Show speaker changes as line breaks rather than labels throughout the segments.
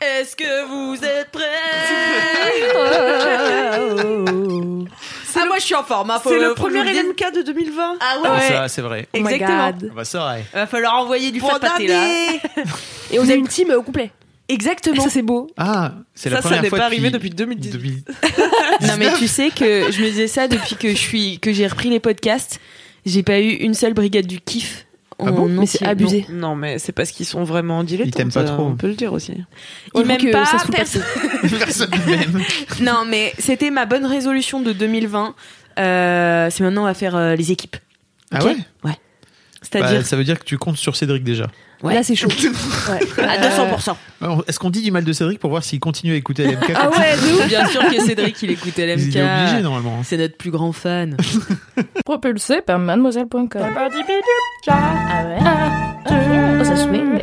Est-ce que vous êtes prêts Ah moi je suis en forme. hein, faut-
C'est le
faut que je
premier
vous dise.
LMK de 2020.
Ah ouais.
Ah, Ça, c'est vrai.
Oh my
Exactement.
God.
Ah Bah, ça, ouais.
Va falloir envoyer du fat pâté là.
Condamné.
Et on faisait une team au complet.
Exactement.
Ça c'est beau.
Ah, c'est la
Ça, ça
première
n'est
fois
pas arrivé
depuis
depuis 2010.
2000.
Non mais tu sais que je me disais ça depuis que je suis que j'ai repris les podcasts, j'ai pas eu une seule brigade du kiff.
Ah bon
en
Mais
entier.
c'est abusé. Non, mais c'est parce qu'ils sont vraiment dilettantes.
Ils t'aiment pas
euh,
trop.
On peut le dire aussi.
Ils
Ils
m'aiment
m'aiment
pas,
pas.
personne-
Personne même.
Non mais c'était ma bonne résolution de 2020. Euh, c'est maintenant on va faire euh, les équipes.
Ah
Ok
ouais
Ouais.
Bah,
C'est-à-dire
Ça veut dire que tu comptes sur Cédric déjà.
Ouais.
Là c'est chaud.
à 200%.
Alors, Est-ce qu'on dit du mal de Cédric pour voir s'il continue à écouter LMK
Ah ouais, de ouf. bien sûr que Cédric il écoute LMK.
Il est obligé normalement.
C'est notre plus grand fan.
Propulsé par mademoiselle.com. Ah ouais Ah, ça swing.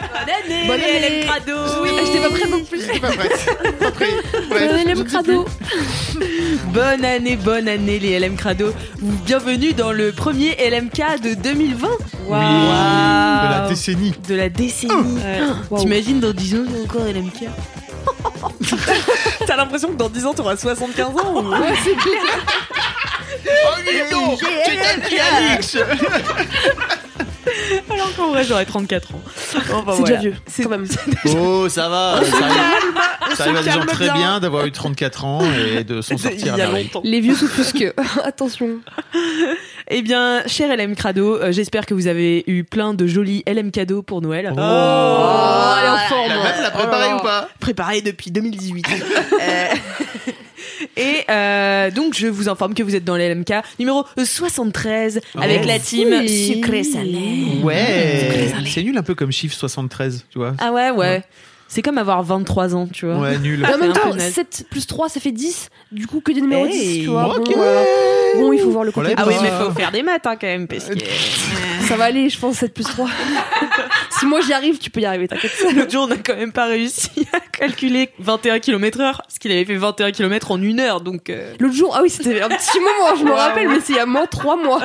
Bonne année.
Bonne année.
Hélène Crado.
j'étais pas prête non plus.
J'étais pas prête.
LM Crado. Bonne année, bonne année les LM Crado. Bienvenue dans le premier LMK de 2020.
Oui, de la décennie. Hum.
De la décennie. T'imagines dans 10 ans c'est encore LMK
T'as l'impression que dans 10 ans t'auras 75 ans ou-
Oh non
Alors qu'en vrai j'aurais 34 ans. bah
C'est déjà vieux. C'est quand même.
Oh, ça va. Ça arrive, ça arrive à des gens très bien, d'avoir eu 34 ans et de s'en
Il y
sortir à
a
merveille.
longtemps.
Les vieux sont plus
que. Attention.
Eh bien, cher LM Crado, euh, j'espère que vous avez eu plein de jolis LM cadeaux pour Noël.
Oh.
Oh, elle est en forme.
La meuf l'a préparé ou pas
préparé depuis 2018. Euh, Et euh, donc, je vous informe que vous êtes dans l'LMK numéro 73 avec
Oh.
la team
Oui.
Sucré Salé.
Ouais. C'est nul un peu comme chiffre 73, tu vois.
Ah ouais, ouais. C'est comme avoir 23 ans, tu vois.
Ouais, nul.
Ah,
en même
c'est un
temps,
peu naze.
7 plus 3, ça fait 10. Du coup, que des numéros
Hey,
10, tu vois.
ok.
Bon, voilà. Bon, il faut voir le
On
côté.
l'avait
Ah
oui,
oui,
Bah.
mais faut faire des maths hein, quand même. Parce que...
Ça va aller, je pense, 7 plus 3. si moi j'y arrive, tu peux y arriver, t'inquiète.
L'autre jour, on n'a quand même pas réussi à calculer 21 km/h, parce qu'il avait fait 21 km en une heure, donc. euh,
L'autre jour, ah oui, c'était un petit moment, je me rappelle, mais c'est il y a moins 3 mois.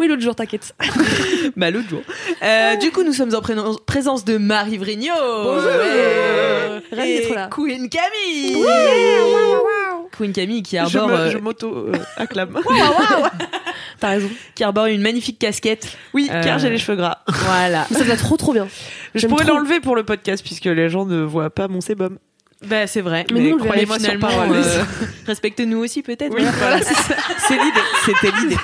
oui, l'autre jour, t'inquiète. Ah,
bah l'autre jour. Euh, du coup, nous sommes en préno- présence de Marie Vrigno.
Bonjour.
Ouais.
Ravi
Et
d'être là.
Queen Camille. Queen Camille qui
Je
arbore,
me-
euh,
je m'auto-acclame.
T'as raison.
qui arbore une magnifique casquette.
Oui,
Euh,
car j'ai les cheveux gras.
Voilà.
Mais ça te va trop trop bien.
Je
J'aime
pourrais
trop.
l'enlever pour le podcast puisque les gens ne voient pas mon sébum.
bah c'est vrai.
Mais nous, on le
verra.
finalement,
Sur parole.
euh, respecte-nous aussi peut-être. Hein.
Oui, voilà, c'est ça.
c'est l'idée. C'était l'idée.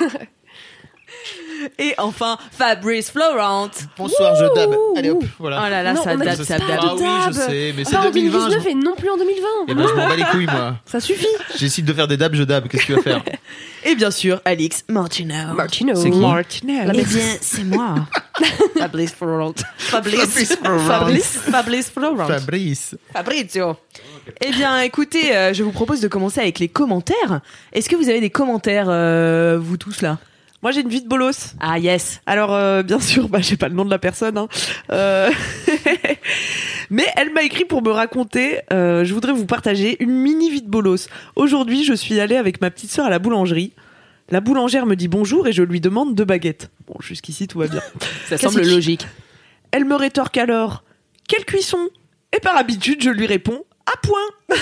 Et enfin, Fabrice Florent.
Bonsoir, je dab. Allez hop, voilà.
Oh là là,
Non,
ça
on a
date,
dit
ça
pas
date.
de
Ah oui, je
dab.
sais, mais c'est
Pas en
2020. je-
2019 et non plus en 2020.
Eh ben, ah je m'en bats les couilles, moi.
Ça suffit.
J'hésite de faire des dabs, je dab. Qu'est-ce que tu vas faire
Et bien sûr, Alix Martino.
Martino.
C'est qui
Martinez.
La
Eh
maîtresse.
bien, c'est moi. Fabrice Florent.
Fabrice Florent.
Fabrice, Fabrice Florent.
Fabrice.
Fabrizio. Eh bien, écoutez, euh, je vous propose de commencer avec les commentaires. Est-ce que vous avez des commentaires, euh, vous tous là
Moi j'ai une vie de bolos.
Ah yes.
Alors euh, bien sûr, bah, j'ai pas le nom de la personne. hein. Euh, Mais elle m'a écrit pour me raconter, euh, je voudrais vous partager une mini vie de bolos. Aujourd'hui je suis allée avec ma petite sœur à la boulangerie. La boulangère me dit bonjour et je lui demande deux baguettes. Bon, jusqu'ici tout va bien.
Ça
Classique.
semble logique.
Elle me rétorque alors Quelle cuisson Et par habitude, je lui réponds À point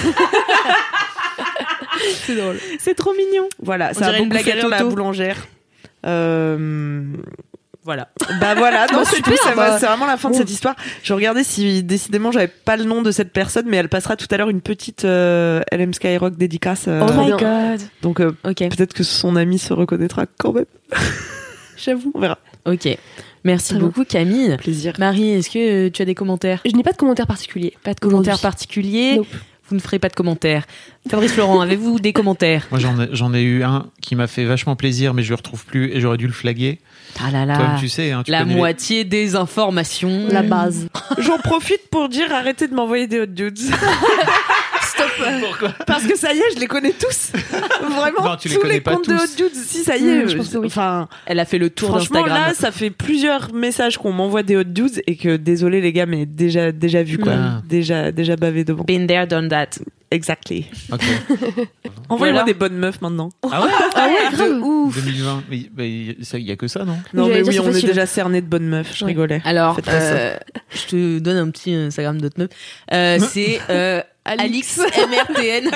C'est drôle. C'est trop mignon.
Voilà,
On
ça a
dirait une
beaucoup
blague
fait
à
rire la
Toto.
boulangère. Euh,
Voilà.
Bah voilà, non,
Bah,
c'est
super,
tout, ça
bah.
va, c'est vraiment la fin de
Bon.
cette histoire. Je regardais si décidément j'avais pas le nom de cette personne, mais elle passera tout à l'heure une petite euh, LM Skyrock dédicace. euh,
Oh my
god.
donc euh,
Ok.
peut-être que son ami se reconnaîtra quand même.
J'avoue.
On verra.
Ok. Merci
Très bon.
beaucoup, Camille.
Plaisir.
Marie, est-ce que euh, tu as des commentaires
Je n'ai pas de commentaire particulier.
Pas de commentaires
Aujourd'hui.
particuliers
Nope.
Vous ne ferez pas de commentaires. Fabrice Laurent, avez-vous des commentaires
Moi, j'en ai, j'en ai eu un qui m'a fait vachement plaisir, mais je le retrouve plus et j'aurais dû le flaguer.
Ah là
Toi,
là
tu sais, hein, tu
La
connais les-
moitié des informations.
La base.
J'en profite pour dire arrêtez de m'envoyer des hot dudes.
Stop.
Parce que ça y est, je les connais tous. Vraiment,
Non, tu les
tous
connais
les
pas
comptes de
tous.
hot dudes. Si, ça y est.
Mm, je pense
euh,
que oui.
Enfin,
Elle a fait le tour
franchement,
d'Instagram.
là, ça fait plusieurs messages qu'on m'envoie des hot dudes et que désolé les gars, mais déjà, déjà vu quoi.
Mm.
Déjà, déjà bavé devant.
Been there, done that.
Exactly.
Ok.
Envoyez-moi
Voilà. Oh,
des bonnes meufs maintenant.
Ah ouais
Ah ouais, grave.
2020, mais bah, il ça, il y a que ça, non
Non,
J'allais dire,
mais oui,
c'est
on est
facile.
déjà cerné de bonnes meufs. Je
Ouais.
rigolais.
Alors,
Faites pas ça.
euh, je te donne un petit Instagram d'autres meufs. Euh, c'est euh, Alix MRTN.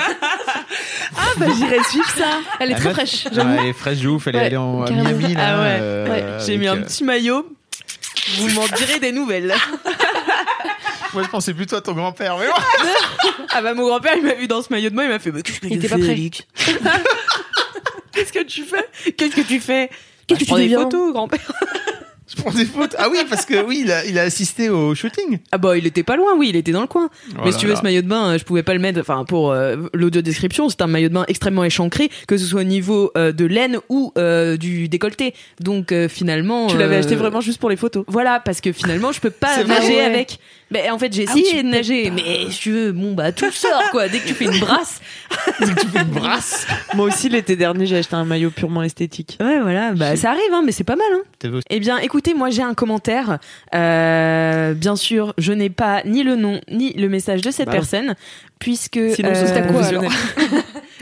Ah,
bah, j'irai suivre ça. Elle est très
Ah,
fraîche.
ouais, Elle est fraîche de ouf, elle est
Ouais,
allée en, à
carrément.
Miami. Là,
Ah ouais,
euh,
ouais.
J'ai mis un
avec, euh,
petit maillot. Vous m'en direz des nouvelles.
Moi, je pensais plutôt à ton grand-père, mais
Ah bah mon grand-père il m'a vu dans ce maillot de bain, il m'a fait. Mais qu'est-ce que
Il
tu
était
fais,
pas prêt.
Alix Qu'est-ce que tu fais Qu'est-ce que tu fais
Qu'est-ce
Bah, Je
que tu
prends des
deviens
photos, grand-père.
je prends des fautes. Ah oui, parce que oui, il a, il a assisté au shooting.
Ah bah il était pas loin, oui, il était dans le coin.
Oh
Mais
là
si tu veux,
là.
ce maillot de bain, euh, je pouvais pas le mettre. Enfin, pour euh, l'audio description, c'est un maillot de bain extrêmement échancré, que ce soit au niveau euh, de laine ou euh, du décolleté. Donc euh, finalement,
Tu l'avais
euh,
acheté vraiment juste pour les photos.
Voilà, parce que finalement, je peux pas
C'est vrai,
nager
ouais.
avec. Mais en fait, j'ai
Ah oui,
essayé
tu
de nager, mais si tu veux, bon bah tout sort quoi. Dès que tu fais une brasse,
Tu fais une brasse.
Moi aussi, l'été dernier, j'ai acheté un maillot purement esthétique.
ouais voilà, bah ça arrive, hein, mais c'est pas mal. Hein.
T'avais aussi-
Eh bien, écoutez, moi j'ai un commentaire. Euh, bien sûr, je n'ai pas ni le nom ni le message de cette
Bah.
personne, puisque
Sinon, ce
euh,
serait
professionnel.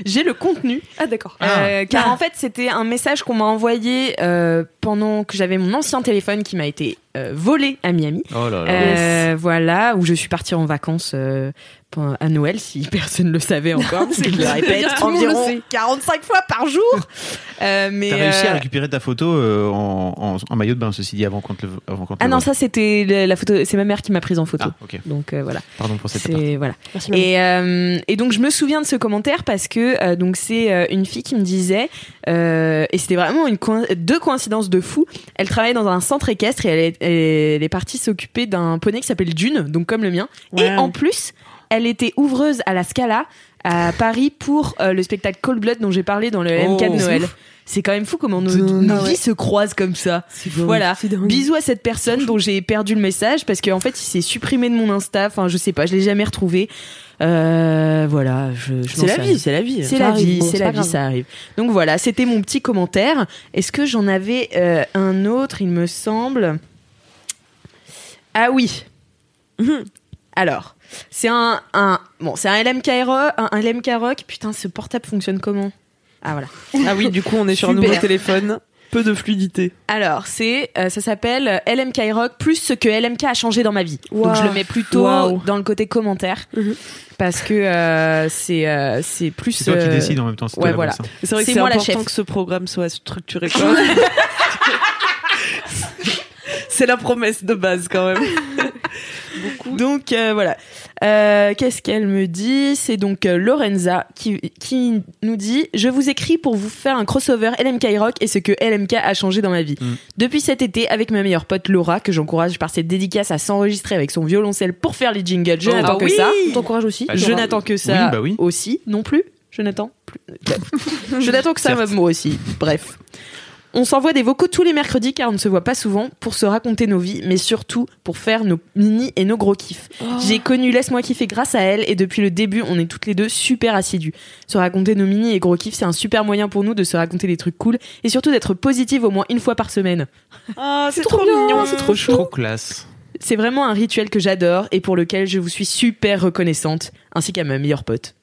j'ai le contenu.
Ah, d'accord.
Ah.
Euh, car en fait, c'était un message qu'on m'a envoyé euh, pendant que j'avais mon ancien téléphone qui m'a été euh, volé à Miami.
Oh là là.
Euh, Voilà, où je suis partie en vacances euh, pour- à Noël, si personne ne le savait encore. je le répète
Tout le monde le
environ
sait.
45 fois par jour. Euh, mais,
T'as réussi
euh,
à récupérer ta photo euh, en, en- en maillot de bain, ceci dit, avant qu'on te le. Avant qu'on te
Ah
le
non,
vende.
ça c'était la- la photo, c'est ma mère qui m'a prise en photo.
Ah, ok.
Donc euh, voilà,
Pardon pour cette
c'est voilà.
Merci, maman.
Et, euh, et donc je me souviens de ce commentaire parce que euh, donc c'est euh, une fille qui me disait euh, et c'était vraiment une coïn- deux coïncidences de fou. Elle travaillait dans un centre équestre et elle est, elle est partie s'occuper d'un poney qui s'appelle Dune, donc comme le mien. Et
Ouais.
en plus, elle était ouvreuse à la Scala à Paris pour euh, le spectacle Cold Blood dont j'ai parlé dans le
Oh,
MK de
c'est
Noël. C'est quand même fou comment nos,
C'est dingue.
nos
Ah ouais.
vies se croisent comme ça. Voilà. Bisous à cette personne dont j'ai perdu le message parce qu'en fait il s'est supprimé de mon Insta. Enfin, je sais pas, je l'ai jamais retrouvé. Euh, voilà, je, je
C'est
m'en
la
sers.
vie, c'est la vie.
C'est
Ça
la
arrive,
vie,
bon,
c'est
c'est
la
pas
vie,
grave.
ça arrive. Donc voilà, c'était mon petit commentaire. Est-ce que j'en avais euh, un autre, il me semble Ah oui. Alors, c'est un, un bon, c'est un LMK rock, un, un LMK rock. Putain, ce portable fonctionne comment Ah voilà.
Ah oui, du coup, on est sur un
Super.
nouveau téléphone. Peu de fluidité.
Alors, c'est euh, ça s'appelle euh, LMK Rock plus ce que LMK a changé dans ma vie. Donc
Waouh.
je le mets plutôt
Waouh.
dans le côté commentaire
Mhm.
parce que euh, c'est euh, c'est plus
C'est toi
euh,
qui décides en même temps. c'est toi
ouais,
la
voilà.
bosse, hein.
C'est vrai que
C'est
c'est
moi la
important
chef.
que ce programme soit structuré. quoi. c'est la promesse de base quand même.
Donc euh, voilà. Euh, Qu'est-ce qu'elle me dit C'est donc euh, Lorenza qui, qui nous dit Je vous écris pour vous faire un crossover LMK Rock et ce que LMK a changé dans ma vie.
Mm.
Depuis cet été, avec ma meilleure pote Laura, que j'encourage par cette dédicace à s'enregistrer avec son violoncelle pour faire les jingles, je
Oh.
n'attends
Ah
que ça.
On t'encourage aussi.
Ah,
Je
Laura.
n'attends que ça
Oui, bah oui.
aussi, non plus. Je n'attends plus. je n'attends que ça,
Certes.
moi aussi. Bref. On s'envoie des vocaux tous les mercredis car on ne se voit pas souvent pour se raconter nos vies, mais surtout pour faire nos mini et nos gros kiffs.
Oh.
J'ai connu Laisse-moi kiffer grâce à elle et depuis le début, on est toutes les deux super assidues. Se raconter nos mini et gros kiffs, c'est un super moyen pour nous de se raconter des trucs cool et surtout d'être positive au moins une fois par semaine.
Ah, c'est
trop
trop,
bien,
mignon,
c'est
trop
Trop classe.
C'est vraiment un rituel que j'adore et pour lequel je vous suis super reconnaissante, ainsi qu'à ma meilleure pote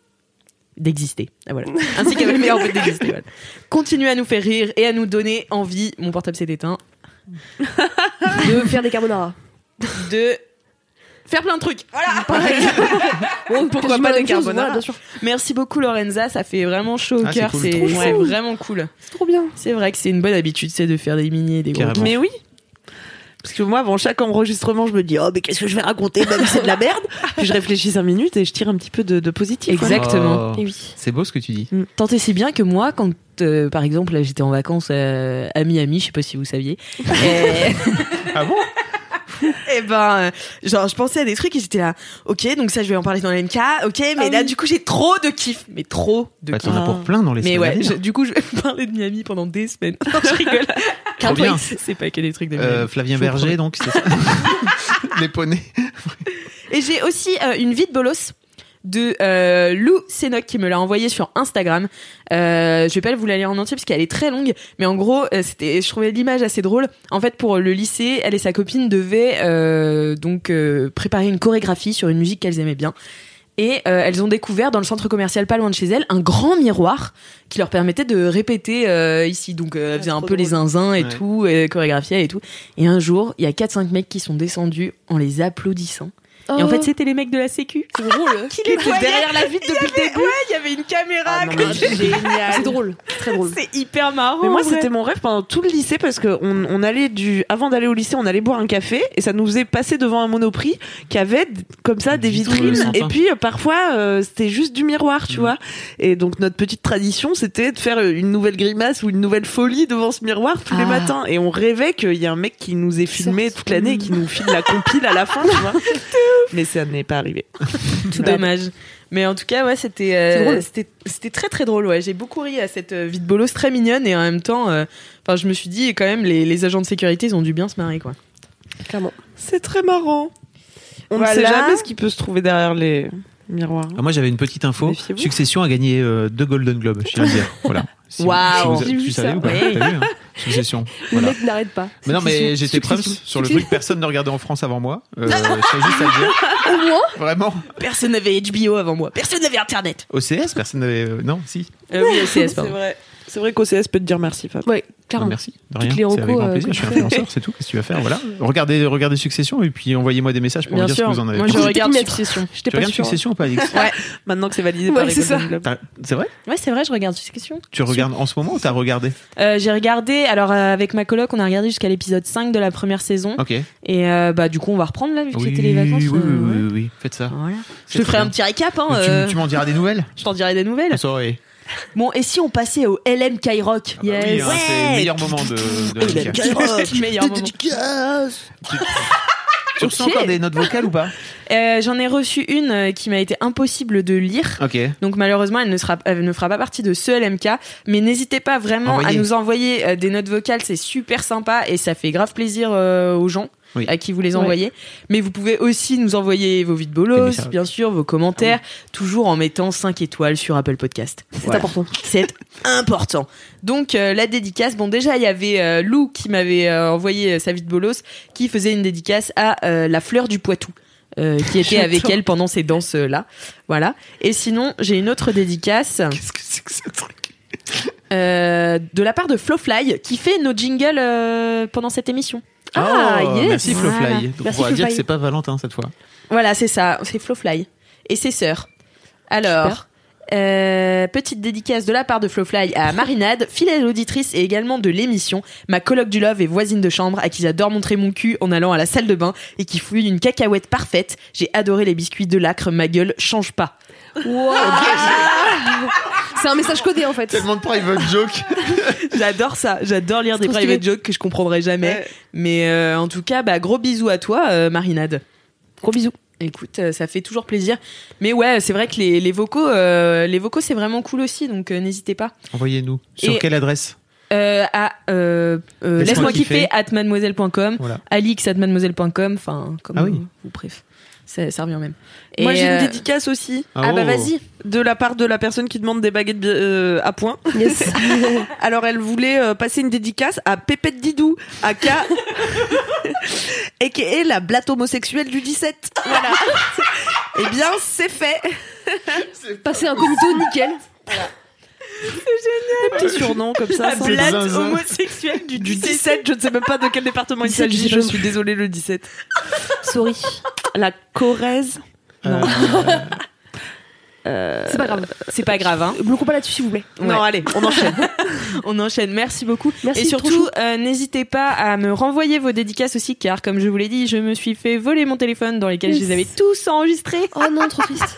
d'exister. Ah, voilà. Ainsi qu'à ma meilleure pote d'exister. voilà. Continuez à nous faire rire et à nous donner envie. Mon portable s'est éteint.
De faire des carbonara.
De faire plein de trucs. Voilà.
Bon,
pourquoi
quasiment
pas
la
des
même chose, voilà,
carbonara
Bien sûr.
Merci beaucoup Lorenza, ça fait vraiment chaud au
Ah, c'est
cœur.
cool.
C'est
Trop
ouais,
chou.
vraiment cool.
C'est trop bien.
C'est vrai que c'est une bonne habitude, c'est de faire des mini et des gros.
Carrément.
Mais oui. Parce que moi, avant chaque enregistrement, je me dis, oh, mais qu'est-ce que je vais raconter, même si c'est de la merde. Puis je réfléchis cinq minutes et je tire un petit peu de, de positif.
Exact. Exactement.
Oh.
Et oui.
C'est beau ce que tu dis.
Tant et si bien que moi, quand euh, par exemple là, j'étais en vacances euh, à Miami, je sais pas si vous saviez, euh,
Ah bon
Et ben, euh, genre, je pensais à des trucs et j'étais là, ok, donc ça, je vais en parler dans le MK, ok, mais là, du coup, j'ai trop de kiff, mais trop de
bah,
kiff.
T'en as pour plein dans les
Mais
semaines à
ouais,
venir.
je- du coup, je vais parler de Miami pendant des semaines. Non, je rigole. Car
bien.
oui, c'est pas que des trucs de Miami.
Euh, Flavien
Je vous
Berger, donc, c'est ça. les poneys.
Et j'ai aussi euh, une vie de bolos de euh, Lou Sénoc qui me l'a envoyée sur Instagram. Euh, je vais pas vous la lire en entier parce qu'elle est très longue, mais en gros, euh, c'était, je trouvais l'image assez drôle. En fait, pour le lycée, elle et sa copine devaient euh, donc euh, préparer une chorégraphie sur une musique qu'elles aimaient bien. Et euh, elles ont découvert dans le centre commercial pas loin de chez elles un grand miroir qui leur permettait de répéter euh, ici. Donc euh, elles faisaient un peu les zinzins et
Ouais.
tout, et chorégraphiaient et tout. Et un jour, il y a 4-5 mecs qui sont descendus en les applaudissant. Et en fait, c'était les mecs de la Sécu.
Oh. c'est drôle.
Qui les voyaient.
derrière la vitre depuis le début.
Il y avait une caméra.
Ah,
à
mais
côté.
génial. C'est drôle, très drôle.
C'est hyper marrant.
Mais moi,
en vrai.
c'était mon rêve pendant tout le lycée parce que on, on allait du, avant d'aller au lycée, on allait boire un café et ça nous faisait passer devant un Monoprix qui avait d- comme ça des
Vitre,
vitrines
sympa.
et puis euh, parfois euh, c'était juste du miroir, tu vois. Et donc notre petite tradition, c'était de faire euh, une nouvelle grimace ou une nouvelle folie devant ce miroir tous les
Ah.
matins. Et on rêvait qu'il y ait un mec qui nous ait filmé toute l'année, et qui nous file la compile à la fin, tu vois. Mais ça n'est pas arrivé.
tout dommage. Mais en tout cas, ouais, c'était euh,
C'est drôle.
c'était c'était très très drôle. Ouais, j'ai beaucoup ri à cette euh, vie de bolos très mignonne et en même temps, euh, enfin, je me suis dit quand même les, les agents de sécurité, ils ont dû bien se marrer quoi.
Clairement.
C'est très marrant. On ne sait
Voilà.
jamais ce qui peut se trouver derrière les miroirs.
Ah, moi, j'avais une petite info.
Méfiez-vous.
Succession a gagné euh, deux Golden Globes, je tiens à le dire. Voilà. Si vous-
Waouh.
si vous-
J'ai vu
tu savais
ça.
ou pas
Oui.
T'as vu, hein Succession.
Le
Voilà.
mec n'arrête pas.
Mais non, mais
Succession.
j'étais preuve
Succession.
sur le truc. Personne ne regardait en France avant moi. Euh, je tiens juste à le dire.
Au moins,
Vraiment.
Personne n'avait HBO avant moi. Personne n'avait Internet.
OCS, personne n'avait. euh, non, si.
Euh, oui, OCS, pardon.
vrai. C'est vrai qu'OCS peut te dire merci, Fab.
ouais,
Ah,
clairement.
merci. De
Toutes
rien.
les
C'est avec
recos,
grand
euh,
plaisir.
que
Je suis
tu fais.
influenceur, c'est tout. Qu'est-ce que tu vas faire Voilà. Regardez, regardez Succession et puis envoyez-moi des messages pour
Bien
me dire
sûr.
ce que vous en avez
Moi, je
pensé.
regarde
Petite
Succession.
J'étais
Tu
pas
regardes
sûre.
Succession ou pas, Alix
Maintenant que c'est validé
Ouais,
par les
c'est ça.
Golden Globes.
T'as- C'est vrai
Ouais, c'est vrai, je regarde Succession.
Tu regardes en ce moment ou t'as regardé
Euh, j'ai regardé, alors euh, avec ma coloc, on a regardé jusqu'à l'épisode 5 de la première saison.
Ok.
Et euh, bah, du coup, on va reprendre là, vu que c'était les vacances.
Ah. oui, oui,
euh,
oui,
ouais.
oui, oui. Faites ça.
Voilà.
C'est
Je te
très
ferai un
bien.
petit récap, hein,
Tu-
euh,
Tu m'en diras des nouvelles
je t'en dirai des nouvelles.
Sorry.
Bon, et si on passait au LM Kyrock
Ah bah oui, hein, c'est le
Ouais
meilleur moment de, de
Et le
Lucas.
Kyrock, meilleur moment.
Tu ressens encore des notes vocales ou pas
Euh, J'en ai reçu une euh, qui m'a été impossible de lire.
Ok.
Donc malheureusement, elle ne, sera, elle ne fera pas partie de ce LMK. Mais n'hésitez pas vraiment
Envoyez.
à nous envoyer euh, des notes vocales. C'est super sympa et ça fait grave plaisir euh, aux gens
Oui.
à qui vous les
Ouais.
envoyez. Mais vous pouvez aussi nous envoyer vos vies de
Des
bolos,
messages.
bien sûr, vos commentaires, toujours en mettant 5 étoiles sur Apple Podcast.
C'est important.
C'est important. Donc euh, la dédicace, bon déjà il y avait euh, Lou qui m'avait euh, envoyé euh, sa vie de bolos, qui faisait une dédicace à euh, la fleur du Poitou. euh, qui était avec elle pendant ces danses là, voilà. Et sinon, j'ai une autre dédicace
Qu'est-ce que c'est que ce truc
euh, de la part de Flowfly qui fait nos jingles euh, pendant cette émission.
Ah,
Oh,
yes.
Merci
Voilà.
Flowfly. Donc,
Merci,
on va dire
Flowfly.
que c'est pas Valentin cette fois.
Voilà, c'est ça, c'est Flowfly et ses sœurs. Alors, euh, petite dédicace de la part de Flowfly à Marinade, fidèle auditrice et également de l'émission, ma coloc du love et voisine de chambre à qui j'adore montrer mon cul en allant à la salle de bain et qui fouille une cacahuète parfaite. J'ai adoré les biscuits de l'acre, ma gueule change pas.
Wow. C'est un message codé en fait.
Tellement de private joke.
J'adore ça, j'adore lire des
trop
private
stylé.
jokes que je comprendrai jamais.
Ouais.
Mais euh, en tout cas, bah, gros bisous à toi, euh, Marinade. Gros bisous. Écoute, euh, ça fait toujours plaisir. Mais ouais, c'est vrai que les, les vocaux, euh, les vocaux, c'est vraiment cool aussi, donc euh, n'hésitez pas.
Envoyez-nous. Sur
Et-
quelle adresse
Euh, à euh, euh,
Laisse-moi
laisse-moi kiffer,
kiffer.
at mademoiselle.com,
Voilà.
alix at mademoiselle.com, enfin, comme
Ah oui.
vous- vous, bref, ça, ça revient au même.
Moi,
Et,
j'ai
euh,
une dédicace aussi
Ah bah
oh.
vas-y.
de la part de la personne qui demande des baguettes euh, à point.
Yes.
Alors, elle voulait euh, passer une dédicace à Pépette Didou, à K. et qui est la blatte homosexuelle du 17. Voilà. Eh bien, c'est fait.
Passer un comito nickel.
Un petit surnom comme ça.
La
sympa.
blague
zinzin.
homosexuelle du,
Du 17, je ne sais même pas de quel département il
17,
s'agit. Je
je-
suis désolée, le 17.
Sorry.
La Corrèze.
Euh,
C'est pas grave.
C'est pas grave, hein.
Euh, Bloquons pas là-dessus s'il vous plaît.
Non, allez, on enchaîne.
On enchaîne. Merci beaucoup.
Merci,
et
trop
surtout,
chou.
euh, n'hésitez pas à me renvoyer vos dédicaces aussi, car comme je vous l'ai dit, je me suis fait voler mon téléphone dans lesquels je
Yes.
les avais tous enregistrés.
Oh non, trop triste.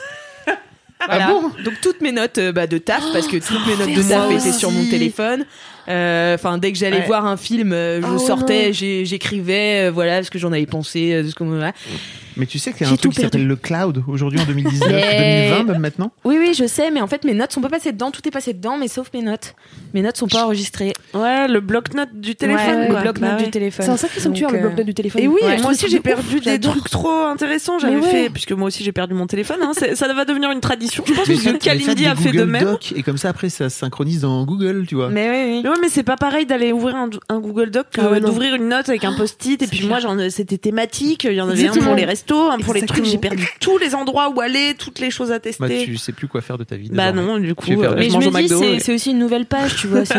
Voilà. Donc toutes mes notes euh, bah, de taf, parce que toutes mes notes de
faire
taf
ça
étaient sur mon
aussi.
téléphone. Euh, Enfin, dès que j'allais
Ouais.
voir un film, euh, je
Oh
sortais,
non.
j'ai- j'écrivais, euh, voilà ce que j'en avais pensé, euh, de ce qu'on voilà.
Mais tu sais qu'il y a
J'ai
un truc
tout
qui s'appelle le cloud aujourd'hui en 2019,
Yeah.
2020 même maintenant.
Oui, oui, je sais, mais en fait mes notes sont pas passées dedans, tout est passé dedans, mais sauf mes notes. Mes notes sont pas enregistrées.
Ouais, le bloc-notes du téléphone.
Ouais,
quoi.
le bloc-notes
Bah
du
ouais.
téléphone.
C'est un sacré sanctuaire,
Donc,
le
euh,
bloc-notes du téléphone.
Et oui,
Ouais.
moi aussi j'ai
Ouf,
perdu des
j'adore.
trucs trop intéressants. J'avais
Mais ouais.
fait, puisque moi aussi j'ai perdu mon téléphone. hein, c'est- ça va devenir une tradition. Je pense
Mais
que
faites- mais faites
Kalindi
des
a fait de
Google
même.
Doc, et comme ça après ça se synchronise dans Google, tu vois.
Mais oui, oui.
Mais ouais, mais c'est pas pareil d'aller ouvrir un, un Google Doc que
Ah ouais, non.
d'ouvrir une note avec un post-it. Et puis moi, j'en ai- c'était thématique. Il y en avait un
Exactement.
pour les restos, un pour les trucs.
Exactement.
J'ai perdu tous les endroits où aller, toutes les choses à
Bah,
tester.
tu sais plus quoi faire de ta vie.
Bah
désormais.
non, du coup,
Tu veux faire
euh,
des-
Mais
je
je
mange au
me dis,
McDo.
c'est
et-
c'est aussi une nouvelle page, tu vois. c'est-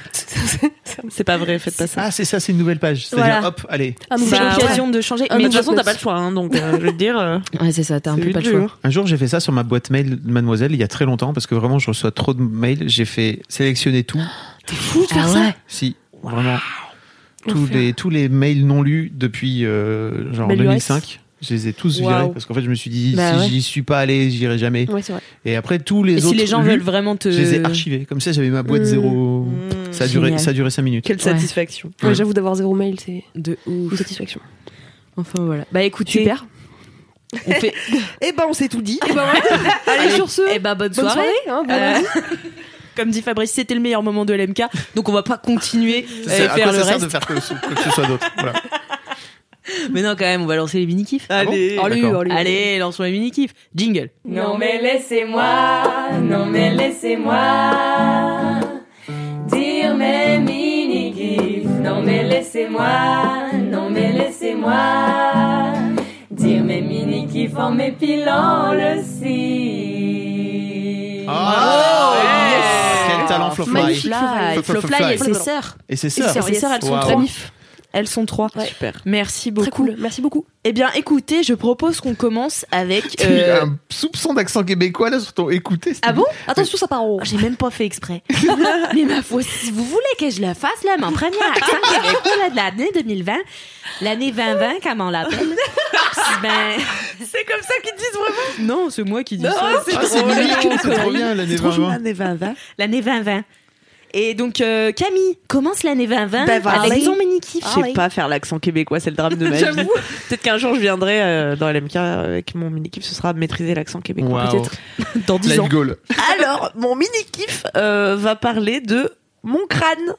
C'est pas vrai, faites pas ça.
Ah, c'est ça, c'est une nouvelle page. C'est-à-dire,
Voilà.
hop, allez.
Ah, mais
C'est
bah,
l'occasion de changer.
Mais de
Mais
toute façon,
notes.
t'as pas le choix, hein, donc euh, je veux te dire. euh,
Ouais, c'est ça, t'as un
c'est
peu pas le
dur.
choix.
Un jour, j'ai fait ça sur ma boîte mail de Mademoiselle il y a très longtemps parce que vraiment, je reçois trop de mails. J'ai fait sélectionner tout.
Fou de faire ça.
Si, vraiment. Tous les, tous les mails non lus depuis euh, genre
Belle URS.
2005. Je les ai tous virés
Waouh.
parce qu'en fait, je me suis dit,
Bah
si
ouais. Mm.
j'y suis pas allé, j'irai jamais.
Ouais, c'est vrai.
Et après, tous les
Et
autres.
si les gens
lus,
veulent vraiment te.
Je les ai archivés. Comme ça, j'avais ma boîte
Mm.
zéro. Ça a,
Mm.
duré,
Génial.
ça a duré 5 minutes.
Quelle
Ouais.
satisfaction.
Ouais,
Ouais.
J'avoue, d'avoir zéro mail, c'est
De
une
ouf.
satisfaction.
Enfin voilà. Bah écoute, super. On fait.
Eh ben, on s'est tout dit.
Allez, sur ce,
Eh bah bonne
bonne
soirée.
soirée. hein, bon
Euh, Comme dit Fabrice, c'était le meilleur moment de LMK, donc on va pas continuer
Ça
à
sert- à
faire
quoi
le
ça sert
reste.
de faire que, quoi que ce soit d'autre Voilà.
Mais non, quand même, on va lancer les mini kifs.
Allez.
oh,
Ah bon D'accord.
Allez, lançons Oh, les mini kifs. Jingle.
Non mais laissez-moi, non mais laissez-moi dire mes mini gifs. Non mais laissez-moi, non mais laissez-moi dire mes mini gifs en m'épilant le cil.
Ah,
oh, yes.
Quel talent, Flofly.
Magnifique.
Flofly,
Flofly.
Flofly et ses
Flofly.
sœurs.
Et c'est
Et
ça.
ses sœurs, elles sont
Wow.
trois. Elles sont trois.
Super.
Merci beaucoup.
Très cool. Merci beaucoup.
Eh bien, écoutez, je propose qu'on commence avec.
Il y a
euh,
un soupçon d'accent québécois là sur ton écouter.
Ah bon
Attends, tout ça part en haut.
Oh, J'ai même pas fait exprès. Mais ma foi, si vous voulez que je le fasse, là, mon premier accent québécois là, de l'année 2020, l'année 2020, comme on l'appelle. Puis Ben...
C'est comme ça qu'ils disent vraiment.
Non, c'est moi qui dis
Ah,
Oh
c'est mignon, c'est trop bien l'année 2020.
L'année 2020. Et donc, euh, Camille commence l'année 2020
Ben voilà.
avec son mini-kiff.
Je sais pas faire l'accent québécois, c'est le drame de ma vie. Peut-être qu'un jour je viendrai euh, dans LMK avec mon mini-kiff, ce sera maîtriser l'accent québécois.
Wow.
Peut-être dans 10 ans.
Life goal.
Alors, mon mini-kiff euh, va parler de mon crâne.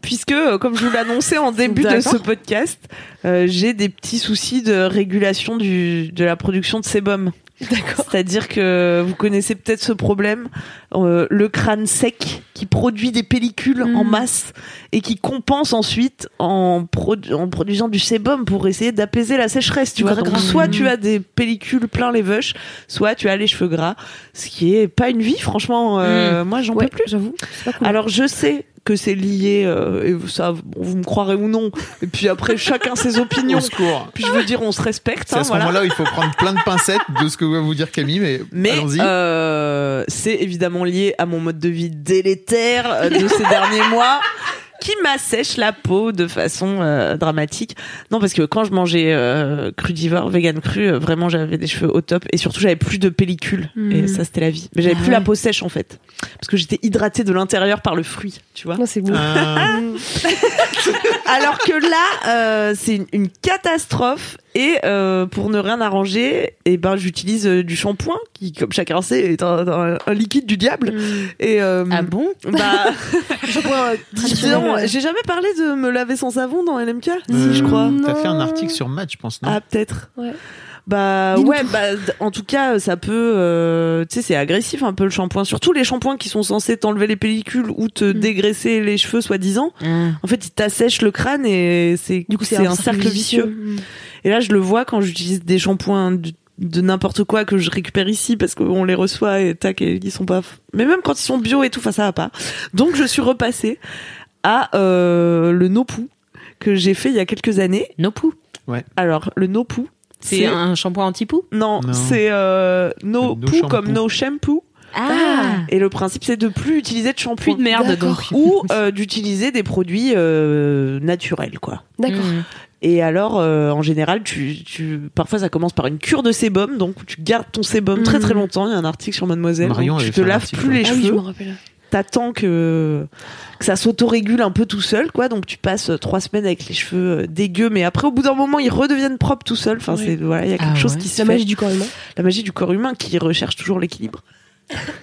Puisque, euh, comme je vous l'annonçais en début de
D'accord.
ce podcast, euh, j'ai des petits soucis de régulation du, de la production de sébum. C'est-à-dire que vous connaissez peut-être ce problème, euh, le crâne sec qui produit des pellicules en masse et qui compense ensuite en, produ- en produisant du sébum pour essayer d'apaiser la sécheresse. Tu vois,
Grave,
Donc,
grave.
soit tu as des pellicules plein les veuches, soit tu as les cheveux gras, ce qui est pas une vie, franchement. euh, Moi, j'en
Hmm. Ouais,
peux plus.
j'avoue. C'est pas cool.
Alors je sais que c'est lié, euh, et ça, bon, vous me croirez ou non. Et puis après, chacun ses opinions.
Au secours.
Puis je veux dire, on se respecte.
C'est
hein,
à ce
voilà.
moment-là où il faut prendre plein de pincettes de ce que va vous dire Camille, mais,
Mais
allons-y.
euh, c'est évidemment lié à mon mode de vie délétère euh, de ces derniers mois qui m'assèche la peau de façon euh, dramatique. Non, parce que quand je mangeais euh, crudivore, vegan cru, euh, vraiment j'avais des cheveux au top et surtout j'avais plus de pellicule et ça c'était la vie. Mais j'avais
Ah
plus la
ouais.
peau sèche en fait parce que j'étais hydratée de l'intérieur par le fruit, tu vois.
Non, c'est beau.
Ah,
Alors que là, euh, c'est une, une catastrophe. Et euh, pour ne rien arranger, et ben j'utilise euh, du shampoing qui, comme chacun sait, est un, un- un liquide du diable. Et euh,
Ah bon
bah,
Shampoing, euh,
dis
traditionnel.
donc, j'ai jamais parlé de me laver sans savon dans LMK,
euh,
si je crois.
T'as fait un article sur Match, je pense, non
Ah peut-être.
Ouais.
Bah
Dis-nous
ouais, bah, d- en tout cas, ça peut, euh, tu sais, c'est agressif un peu le shampoing. Surtout les shampoings qui sont censés t'enlever les pellicules ou
Mm.
te dégraisser les cheveux soi-disant.
Ah.
En fait, ils t'assèchent le crâne et c'est
Du coup,
c'est un cercle vicieux. Et là, je le vois quand j'utilise des shampoings de, de n'importe quoi que je récupère ici parce qu'on les reçoit et tac, et ils sont pas. Mais même quand ils sont bio et tout, enfin, ça va pas. Donc, je suis repassée à euh, le Nopou que j'ai fait il y a quelques années.
Nopou.
Alors, le Nopou,
C'est un shampoing anti-pou
Non,
Non.
c'est euh,
No
Nopou
shampoo.
comme No Shampoo.
Ah.
Et le principe, c'est de plus utiliser de shampoing.
Plus de merde, donc.
Ou euh, d'utiliser des produits euh, naturels, quoi.
D'accord.
Mm.
Et alors, euh, en général, tu, tu, parfois ça commence par une cure de sébum, donc tu gardes ton sébum très très longtemps. Il y a un article sur Mademoiselle.
Marion
donc tu
avait
te
fait un
laves
article,
plus
ouais.
les
Mhm. Ah oui, je
cheveux,
me rappelle.
t'attends que que ça s'autorégule un peu tout seul, quoi. Donc tu passes euh, trois semaines avec les cheveux euh, dégueux, mais après au bout d'un moment ils redeviennent propres tout seuls. Enfin,
Oui.
c'est voilà, il y a quelque
Ah
chose
ouais.
qui se
La
fait.
magie du corps humain.
La magie du corps humain qui recherche toujours l'équilibre.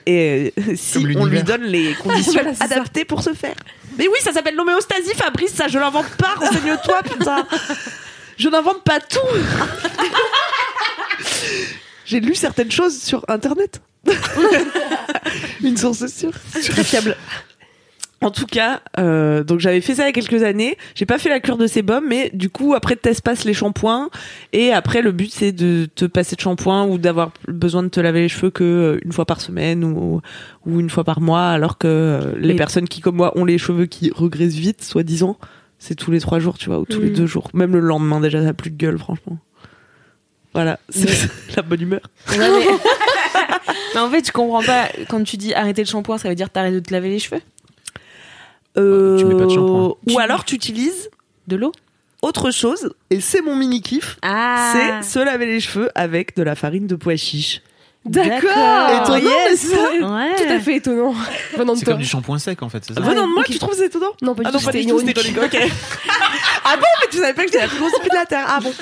Et euh, si
Comme
on lui
l'univers.
donne les conditions
Voilà, c'est ça.
adaptées pour ce faire. Mais oui, ça s'appelle l'homéostasie, Fabrice, ça je l'invente pas, renseigne-toi, putain. Je n'invente pas tout. J'ai lu certaines choses sur internet. Une source sûre, très fiable. En tout cas, euh, donc j'avais fait ça il y a quelques années. J'ai pas fait la cure de sébum, mais du coup après t'espaces les shampoings et après le but c'est de te passer de shampoing ou d'avoir besoin de te laver les cheveux que euh, une fois par semaine ou ou une fois par mois, alors que euh, les
Et-
personnes qui comme moi ont les cheveux qui regressent vite, soi-disant, c'est tous les trois jours, tu vois, ou tous les
Mm.
deux jours. Même le lendemain déjà, ça a plus de gueule, franchement. Voilà, c'est la bonne humeur.
Ouais, mais... mais en fait, je comprends pas. Quand tu dis arrêter le shampoing, ça veut dire t'arrêtes de te laver les cheveux
Euh,
tu mets pas de shampoing.
Ou alors tu utilises
De l'eau
autre chose, et c'est mon mini kiff,
Ah
c'est se laver les cheveux avec de la farine de pois chiche.
D'accord.
Étonnant,
Yes.
n'est-ce pas
Ouais.
Tout à fait étonnant. Venant de
C'est
bah.
toi.
comme du shampoing sec en fait, c'est ça
Venant de moi,
ok.
tu trouves c'est étonnant
Non, pas du
Ah
tout.
non, pas
c'était
du tout, c'était
ironique.
ironique, ok. ah bon, mais tu savais pas que j'étais la plus grosse pute de la Terre. Ah bon.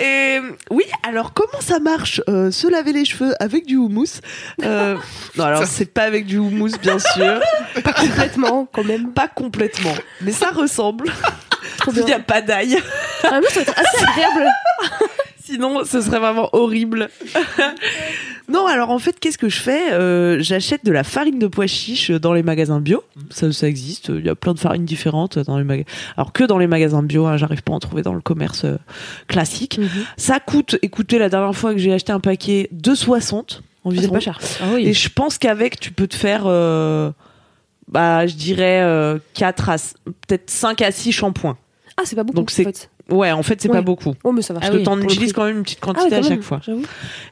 Et oui, alors comment ça marche euh, Se laver les cheveux avec du houmous Euh, Non, alors c'est pas avec du houmous, bien sûr.
Complètement, quand même.
Pas complètement, mais ça ressemble. Il n'y a pas d'ail.
Ah, mais ça va être assez agréable.
Sinon, ce serait vraiment horrible. non, alors en fait, qu'est-ce que je fais Euh, J'achète de la farine de pois chiche dans les magasins bio.
Mm.
Ça, ça existe. Il y a plein de farines différentes dans les magasins. Alors que dans les magasins bio, hein, j'arrive pas à en trouver dans le commerce euh, classique.
Mm-hmm.
Ça coûte, écoutez, la dernière fois que j'ai acheté un paquet, 2,60
Ah,
environ.
C'est pas cher.
Ah bah,
Et je pense qu'avec, tu peux te faire, euh, bah, je dirais, 4 à, s- peut-être 5 à 6 shampoings.
Ah, c'est pas beaucoup.
Donc, c'est-
en fait.
Ouais, en fait, c'est
Ouais.
pas beaucoup.
Oh, mais ça va.
Parce que t'en
Pour le prix.
utilises
Ah
quand même une petite
ouais,
quantité
quand
à chaque
même,
fois.
J'avoue.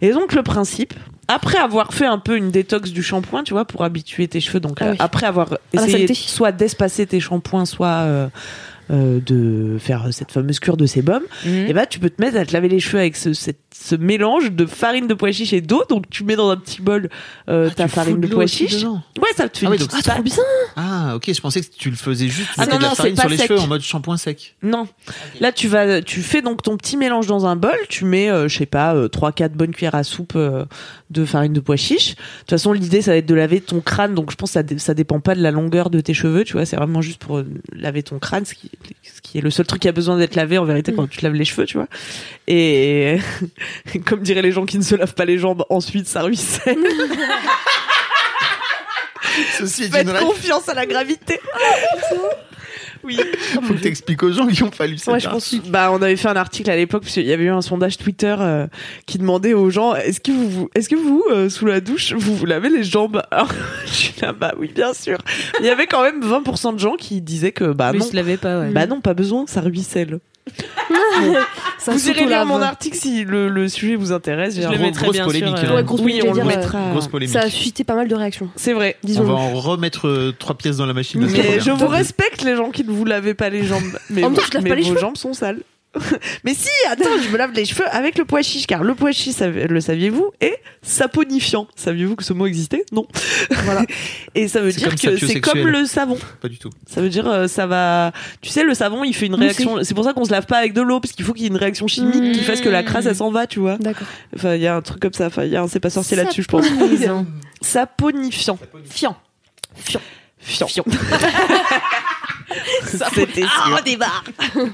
Et donc le principe, après avoir fait un peu une détox du shampoing, tu vois, pour habituer tes cheveux, donc
Ah
euh,
oui.
après avoir
la
essayé
saleté.
soit d'espacer tes shampoings, soit euh, euh, de faire cette fameuse cure de sébum,
Mm.
et bah tu peux te mettre à te laver les cheveux avec ce, cette- ce mélange de farine de pois chiche et d'eau. Donc tu mets dans un petit bol euh,
Ah,
ta farine de pois chiche. Ouais, ça te fait
Ah oui,
une
donc
petite
c'est
pâte.
Ah, ok, je pensais que tu le faisais juste. Tu
Ah
mettais
non,
de la
non,
farine
c'est
sur
pas
les
sec.
cheveux en mode shampoing sec.
Non. Là, tu vas, tu fais donc ton petit mélange dans un bol. Tu mets, euh, je sais pas, euh, trois, quatre bonnes cuillères à soupe euh, de farine de pois chiche. De toute façon, l'idée, ça va être de laver ton crâne. Donc, je pense que ça, dé- ça dépend pas de la longueur de tes cheveux. Tu vois, c'est vraiment juste pour euh, laver ton crâne, ce qui, ce qui est le seul truc qui a besoin d'être lavé en vérité quand tu te laves les cheveux, tu vois. Et comme diraient les gens qui ne se lavent pas les jambes, ensuite ça ruisselle.
Ceci est
Faites
une règle.
confiance à la gravité. oui.
Faut que t'expliques aux gens qui ont pas lu ça.
Ouais, je pense. Bah, on avait fait un article à l'époque parce qu'il y avait eu un sondage Twitter euh, qui demandait aux gens est-ce que vous, vous- est-ce que vous euh, sous la douche vous vous lavez les jambes Alors, Je suis là, bah oui, bien sûr. Il y avait quand même 20% de gens qui disaient que bah
Mais
non,
je l'avais pas, ouais.
bah non, pas besoin, ça ruisselle.
Ça
vous irez lire
s'auto-lave.
mon article si le, le sujet vous intéresse. J'ai
Je
un
le
gros-
mettrai
grosse
bien
polémique,
sûr. euh,
hein.
Ouais, grosse
Oui,
polémique,
on le
dire, euh,
mettra.
Grosse polémique.
Ça a suscité pas mal de réactions.
C'est vrai.
On va
Disons.
en remettre euh, trois pièces dans la machine. la semaine
Mais je
prochaine.
vous respecte les gens qui ne vous lavez pas les jambes. Mais,
En même temps,
vos-
je lave
mais
pas les
vos
cheveux.
jambes sont sales. mais si, attends, je me lave les cheveux avec le pois chiche, car le pois chiche, sav- le saviez-vous, est saponifiant. Saviez-vous que ce mot existait Non. Voilà. Et ça veut
C'est
dire
comme
que c'est
sapiosexuel.
comme le savon.
Pas du tout.
Ça veut dire euh, ça va. Tu sais, le savon, il fait une
Mousser.
réaction. C'est pour ça qu'on se lave pas avec de l'eau, parce qu'il faut qu'il y ait une réaction chimique qui fasse que
Mmh.
la crasse, elle s'en va, tu vois.
D'accord.
Enfin, il y a un truc comme ça. Enfin, il y a un c'est pas sorcier là-dessus, je pense.
Saponisant.
Saponifiant.
Bah, Fiant.
Fiant. C'était
Ah,
sûr.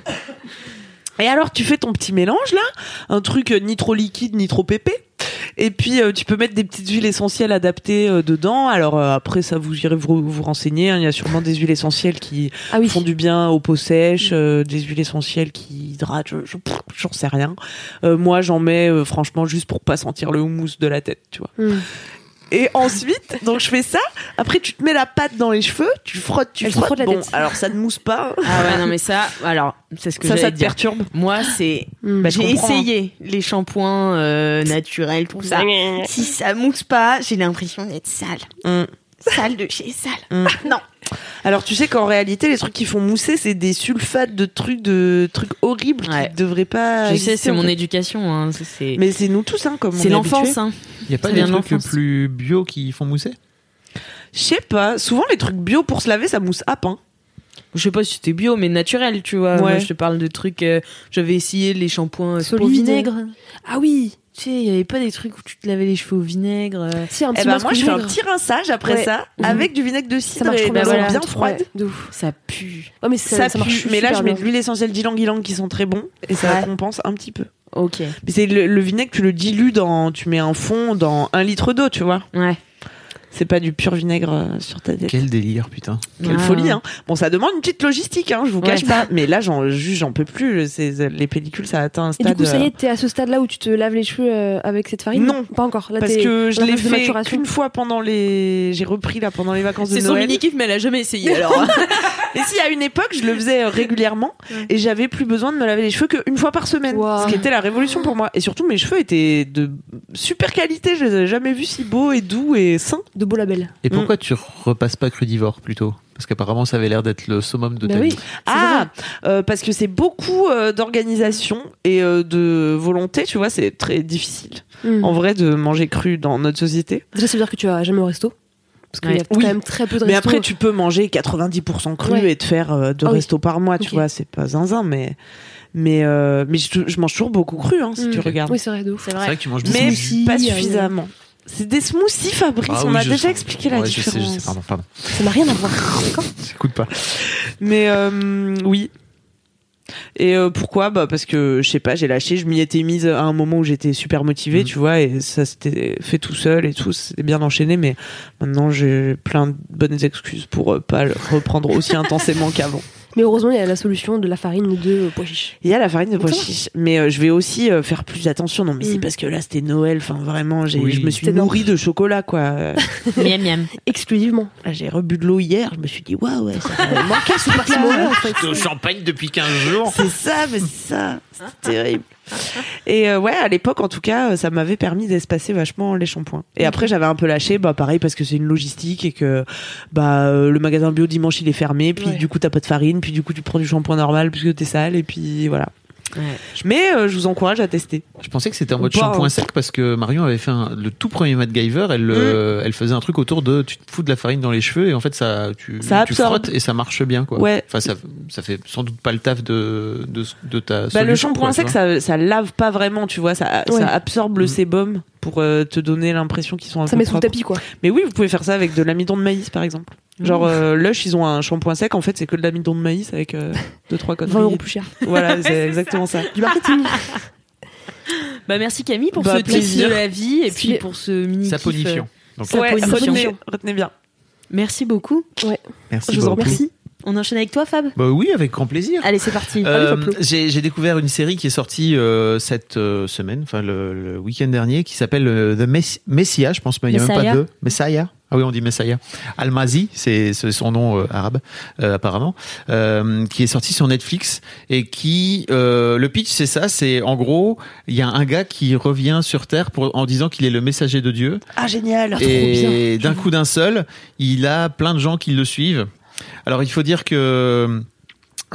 Et alors, tu fais ton petit mélange là, un truc euh, ni trop liquide ni trop épais. Et puis euh, tu peux mettre des petites huiles essentielles adaptées euh, dedans. Alors euh, après ça vous irez vous, vous renseigner. hein. Il y a sûrement des huiles essentielles qui
Ah oui.
font du bien aux peaux sèches, euh, des huiles essentielles qui hydratent. je- je- pff, J'en sais rien. Euh, moi j'en mets euh, franchement juste pour pas sentir le houmous de la tête, tu vois.
Hmm.
Et ensuite, donc je fais ça. Après, tu te mets la pâte dans les cheveux, tu frottes, tu
Elle se
frottes.
frotte la
bon,
tête.
alors ça ne mousse pas. hein.
Ah ouais, non, mais ça, alors, c'est ce que
ça,
j'allais
ça te
dire.
perturbe.
Moi, c'est.
hmm.
Bah, je
j'ai
comprends,
essayé les shampoings euh, naturels, tout ça. si ça mousse pas, j'ai l'impression d'être sale.
Mm.
Sale de chez sale. Non.
Alors tu sais qu'en réalité, les trucs qui font mousser, c'est des sulfates de trucs de trucs horribles
Ouais.
qui devraient pas.
Je sais,
exister,
c'est
en
mon
fait.
éducation. hein, c'est- C'est
Mais c'est nous tous, hein, comme on
c'est
est
l'enfance.
habitués.
Hein.
Il n'y a pas
Ça
des
vient de
trucs
l'enfance.
plus bio qui font mousser
hein.
Je sais pas. Souvent, les trucs bio pour se laver, ça mousse à pain.
Je sais pas si c'était bio, mais naturel, tu vois.
Ouais.
Moi, je te parle de trucs. euh, J'avais essayé les shampoings euh, au
Solide.
vinaigre. Ah oui, tu sais, il y avait pas des trucs où tu te lavais les cheveux au vinaigre. euh.
Si, un
Eh
petit
ben
masque
moi, je fais un
vinaigre.
petit rinçage après
Ouais.
ça avec du vinaigre de cidre et
trop
de l'eau
voilà.
bien
Ouais,
froide.
de ouf.
Ça pue.
Ouais, mais
Ça,
ça, ça
pue,
marche.
mais là
super
je mets de
bien.
l'huile essentielle d'ylang ylang qui sont très bons et ça
Ouais.
compense un petit peu.
Ok.
Mais c'est le, le vinaigre, tu le dilues dans, tu mets un fond dans un litre d'eau, tu vois.
Ouais.
C'est pas du pur vinaigre euh, sur ta tête.
Quel délire, putain.
Quelle
Ah.
folie, hein. Bon, ça demande une petite logistique, hein, je vous
Ouais.
cache pas. Mais là, j'en juge, j'en peux plus. C'est- Les pellicules, ça atteint un
Et
stade.
du coup, ça
euh,
y est, t'es à ce stade-là où tu te laves les cheveux euh, avec cette farine
Non.
Pas encore. Là,
parce
t'es
que je
en
l'ai
phase de
fait
maturation.
qu'une fois pendant les. J'ai repris là pendant les vacances de
C'est son
Noël.
mini kiff, mais elle a jamais essayé. Alors,
Et si à une époque je le faisais euh, régulièrement et j'avais plus besoin de me laver les cheveux qu'une fois par semaine,
Wow.
ce qui était la révolution pour moi. Et surtout mes cheveux étaient de super qualité, je les avais jamais vus si beaux et doux et sains.
De beaux labels.
Et
Mm.
pourquoi tu repasses pas crudivore plutôt Parce qu'apparemment, ça avait l'air d'être le summum de
Bah
ta
oui.
vie.
Ah, euh, parce que c'est beaucoup euh, d'organisation et euh, de volonté, tu vois, c'est très difficile
Hmm.
en vrai de manger cru dans notre société.
Déjà, ça veut dire que tu vas jamais au resto. Parce qu'il y a
Ouais.
quand
Oui.
même très peu de
Mais
restos.
après tu peux manger 90% cru
Ouais.
et te faire euh, deux
Ah oui.
restos par mois, tu
Ok.
vois, c'est pas zinzin mais mais euh, mais je, je mange toujours beaucoup cru hein, si
Hmm.
tu regardes.
Oui, c'est vrai, de ouf.
c'est
C'est
vrai.
vrai que tu manges
mais
beaucoup.
pas
smoothies, euh,
suffisamment. C'est des smoothies, Fabrice.
Ah
on
oui,
a
je
déjà
sais.
expliqué la
Ouais, je sais,
différence.
je sais, pardon, pardon.
Ça n'a rien à voir. D'accord
J'écoute pas.
Mais euh, oui. Et euh, pourquoi Bah parce que je sais pas, j'ai lâché. Je m'y étais mise à un moment où j'étais super motivée,
Mhm.
tu vois, et ça s'était fait tout seul et tout, c'était bien enchaîné. Mais maintenant, j'ai plein de bonnes excuses pour euh, pas le reprendre aussi intensément qu'avant.
Mais heureusement, il y a la solution de la farine ou de euh, pois chiche.
Il y a la farine de pois
ça va.
chiche, mais euh, je vais aussi euh, faire plus attention. Non, mais c'est
Mm.
parce que là, c'était Noël. Enfin, vraiment, j'ai-
Oui.
je me suis
C'était
nourrie de chocolat, quoi.
Miam miam.
Exclusivement.
Là, j'ai rebu de l'eau hier, je me suis dit, waouh, ouais, ça va manquer ce
C'est
parfum.
mauvais, en fait.
au champagne depuis 15 jours.
C'est ça, mais c'est ça, c'est terrible. Et euh, ouais, à l'époque, en tout cas, euh, ça m'avait permis d'espacer vachement les shampoings. Et
Mm.
après, j'avais un peu lâché, bah pareil, parce que c'est une logistique et que bah euh, le magasin bio dimanche il est fermé, puis
Ouais.
du coup t'as pas de farine, puis du coup tu prends du shampoing normal puisque t'es sale, et puis voilà.
Ouais.
Mais euh, je vous encourage à tester.
Je pensais que c'était en mode
Wow.
shampoing sec parce que Marion avait fait un- le tout premier MacGyver. Elle,
Mm.
euh, elle faisait un truc autour de tu te fous de la farine dans les cheveux et en fait ça tu,
Ça
tu
absorbe.
frottes et ça marche bien quoi.
Ouais.
Enfin ça, ça fait sans doute pas le taf de de, de ta.
Bah, le
solution, quoi,
shampoing
tu
sec,
vois.
ça, ça lave pas vraiment, tu vois, ça,
Ouais.
ça absorbe le
Mm.
sébum pour euh, te donner l'impression qu'ils sont un
Ça
peu
met sous le
propres.
tapis, Mm. quoi.
Mais oui, vous pouvez faire ça avec de l'amidon de maïs, par exemple. Genre, euh, Lush, ils ont un shampoing sec, en fait, c'est que de l'amidon de maïs avec euh, deux, trois
20 euros
conneries.
plus cher.
voilà, c'est exactement ça.
Du marketing.
Bah merci Camille pour
Bah,
ce tips de
plaisir.
la vie et puis
Stylé.
pour ce euh, mini kiff.
saponifiant. Donc,
Ça
Ouais,
pose une
retenez,
question.
retenez bien.
Merci beaucoup.
merci
je vous en
beaucoup.
Merci.
On enchaîne avec toi Fab.
Bah oui, avec grand plaisir.
Allez, c'est parti.
Euh,
Allez, Fablo.
J'ai j'ai découvert une série qui est sortie euh, cette euh, semaine, enfin le, le week-end dernier, qui s'appelle euh, The Mess- Messiah, je pense, mais il n'y a même pas
Messiah.
de Messiah. Ah oui, on dit Messiah. Almazi, c'est c'est son nom euh, arabe, euh, apparemment, euh, qui est sorti sur Netflix et qui, euh, le pitch, c'est ça, c'est en gros, il y a un gars qui revient sur Terre pour, en disant qu'il est le messager de Dieu
Ah, génial.
et d'un coup d'un seul, il a plein de gens qui le suivent. Alors il faut dire que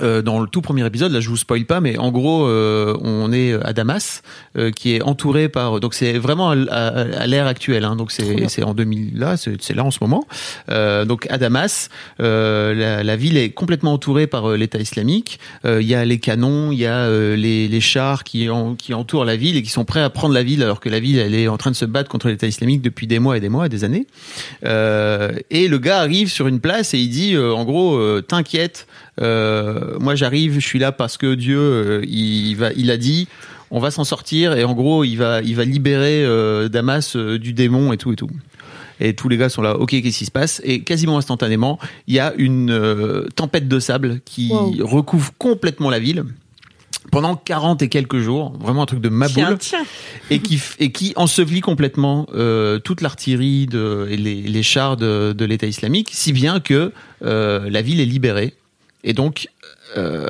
euh, dans le tout premier épisode, là je vous spoil pas, mais en gros euh, on est à Damas, euh, qui est entouré par donc c'est vraiment à, à- à l'ère actuelle, hein, donc c'est c'est en 2000 là, c'est c'est là en ce moment. Euh, donc à Damas, euh, la, la ville est complètement entourée par euh, l'État islamique. Euh, Il y a les canons, il y a euh, les, les chars qui, en- qui entourent la ville et qui sont prêts à prendre la ville alors que la ville elle est en train de se battre contre l'État islamique depuis des mois et des mois et des années. Euh, et le gars arrive sur une place et il dit euh, en gros euh, t'inquiète, euh, moi j'arrive, je suis là parce que Dieu euh, il, va, il a dit. On va s'en sortir et en gros il va il va libérer euh, Damas euh, du démon et tout et tout. Et tous les gars sont là, ok, qu'est-ce qui se passe Et quasiment instantanément, il y a une euh, tempête de sable qui
Wow.
recouvre complètement la ville. pendant 40 et quelques jours, vraiment un truc de maboule, et qui, f- et qui ensevelit complètement euh, toute l'artillerie de, et les, les chars de, de l'État islamique, si bien que euh, la ville est libérée. Et donc, euh,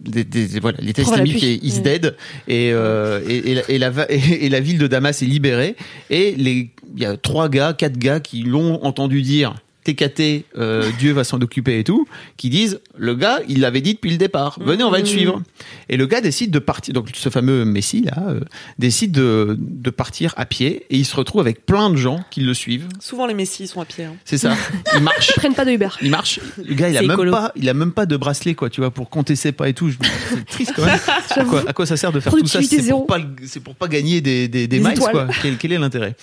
des- des- voilà, l'État
Preuve à
islamique
l'appui.
est is dead, et, euh, et, et la- et la, va- et la ville de Damas est libérée, et les- il y a trois gars, quatre gars qui l'ont entendu dire. TKT, euh, Dieu va s'en occuper et tout, qui disent le gars, il l'avait dit depuis le départ. Venez, on va le suivre. Et le gars décide de partir. Donc ce fameux Messi là euh, décide de, de partir à pied et il se retrouve avec plein de gens qui le suivent.
Souvent les messies ils sont à pied. hein.
C'est ça. Il marche.
Prennent pas de Uber.
Il marche. Le gars, il a
C'est
même
écolo.
pas, il a même pas de bracelet quoi, tu vois, pour compter ses pas et tout. Je me dis, C'est triste quand même. À quoi, à quoi ça sert de faire tout ça
Productivité
C'est
zéro.
pour pas, le- c'est pour pas gagner des des,
Des
des miles
étoiles.
quoi. Quel, quel est l'intérêt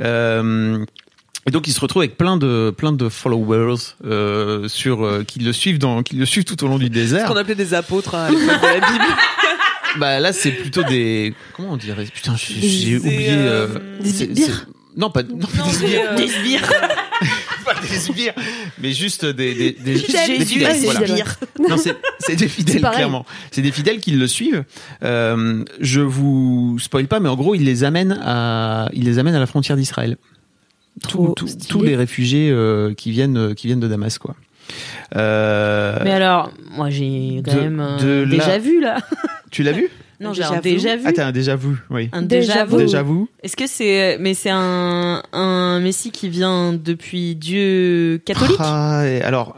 Euh, et donc il se retrouve avec plein de plein de followers euh, sur euh, qui le suivent dans qui le suivent tout au long du
Ce
désert.
qu'on appelait des apôtres hein, à l'époque de la Bible.
Bah là, c'est plutôt des. Comment on dirait Putain, j'ai
Des-
j'ai oublié. euh,
euh,
des
c'est-
sbires
c'est- Non, pas non, pas des
mais,
sbires,
euh,
pas des sbires, mais juste des des des,
Fidèles.
des
Jésus,
fidèles.
c'est
voilà.
sbires.
Non, c'est c'est des
C'est
fidèles
pareil.
clairement. C'est des fidèles qui le suivent. Euh, je vous spoil pas, mais en gros, ils les amènent à ils les amènent à la frontière d'Israël. Tous
Trop
tous-
stylé.
tous les réfugiés euh, qui viennent qui viennent de Damas quoi. Euh,
Mais alors, moi j'ai quand
de-
même un
de
déjà
la-
vu là.
tu l'as vu
Non,
Un
j'ai
déjà
un
vu.
déjà vu.
Ah, t'as un déjà vu, oui.
un
Déjà
Hein, déjà vu.
vu.
Déjà vu.
Est-ce que c'est mais c'est un un messie qui vient depuis Dieu catholique
Ah, et alors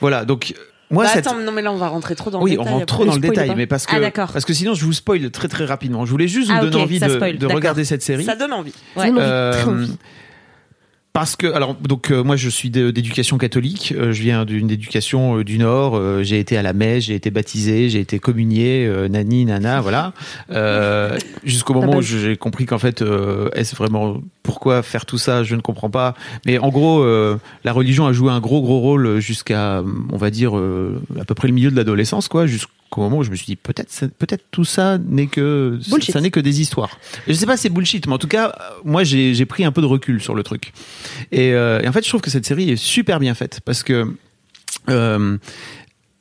voilà, donc moi
Bah,
cette-
attends, non mais là on va rentrer trop dans
oui,
le
on
détail.
rentre trop
après.
dans le
Spoil
détail,
pas.
mais parce que
Ah, d'accord.
parce que sinon je vous spoil très très rapidement. Je voulais juste vous
Ah,
donner
ok,
envie
ça
de,
spoil,
de
d'accord.
regarder cette série.
Ça donne envie.
Ouais.
Non,
Euh,
trop envie.
parce que alors donc euh, moi je suis d'é- d'éducation catholique, euh, je viens d'une éducation euh, du Nord, euh, j'ai été à la messe, j'ai été baptisé, j'ai été communié, euh, nani nana, voilà. Euh, Jusqu'au moment où
base.
j'ai compris qu'en fait euh, est-ce vraiment pourquoi faire tout ça, je ne comprends pas. Mais en gros, euh, la religion a joué un gros gros rôle jusqu'à on va dire euh, à peu près le milieu de l'adolescence quoi, jusqu'au moment où je me suis dit peut-être ça- peut-être tout ça n'est que ça-
Bullshit.
ça n'est que des histoires. Je sais pas, c'est bullshit, mais en tout cas, euh, moi, j'ai j'ai pris un peu de recul sur le truc. Et, euh, et en fait, je trouve que cette série est super bien faite parce que euh,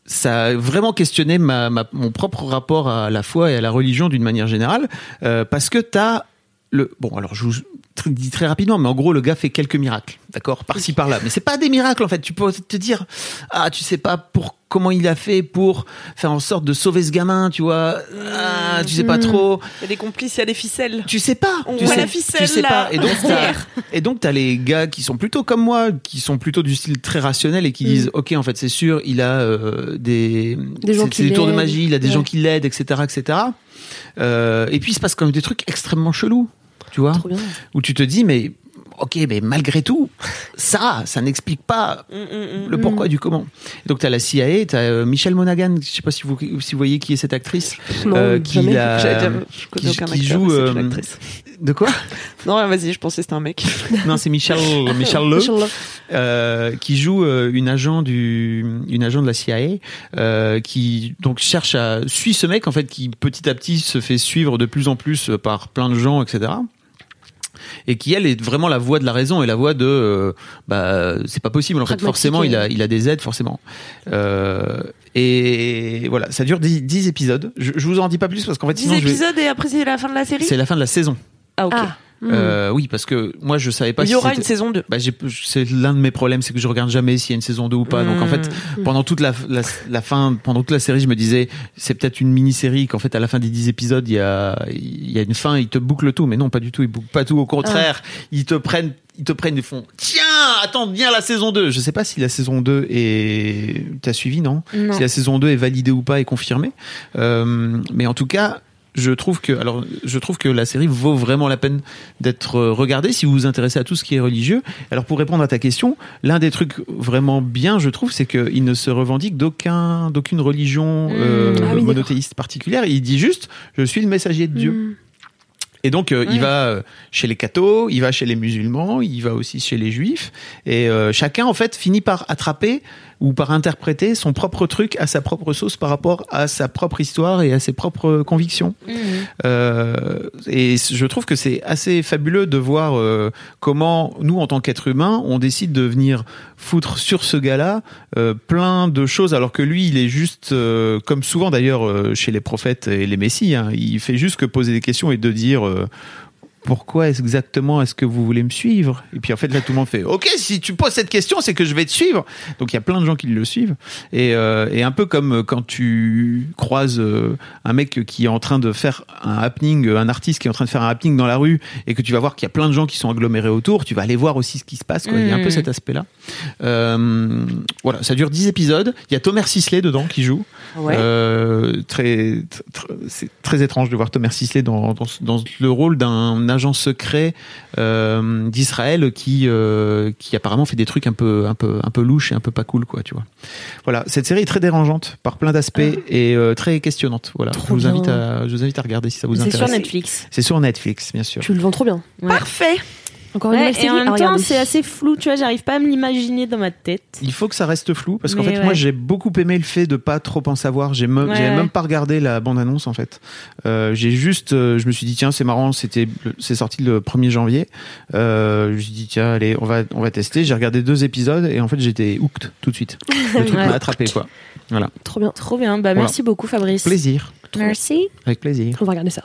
ça a vraiment questionné ma, ma- mon propre rapport à la foi et à la religion d'une manière générale euh, parce que t'as le bon alors je vous tr- dis très rapidement mais en gros le gars fait quelques miracles d'accord par-ci par-là mais c'est pas des miracles en fait tu peux te dire ah tu sais pas pour comment il a fait pour faire en sorte de sauver ce gamin tu vois ah, tu sais pas trop
Il y a des complices, il y a des ficelles.
tu sais pas.
On
tu
voit
sais,
la ficelle,
tu sais
là.
pas. Et donc, t'as, et donc, t'as les gars qui sont plutôt comme moi, qui sont plutôt du style très rationnel et qui
Mm.
disent, OK, en fait, c'est sûr, il a euh, des,
Des gens
c'est-
qui
c'est des tours de
l'aident.
magie, il a des
Ouais.
gens qui l'aident, etc., etc. Euh, et puis, il se passe quand même des trucs extrêmement chelous, tu vois,
Trop bien.
où tu te dis, mais, OK, mais malgré tout, ça, ça n'explique pas
Mm,
le pourquoi du comment. Donc, t'as la CIA, t'as euh, Michelle Monaghan, je sais pas si vous, si vous voyez qui est cette actrice.
Non,
Euh, qui
jamais.
l'a-
J'allais dire, je connais
qui-
aucun
qui
acteur,
joue,
mais c'est une
euh,
actrice.
De quoi?
Non, vas-y, je pensais que c'était un mec.
Non, c'est Michel,
Oh.
Michel Le,
Inch'Allah.
euh, qui joue euh, une agent du, une agent de la CIA, euh, qui donc cherche à suit ce mec en fait, qui petit à petit se fait suivre de plus en plus euh, par plein de gens, etc. Et qui elle est vraiment la voix de la raison et la voix de, euh, bah c'est pas possible en fait.
Pragmatique,
Forcément, il
euh.
a, il a des aides forcément. Euh, et voilà, ça dure 10, épisodes. Je, je vous en dis pas plus parce qu'en fait
10
sinon je vais-
épisodes et après c'est la fin de la série
c'est la fin de la saison.
Ah, ok.
Ah. Hmm.
Euh, oui, parce que moi je savais pas.
Il y
si
aura
c'était-
une saison 2.
bah, j'ai- c'est l'un de mes problèmes, c'est que je regarde jamais s'il y a une saison 2 ou pas. Donc en fait, pendant toute la, la, la fin, pendant toute la série, je me disais, c'est peut-être une mini-série qu'en fait à la fin des 10 épisodes, il y a, il y a une fin, ils te bouclent tout. Mais non, pas du tout, ils bouclent pas tout. Au contraire, ils te prennent, ils te prennent, ils font, tiens, attends, bien la saison 2. Je sais pas si la saison 2 est, t'as suivi, non?
Non.
Si la saison 2 est validée ou pas est confirmée. Euh, mais en tout cas, je trouve que alors je trouve que la série vaut vraiment la peine d'être euh, regardée si vous vous intéressez à tout ce qui est religieux. Alors pour répondre à ta question, l'un des trucs vraiment bien, je trouve, c'est qu'il ne se revendique d'aucun d'aucune religion euh,
Ah oui,
d'accord.
monothéiste particulière. Il dit juste je suis le messager de Dieu.
Hmm.
Et donc, euh,
Ouais.
il va euh, chez les cathos, il va chez les musulmans, il va aussi chez les juifs. Et euh, chacun, en fait, finit par attraper ou par interpréter son propre truc à sa propre sauce par rapport à sa propre histoire et à ses propres convictions.
Hmm.
Euh, et c- je trouve que c'est assez fabuleux de voir euh, comment nous, en tant qu'êtres humains, on décide de venir foutre sur ce gars-là euh, plein de choses, alors que lui, il est juste, euh, comme souvent d'ailleurs euh, chez les prophètes et les messies, hein, il fait juste que poser des questions et de dire. euh, pourquoi est-ce exactement est-ce que vous voulez me suivre Et puis en fait là tout le monde fait OK si tu poses cette question c'est que je vais te suivre. Donc il y a plein de gens qui le suivent et, euh, et un peu comme quand tu croises euh, un mec qui est en train de faire un happening, euh, un artiste qui est en train de faire un happening dans la rue et que tu vas voir qu'il y a plein de gens qui sont agglomérés autour, tu vas aller voir aussi ce qui se passe. quoi. Il y a un peu cet aspect là. Euh, voilà, ça dure 10 épisodes. Il y a Thomas Sisley dedans qui joue. Euh, très, tr- tr- c'est très étrange de voir Thomas Sisley dans, dans, ce- dans le rôle d'un agent secret euh, d'Israël qui, euh, qui apparemment fait des trucs un peu, un peu, un peu louches et un peu pas cool, quoi, tu vois. Voilà, cette série est très dérangeante par plein d'aspects
Ah.
et euh, très questionnante. Voilà, je vous, invite à, je vous invite à regarder si ça vous
C'est sur
intéresse.
Netflix.
C'est sur Netflix, bien sûr.
Tu le vends trop bien.
Parfait.
Encore une
Ouais,
nouvelle série
et
Ah,
en
à
même temps,
regarder.
c'est assez flou, tu vois, j'arrive pas à me l'imaginer dans ma tête.
Il faut que ça reste flou parce qu'en
Mais
fait,
ouais.
moi, j'ai beaucoup aimé le fait de pas trop en savoir. J'ai même,
Ouais,
j'ai
ouais.
même pas regardé la bande annonce en fait. Euh, j'ai juste, euh, je me suis dit tiens, c'est marrant, c'était, le- c'est sorti le 1er janvier. Euh, je me suis dit tiens, allez, on va, on va tester. J'ai regardé deux épisodes et en fait, j'étais hooked tout de suite. Le truc
Ouais.
m'a attrapé quoi.
Trop bien.
Trop bien, bah
Voilà.
merci beaucoup Fabrice.
Plaisir,
Merci.
avec plaisir.
On va regarder ça.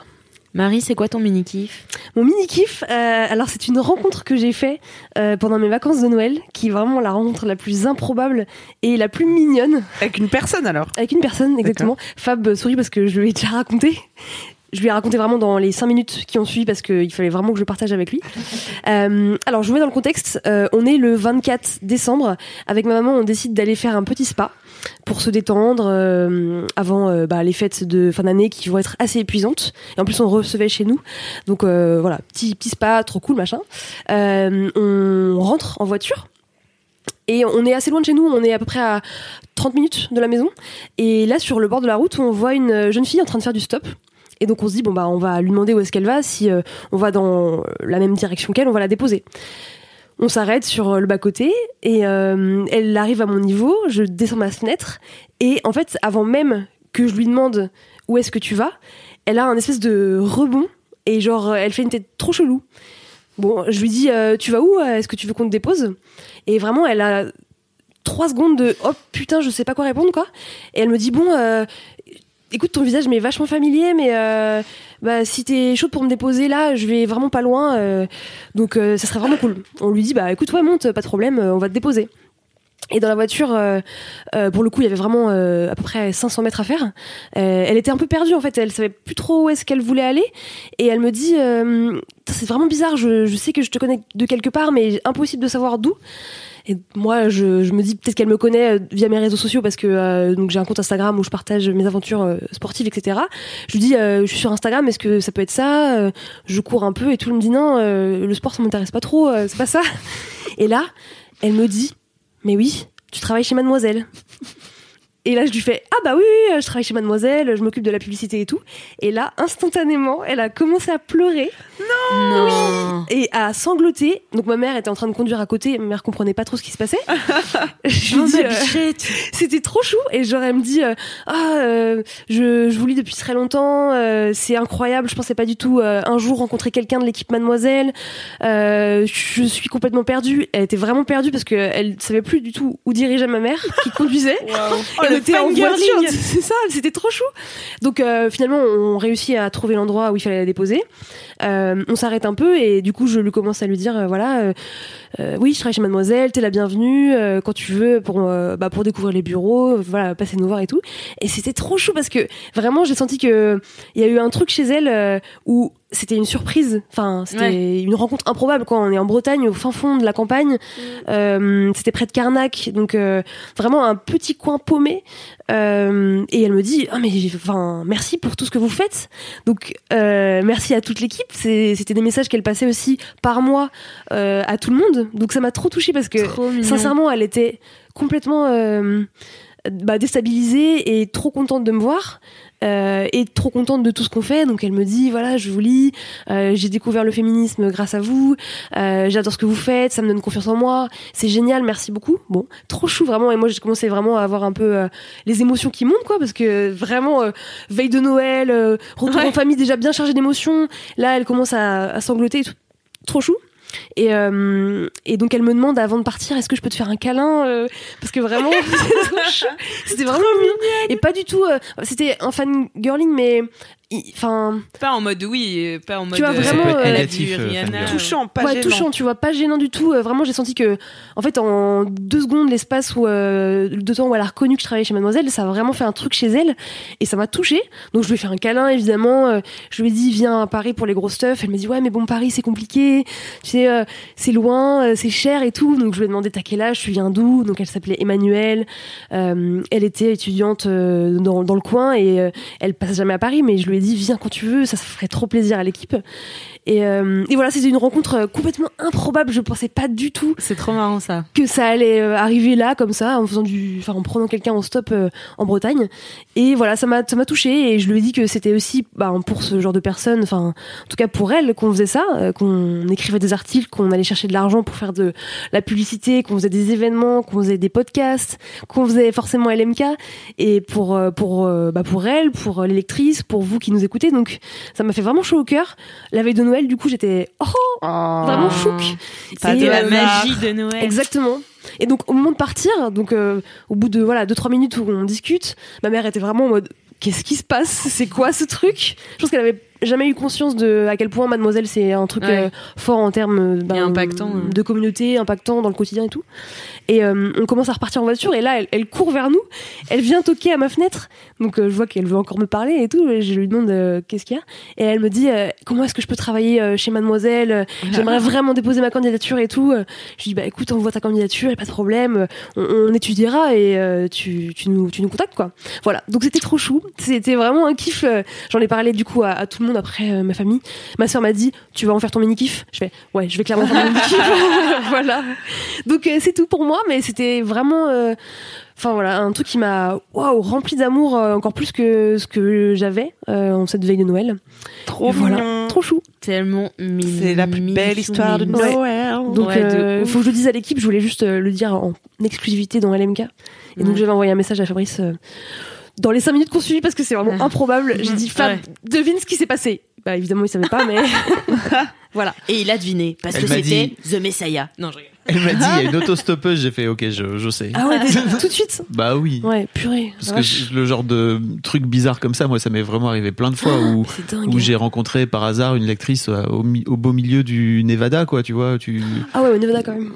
Marie, c'est quoi ton mini-kiff
Mon mini kiff, euh, alors c'est une rencontre que j'ai fait euh, pendant mes vacances de Noël, qui est vraiment la rencontre la plus improbable et la plus mignonne
Avec une personne alors.
avec une personne exactement. Fab euh, sourit parce que je lui ai déjà raconté. Je lui ai raconté vraiment dans les cinq minutes qui ont suivi parce qu'il fallait vraiment que je le partage avec lui. Euh, alors je vous mets dans le contexte. euh, on est le 24 décembre. Avec ma maman, on décide d'aller faire un petit spa pour se détendre euh, avant euh, bah, les fêtes de fin d'année qui vont être assez épuisantes. Et en plus, on recevait chez nous. Donc euh, voilà, petit, petit spa, trop cool, machin. Euh, on rentre en voiture. Et on est assez loin de chez nous, on est à peu près à 30 minutes de la maison. Et là, sur le bord de la route, on voit une euh, jeune fille en train de faire du stop. Et donc on se dit, bon, bah, on va lui demander où est-ce qu'elle va, si euh, on va dans la même direction qu'elle, on va la déposer. On s'arrête sur euh, le bas-côté et euh, elle arrive à mon niveau, je descends ma fenêtre et en fait, avant même que je lui demande où est-ce que tu vas, elle a un espèce de rebond et genre, euh, elle fait une tête trop chelou. Bon, je lui dis, euh, tu vas où Est-ce que tu veux qu'on te dépose Et vraiment, elle a trois secondes de, oh putain, je sais pas quoi répondre, quoi. Et elle me dit bon, euh, écoute ton visage m'est vachement familier, mais euh, bah, si t'es chaude pour me déposer là, je vais vraiment pas loin, euh, donc euh, ça serait vraiment cool. On lui dit bah écoute ouais monte, pas de problème, euh, on va te déposer. Et dans la voiture, euh, euh, pour le coup, il y avait vraiment euh, à peu près 500 mètres à faire. Euh, elle était un peu perdue en fait, elle savait plus trop où est-ce qu'elle voulait aller. Et elle me dit, euh, Putain, c'est vraiment bizarre, je, je sais que je te connais de quelque part, mais impossible de savoir d'où. Et moi, je, je me dis peut-être qu'elle me connaît euh, via mes réseaux sociaux parce que euh, donc j'ai un compte Instagram où je partage mes aventures euh, sportives, etc. Je lui dis, euh, je suis sur Instagram, est-ce que ça peut être ça Euh, Je cours un peu et tout le me dit non, euh, le sport ça m'intéresse pas trop, euh, c'est pas ça. Et là, elle me dit, mais oui, tu travailles chez Mademoiselle. Et là, je lui fais Ah, bah oui, oui, je travaille chez Mademoiselle, je m'occupe de la publicité et tout. Et là, instantanément, elle a commencé à pleurer
Non.
et à sangloter. Donc, ma mère était en train de conduire à côté, ma mère comprenait pas trop ce qui se passait. je lui dis euh, C'était trop chou. Et genre, elle me dit euh, Ah, euh, je, je vous lis depuis très longtemps, euh, c'est incroyable, je pensais pas du tout euh, un jour rencontrer quelqu'un de l'équipe Mademoiselle, euh, je suis complètement perdue. Elle était vraiment perdue parce qu'elle savait plus du tout où dirigeait ma mère qui conduisait.
Oh,
Elle
le
était en
fangirling.
voiture, c'est ça, c'était trop chou. Donc euh, finalement, on réussit à trouver l'endroit où il fallait la déposer. Euh, on s'arrête un peu et du coup, je lui commence à lui dire, euh, voilà, euh, euh, oui, je travaille chez Mademoiselle, t'es la bienvenue euh, quand tu veux pour euh, bah, pour découvrir les bureaux, euh, voilà, passer nous voir et tout. Et c'était trop chou parce que vraiment, j'ai senti que il y a eu un truc chez elle euh, où c'était une surprise. Enfin, c'était une rencontre improbable. Quoi. On est en Bretagne, au fin fond de la campagne. Euh, c'était près de Carnac, donc euh, vraiment un petit coin paumé. Euh, et elle me dit, ah mais enfin, merci pour tout ce que vous faites. Donc euh, merci à toute l'équipe. C'est- C'était des messages qu'elle passait aussi par moi euh, à tout le monde. Donc ça m'a trop touchée parce que
Trop mignon.
sincèrement, elle était complètement euh, euh, bah, déstabilisée et trop contente de me voir. euh, et trop contente de tout ce qu'on fait, donc elle me dit voilà je vous lis, euh, j'ai découvert le féminisme grâce à vous, euh, j'adore ce que vous faites, ça me donne confiance en moi, c'est génial, merci beaucoup. Bon, trop chou vraiment, et moi j'ai commencé vraiment à avoir un peu euh, les émotions qui montent quoi, parce que vraiment euh, veille de Noël, euh, retour en famille déjà bien chargé d'émotions, là elle commence à, à sangloter et tout. trop chou. Et, euh, et donc elle me demande avant de partir, est-ce que je peux te faire un câlin euh, Parce que vraiment, c'était trop chou. c'était vraiment mignon. Et pas du tout, euh, c'était un fan girling, mais il- enfin
Pas en mode oui, euh, pas en mode.
Tu vois,
euh,
vraiment,
elle a
euh,
négatif,
vu
euh,
Rihanna.
Fabien.
Touchant, pas
ouais,
gênant.
touchant, tu vois, pas gênant du tout. Euh, vraiment, j'ai senti que, en fait, en deux secondes, l'espace où, euh, de temps où elle a reconnu que je travaillais chez Mademoiselle, ça a vraiment fait un truc chez elle et ça m'a touchée. Donc, je lui ai fait un câlin, évidemment. Euh, je lui ai dit, viens à Paris pour les gros stuff. Elle m'a dit, ouais, mais bon, Paris, c'est compliqué. Tu sais, euh, c'est loin, euh, c'est cher et tout. Donc, je lui ai demandé, t'as quel âge Tu viens d'où Donc, elle s'appelait Emmanuelle. Euh, elle était étudiante euh, dans, dans le coin et euh, elle passe jamais à Paris, mais je lui ai dit, viens quand tu veux, ça, ça ferait trop plaisir à l'équipe. Et, euh, et voilà, c'était une rencontre euh, complètement improbable. Je pensais pas du tout
C'est trop marrant ça.
que ça allait euh, arriver là, comme ça, en faisant du, enfin, en prenant quelqu'un en stop euh, en Bretagne. Et voilà, ça m'a, ça m'a touchée. Et je lui ai dit que c'était aussi, bah, pour ce genre de personnes, enfin, en tout cas pour elle, qu'on faisait ça, euh, qu'on écrivait des articles, qu'on allait chercher de l'argent pour faire de la publicité, qu'on faisait des événements, qu'on faisait des podcasts, qu'on faisait forcément LMK. Et pour, euh, pour, euh, bah, pour elle, pour euh, les lectrices, pour vous qui nous écoutez. Donc, ça m'a fait vraiment chaud au cœur. La veille de Noël, du coup, j'étais, oh, vraiment chouc.
Pas
Et,
de
C'était
euh,
la
hasard.
magie de Noël.
Exactement. Et donc au moment de partir, donc euh, au bout de voilà deux trois minutes où on discute, ma mère était vraiment en mode qu'est-ce qui se passe C'est quoi ce truc Je pense qu'elle avait jamais eu conscience de à quel point Mademoiselle c'est un truc
Ouais.
euh, fort en termes euh, ben,
Et impactant, hein.
de communauté, impactant dans le quotidien et tout. Et euh, on commence à repartir en voiture et là elle, elle court vers nous, elle vient toquer à ma fenêtre, donc euh, je vois qu'elle veut encore me parler et tout. Et je lui demande euh, qu'est-ce qu'il y a et elle me dit euh, comment est-ce que je peux travailler euh, chez Mademoiselle
Ah.
J'aimerais vraiment déposer ma candidature et tout. Je lui dis bah écoute, on voit ta candidature, y a pas de problème, on, on étudiera et euh, tu, tu nous tu nous contactes quoi. Voilà. Donc c'était trop chou, c'était vraiment un kiff. euh, J'en ai parlé du coup à, à tout le monde après euh, ma famille. Ma sœur m'a dit tu vas en faire ton mini kiff. Je fais ouais, je vais clairement faire mon mini kiff. voilà. Donc euh, c'est tout pour moi, mais c'était vraiment euh, Enfin voilà, un truc qui m'a waouh rempli d'amour euh, encore plus que ce que j'avais euh, en cette veille de Noël.
Trop
Voilà.
mignon.
Trop chou.
Tellement mignon.
C'est la plus belle histoire de
mignon.
Noël.
Donc,
Ouais, de
euh,
ouf.
faut que je le dise à l'équipe, je voulais juste euh, le dire en exclusivité dans LMK. Et donc,
Ouais.
j'avais envoyé un message à Fabrice euh, dans les 5 minutes qu'on suivit parce que c'est vraiment improbable. J'ai dit,
Ah.
Fab,
Ouais.
devine ce qui s'est passé. Bah, évidemment, il savait pas, mais
Et il a deviné, parce
Elle
que
m'a
c'était
dit-
The Messiah. Non, je rigole.
Elle m'a dit, il y a une autostoppeuse. J'ai fait, ok, je, je sais.
ah ouais, dès- tout de suite.
Bah oui.
Ouais, purée.
Parce
la
que
vache.
je- le genre de truc bizarre comme ça, moi, ça m'est vraiment arrivé plein de fois où,
C'est dingue.
où j'ai rencontré par hasard une lectrice euh, au, mi- au beau milieu du Nevada, quoi, tu vois. Tu...
Ah ouais, au Nevada quand même.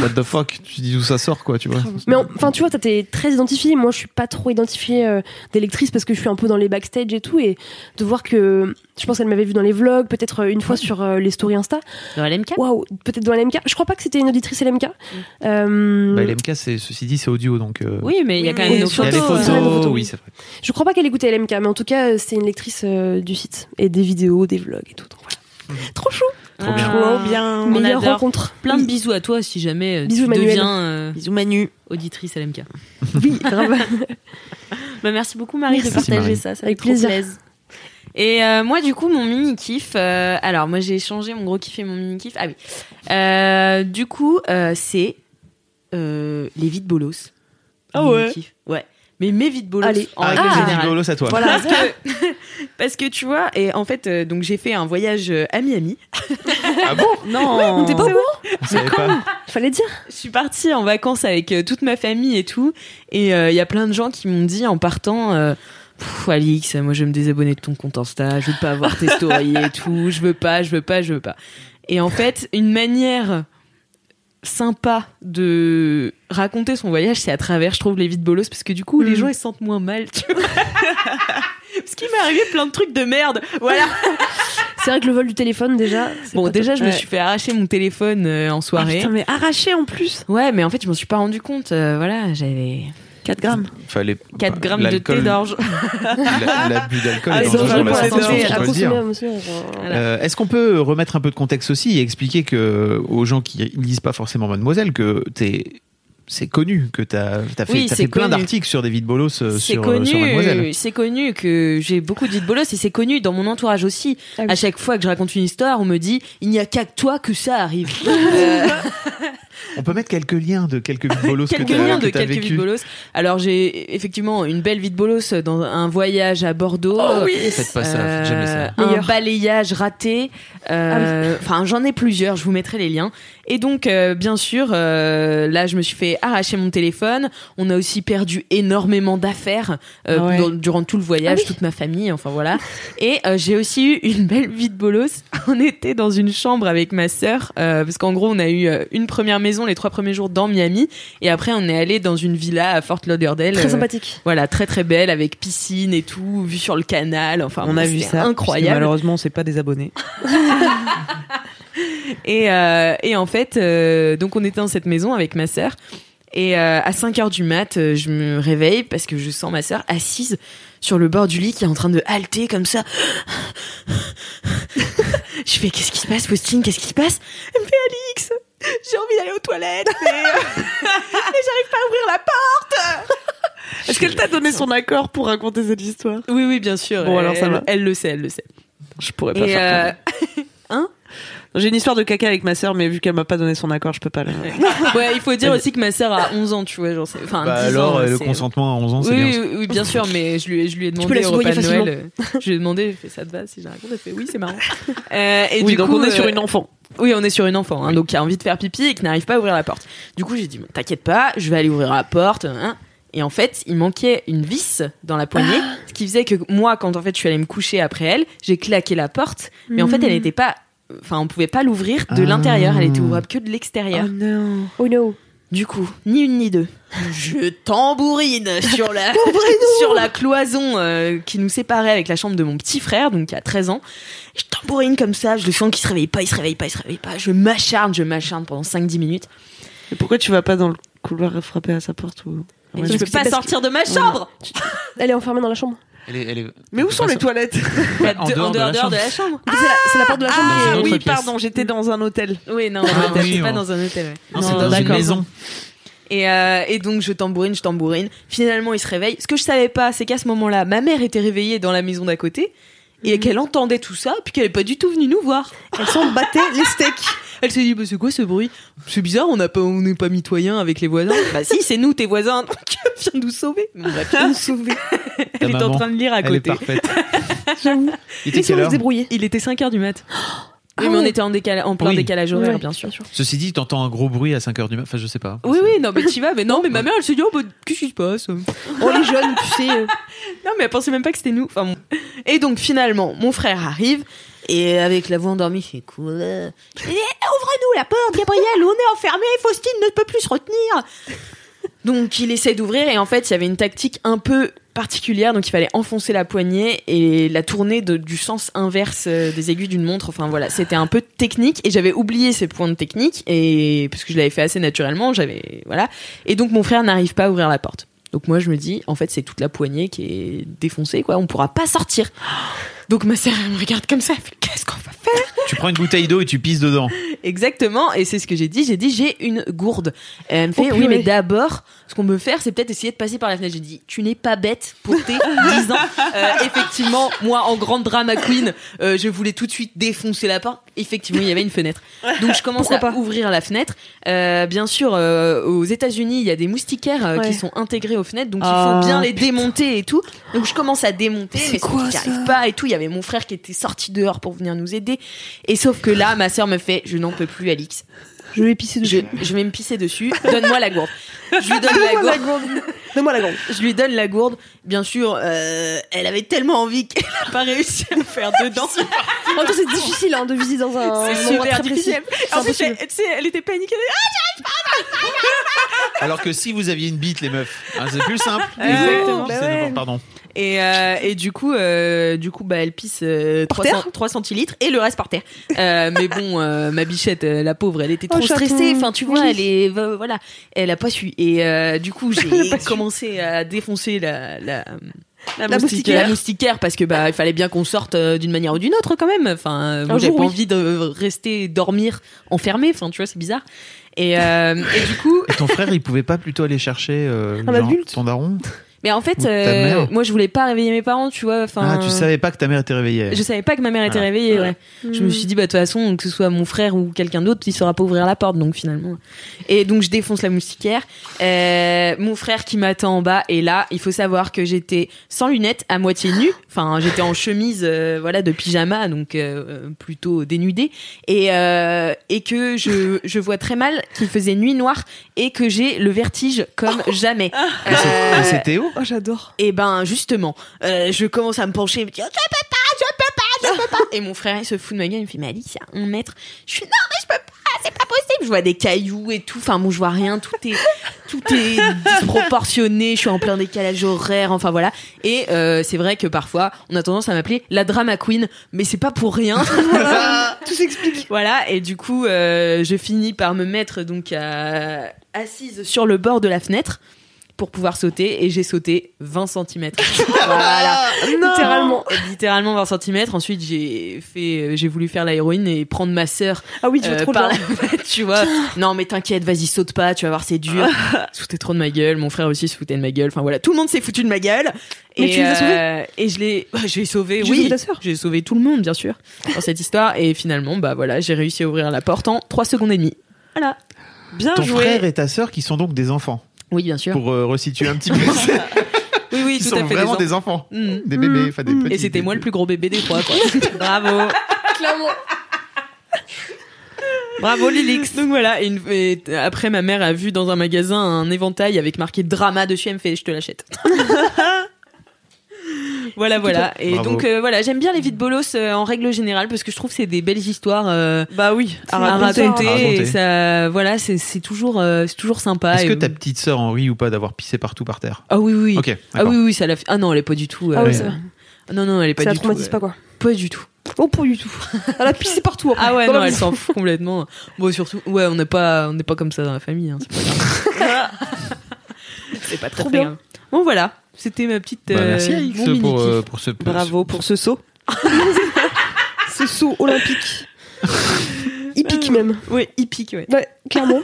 What the fuck Tu dis d'où ça sort, quoi, tu vois.
Mais en- enfin, tu vois, toi, t'es très identifiée. Moi, je suis pas trop identifiée euh, des lectrices parce que je suis un peu dans les backstage et tout. Et de voir que je pense qu'elle m'avait vu dans les vlogs, peut-être euh, une fois sur euh, les stories Insta.
Dans LMK
Waouh, peut-être dans LMK. Je crois pas que c'était une auditrice LMK.
Mm.
Euh,
Bah, LMK, c'est- ceci dit, c'est audio, donc. euh,
Oui, mais il y a quand
Oui,
même nos
mais
Il y a
photos.
les
photos,
photos,
ouais.
oui, c'est vrai.
Je crois pas qu'elle écoutait LMK, mais en tout cas, euh, c'est une lectrice euh, du site et des vidéos, des vlogs et tout. Donc voilà. Trop chou.
Trop
Ah.
bien.
Trop bien.
Mais-
Meilleure
adore.
rencontre.
Plein de bisous à toi si jamais euh,
Bisous,
tu
Emmanuel.
deviens euh,
Bisous Manu.
auditrice LMK.
Oui, grave.
Bah, merci beaucoup Marie de
Merci,
partager
Marie.
ça, ça
Avec
fait trop
plaisir.
plaisir. Et euh, moi du coup mon mini kiff, euh, alors moi j'ai changé mon gros kiff et mon mini kiff. Ah oui. Euh, du coup euh, c'est euh, les vides bolos.
Ah
Mon
ouais.
mini-kiff. Ouais. Mais mes vides bolos
Allez.
en règle
Ah.
générale.
Rigolo, c'est à toi.
Voilà. Parce que, parce que tu vois et en fait euh, donc j'ai fait un voyage euh, à Miami.
Ah bon
Non.
T'es pas au courant
Vous savez pas
Fallait dire.
Je suis partie en vacances avec euh, toute ma famille et tout. Et euh, il y a plein de gens qui m'ont dit en partant euh, Pff, Alix, moi je vais me désabonner de ton compte Insta, je veux pas voir tes stories et tout, je veux pas, je veux pas, je veux pas. Et en fait, une manière sympa de raconter son voyage, c'est à travers, je trouve, les vides bolos, parce que du coup, les gens ils se sentent moins mal, tu vois. parce qu'il m'est arrivé plein de trucs de merde. Voilà.
C'est vrai que le vol du téléphone, déjà. c'est
Bon,
pas
déjà,
top.
je me suis fait arracher mon téléphone euh, en
Ah,
soirée.
putain, mais arraché en plus.
ouais, mais en fait, je m'en suis pas rendu compte. euh, voilà, j'avais.
4 grammes.
Fallait.
4 grammes de
Bah, l'alcool- euh,
thé d'orge.
la- L'abus d'alcool
Ah,
est
ils ont
dangereux
vraiment
pour la
pas
santé,
pensé
je
à
peux le
consommer,
dire.
à consommer, genre.
Euh, Est-ce qu'on peut remettre un peu de contexte aussi et expliquer que, aux gens qui lisent pas forcément Mademoiselle que t'es c'est connu que tu as, fait,
Oui,
t'as
c'est
fait plein
connu.
d'articles sur des vies de bolos euh,
C'est
sur, euh, sur Mademoiselle.
connu, c'est connu que j'ai beaucoup dit de bolos et c'est connu dans mon entourage aussi.
Ah oui.
À chaque fois que je raconte une histoire, on me dit il n'y a qu'à toi que ça arrive. Euh,
On peut mettre quelques liens de quelques vies de bolos que
quelques
t'as-
liens
que
de
t'as
quelques vies de
vécues.
bolos. Alors j'ai effectivement une belle vie de bolos dans un voyage à Bordeaux.
Faites pas ça, faites jamais ça.
Oh Euh, un
Meilleur.
balayage raté.
Ah
euh, Enfin, j'en ai plusieurs. Je vous mettrai les liens. Et donc, euh, bien sûr, euh, là, je me suis fait arracher mon téléphone. On a aussi perdu énormément d'affaires euh,
Ah ouais.
dans- durant tout le voyage, toute ma famille. Enfin voilà. Et euh, j'ai aussi eu une belle vie de bolos. On était dans une chambre avec ma sœur euh, parce qu'en gros, on a eu euh, une première maison les trois premiers jours dans Miami, et après, on est allé dans une villa à Fort Lauderdale.
Très
euh,
sympathique.
voilà, très très belle avec piscine et tout, vue sur le canal. Enfin,
On a vu
c'était
ça. puisque
Incroyable.
Malheureusement, c'est pas des abonnés.
Et, euh, et en fait, euh, donc on était dans cette maison avec ma sœur. Et euh, à 5 heures du mat, euh, je me réveille parce que je sens ma sœur assise sur le bord du lit qui est en train de halter comme ça. je fais qu'est-ce qui se passe, Faustine Qu'est-ce qui se passe Elle me fait Alix, j'ai envie d'aller aux toilettes, mais, euh, mais j'arrive pas à ouvrir la porte.
Est-ce qu'elle t'a donné son accord pour raconter cette histoire
Oui, oui, bien sûr.
Bon, alors ça
Elle-
va.
Elle le sait, elle le sait.
Je pourrais pas
Et
faire
euh,
J'ai une histoire de caca avec ma sœur, mais vu qu'elle m'a pas donné son accord, je peux pas. la-
Ouais, il faut dire aussi que ma sœur a 11 ans, tu vois, genre c'est enfin
Bah
10
alors,
ans,
euh, le
c'est-
consentement à 11 ans,
Oui,
c'est bien.
oui, oui, bien sûr, mais je lui, ai- je lui ai
peux
demandé
la
au repas de
soudoyer
Noël. euh, Je lui ai demandé, je fais ça de base, si je la raconte, elle fait oui, c'est marrant. Euh, et
oui,
du
donc
coup,
on est sur
euh,
une enfant.
Oui, on est sur une enfant, hein, donc qui a envie de faire pipi et qui n'arrive pas à ouvrir la porte. Du coup, j'ai dit, t'inquiète pas, je vais aller ouvrir la porte. hein. Et en fait, il manquait une vis dans la poignée, ce qui faisait que moi, quand en fait je suis allée me coucher après elle, j'ai claqué la porte, mais en fait, elle n'était pas. Enfin, on pouvait pas l'ouvrir de
Ah.
l'intérieur, elle était ouvrable que de l'extérieur.
non.
Oh no.
Du coup, ni une ni deux. bah, Je tambourine sur la, sur la cloison euh, qui nous séparait avec la chambre de mon petit frère, donc qui a 13 ans. Je tambourine comme ça, je le sens qu'il se réveille pas, il se réveille pas, il se réveille pas. Je m'acharne, je m'acharne pendant 5-10 minutes.
Et pourquoi tu vas pas dans le couloir frapper à sa porte ou...
Et
Ouais,
je
parce
peux
que-
pas
parce
sortir de ma chambre
Elle est enfermée dans la chambre.
Elle est- elle est-
Mais où
elle
sont
peut
les
pas
toilettes
sortir.
De- en dehors dehors de Ah, la chambre.
c'est, la, c'est la porte de la chambre.
Ah,
qui est-
une autre
oui,
pièce.
pardon, j'étais dans un hôtel.
Oui, non,
Ah
c'est
oui,
pas
on-
dans un hôtel. ouais.
Non, c'est
Non,
dans une
d'accord.
maison.
Et, euh, et donc je tambourine, je tambourine. Finalement, il se réveille. Ce que je savais pas, c'est qu'à ce moment-là, ma mère était réveillée dans la maison d'à côté et qu'elle entendait tout ça, puis qu'elle est pas du tout venue nous voir.
Elles sont battées les steaks.
Elle s'est dit, bah, c'est quoi ce bruit C'est bizarre, on n'a pas, on n'est pas mitoyen avec les voisins. bah si, c'est nous, tes voisins. Donc, viens nous sauver. Bon, bref, viens nous sauver. Elle est en
maman,
train de lire à
Elle est
côté.
parfaite.
J'avoue.
Il était
Mais si on
quelle
veut
heure
se débrouiller.
Il était 5 heures du mat. Ah Oui, mais on était en, décala- en plein
Oui.
décalage horaire,
Ouais,
bien sûr.
Ceci dit, t'entends un gros bruit à 5h du matin. Enfin, je sais pas.
Oui, oui, non, mais tu vas, mais non, mais ma mère, elle se dit, oh, bah, qu'est-ce qui se passe
Oh, les jeunes, tu sais. euh,
Non, mais elle pensait même pas que c'était nous. Enfin, bon. Et donc, finalement, mon frère arrive. Et avec la voix endormie, il fait quoi Eh, Ouvre-nous la porte, Gabriel, on est enfermés, Faustine ne peut plus se retenir. Donc, il essaie d'ouvrir et en fait, il y avait une tactique un peu particulière. Donc, il fallait enfoncer la poignée et la tourner de- du sens inverse euh, des aiguilles d'une montre. Enfin, voilà, c'était un peu technique et j'avais oublié ces points de technique et parce que je l'avais fait assez naturellement, j'avais voilà. Et donc, mon frère n'arrive pas à ouvrir la porte. Donc moi je me dis, en fait c'est toute la poignée qui est défoncée, quoi. On pourra pas sortir. Donc ma sœur elle me regarde comme ça, elle fait qu'est-ce qu'on va faire
Tu prends une bouteille d'eau et tu pisses dedans.
Exactement, et c'est ce que j'ai dit. J'ai dit j'ai une gourde. Elle me fait
Oh,
oui
purée.
mais d'abord ce qu'on peut faire c'est peut-être essayer de passer par la fenêtre. J'ai dit tu n'es pas bête pour tes 10 ans. Euh, effectivement moi en grande drama queen euh, je voulais tout de suite défoncer la porte. Effectivement il y avait une fenêtre. Donc je commence
Pourquoi
à ouvrir la fenêtre. Euh, bien sûr euh, aux États-Unis il y a des moustiquaires euh,
Ouais.
qui sont intégrés aux fenêtres donc il
Ah,
faut bien les démonter et tout. Donc je commence à démonter,
Oh, C'est
mais
quoi,
j'y
ça
arrive pas et tout. Il y avait mon frère qui était sorti dehors pour venir nous aider. Et sauf que là, ma sœur me fait, je n'en peux plus, Alix.
Je vais pisser
Je,
dessus.
je vais me pisser dessus. Donne-moi la gourde. Je lui donne la gourde.
Donne-moi la grande.
Je lui donne la gourde. Bien sûr, euh, elle avait tellement envie qu'elle n'a pas réussi à me faire dedans.
En même temps, c'est difficile hein, de viser dans
C'est
un endroit
super
très précis.
difficile. En plus,
impossible.
elle, tu sais, elle était paniquée.
Alors que si vous aviez une bite, les meufs, hein, c'est plus simple.
Exactement.
C'est-
Bah ouais.
Pardon.
Et, euh, et du coup, euh, du coup, bah, elle pisse euh, 300, 3 centilitres et le reste par terre. Euh, mais bon, euh, ma bichette, euh, la pauvre, elle était
Oh,
trop
chaton.
stressée. Enfin, tu vois,
Oui.
elle est, euh, voilà, elle a pas su. Et euh, du coup, j'ai commencé à défoncer la, la,
La,
La moustiquaire, parce que bah il fallait bien qu'on sorte euh, d'une manière ou d'une autre quand même. Enfin, euh, moi,
Un
j'avais
jour,
pas
oui.
envie de rester dormir enfermé. Enfin, tu vois, c'est bizarre. Et, euh, et du coup,
Ton frère, il pouvait pas plutôt aller chercher euh,
Un
genre,
adulte
ton daron
mais en fait,
Ou ta
euh,
mère.
moi je voulais pas réveiller mes parents, tu vois. Enfin, euh,
Ah, tu savais pas que ta mère était réveillée.
Je savais pas que ma mère était
euh, Voilà.
réveillée. Ouais. Je me suis dit, bah, de toute façon, que ce soit mon frère ou quelqu'un d'autre, il saura pas ouvrir la porte, donc finalement. Et donc, je défonce la moustiquaire. Euh, mon frère qui m'attend en bas, et là, il faut savoir que j'étais sans lunettes, à moitié nue. Enfin, j'étais en chemise, euh, voilà, de pyjama, donc euh, plutôt dénudée. Et, euh, et que je, je vois très mal qu'il faisait nuit noire et que j'ai le vertige comme jamais.
Et c'est-
Euh,
et c'était où
Oh, j'adore.
et ben justement, euh, je commence à me pencher, et me dire, je peux pas, je peux pas, je peux pas. Et mon frère il se fout de ma gueule, il me fait mais Alice, il y a un mètre. Je suis non mais je peux pas, c'est pas possible. Je vois des cailloux et tout. Enfin bon, je vois rien, tout est tout est disproportionné. Je suis en plein décalage horaire. Enfin voilà. Et euh, c'est vrai que parfois on a tendance à m'appeler la drama queen, mais c'est pas pour rien.
Tout s'explique.
Voilà, et du coup, euh, je finis par me mettre donc euh, assise sur le bord de la fenêtre pour pouvoir sauter, et j'ai sauté 20 cm. voilà,
Littéralement.
littéralement 20 cm. Ensuite, j'ai fait, euh, j'ai voulu faire la héroïne et prendre ma sœur
Ah oui, je veux
euh,
trop
par
le
la fenêtre, tu vois. Non, mais t'inquiète, vas-y, saute pas, tu vas voir, c'est dur. Tu foutais trop de ma gueule, mon frère aussi se foutait de ma gueule. Enfin voilà, tout le monde s'est foutu de ma gueule. et,
Mais tu les as
euh, Et je l'ai, bah, je l'ai sauvé,
Tu
oui.
sauves ta sœur
J'ai sauvé tout le monde, bien sûr, dans cette histoire. Et finalement, bah voilà, j'ai réussi à ouvrir la porte en 3 secondes et demie. Voilà.
Bien
Ton
joué.
frère et ta sœur qui sont donc des enfants.
Oui, bien sûr.
Pour euh, resituer un petit peu,
Oui, oui,
ils
tout à
sont
fait.
vraiment
des
des enfants.
enfants.
Des bébés, enfin des
Mm.
petits.
Et c'était
des-
moi le plus gros bébé des trois, quoi. Bravo.
Clairement.
Bravo Lilix. Donc voilà, et une- et après ma mère a vu dans un magasin un éventail avec marqué drama dessus, elle me fait je te l'achète. voilà voilà. Et
Bravo.
donc euh, voilà, j'aime bien les vides bolos euh, en règle générale parce que je trouve que c'est des belles histoires euh,
Bah oui,
Ah,
à,
à
raconter,
raconter.
hein.
À raconter.
et ça voilà, c'est c'est toujours euh, c'est toujours sympa.
Est-ce que
et-
ta petite sœur en rit ou pas d'avoir pissé partout par terre
Ah oui oui.
Ok,
Ah
d'accord.
oui oui, ça l'a fait. Ah non, elle est pas du tout
Ah
euh,
oui, ça va.
Non non, elle est pas
ça la
du tout.
traumatise
euh,
pas, quoi.
Pas du tout.
Oh, pas du tout. Elle a pissé partout. après.
Ah ouais,
Dans la
non, elle
maison.
s'en fout complètement. Bon, surtout, ouais, on n'est pas, on n'est pas comme ça dans la famille. hein, c'est pas grave. c'est pas très,
Trop
très
bien.
grave. Bon, voilà, c'était ma petite.
Bah,
euh,
Merci Alix
mon
pour,
mini-kiff.
euh, pour ce. pour-
Bravo pour ce saut. ce saut olympique.
Hippique, même.
Ouais, hippique, ouais.
Ouais, clairement.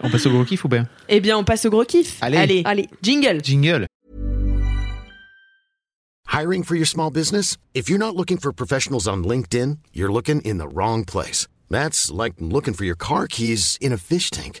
On passe au gros kiff ou bien
Eh bien, on passe au gros kiff.
Allez.
Allez,
Allez.
jingle.
Jingle.
Hiring for your small business? If you're not looking for professionals on LinkedIn, you're looking in the wrong place. That's like looking for your car keys in a fish tank.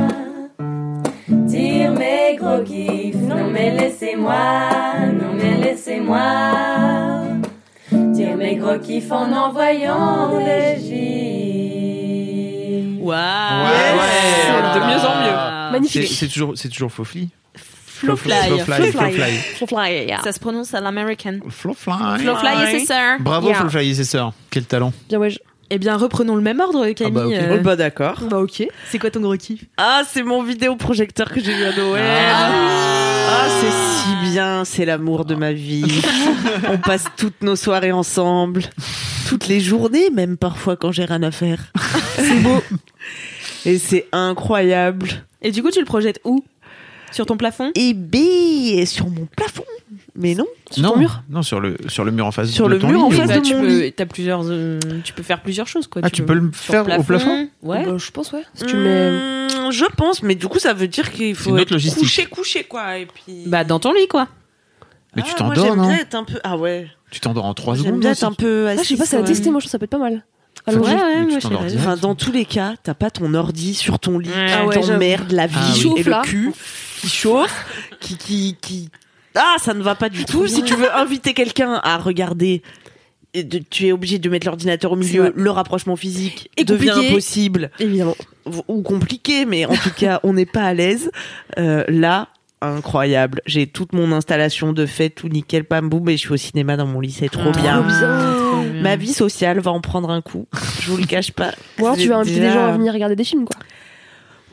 dire mes gros kiffs. Non mais laissez-moi, non mais laissez-moi dire mes gros kiffs en envoyant des gifs.
Waouh.
Yes.
Ah De mieux en mieux.
C'est
Magnifique.
c'est toujours, c'est toujours Flofly.
Flowfly.
Flowfly. Flowfly.
Flowfly. Fly, yeah.
Ça se prononce à l'american.
Flowfly.
Flowfly et ses sœurs.
Bravo
Yeah.
Flowfly et ses sœurs. Quel talent.
Bien, ouais. je-
Eh bien, reprenons le même ordre, Camille.
bah, ok.
euh,
bah d'accord.
bah, ok. C'est quoi ton gros kiff
Ah, c'est mon vidéoprojecteur que j'ai eu à Noël. Ah, c'est si bien, c'est l'amour de ma vie. On passe toutes nos soirées ensemble, toutes les journées, même parfois quand j'ai rien à faire. C'est beau. Et c'est incroyable.
Et du coup, tu le projettes où Sur ton plafond
Et B, sur mon plafond. Mais non, sur
non,
ton mur.
non, sur le, sur le mur en face
Sur
de
le
ton
mur
lit.
en face
Bah,
de
tu
mon
peux, t'as plusieurs, euh, tu peux faire plusieurs choses, quoi.
Ah, tu peux le
sur
faire au plafond
Ouais.
Bah, je pense, ouais. Si tu
Mmh,
mets.
Je pense, mais du coup, ça veut dire qu'il
C'est une
faut
autre
être
logistique.
couché, couché, quoi. Et puis...
Bah dans ton lit quoi.
Mais tu
Ah, moi,
t'endors,
J'aime
non
bien être un peu. Ah ouais.
Tu t'endors en 3
J'aime
secondes.
bien
non,
être un
si-
peu.
Ah, je sais
assise,
pas, ça va
ouais.
tester, moi, je trouve que ça peut être pas mal.
Enfin,
Allongé.
tu-
ouais,
mais
moi,
tu t'endors
j'ai
direct.
Enfin, dans tous les cas, t'as pas ton ordi sur ton lit
Ah
ouais,
qui t'emmerde la
Ah
vie
oui.
et
Chauffe, là.
le cul qui chauffe, qui qui qui. Ah, ça ne va pas du tout. Si tu veux inviter quelqu'un à regarder, et de- tu es obligé de mettre l'ordinateur au milieu. Le rapprochement physique
Et
devient
compliqué.
impossible
Évidemment.
ou compliqué, mais en tout cas, on n'est pas à l'aise. Euh, là, incroyable. J'ai toute mon installation de fait, tout nickel, pam boum, et je suis au cinéma dans mon lit, c'est Ah, trop
Oh,
bien.
Bah,
Ma vie sociale va en prendre un coup, je vous le cache pas.
Ou alors tu
J'ai
vas inviter des
déjà-
gens à venir regarder des films, quoi.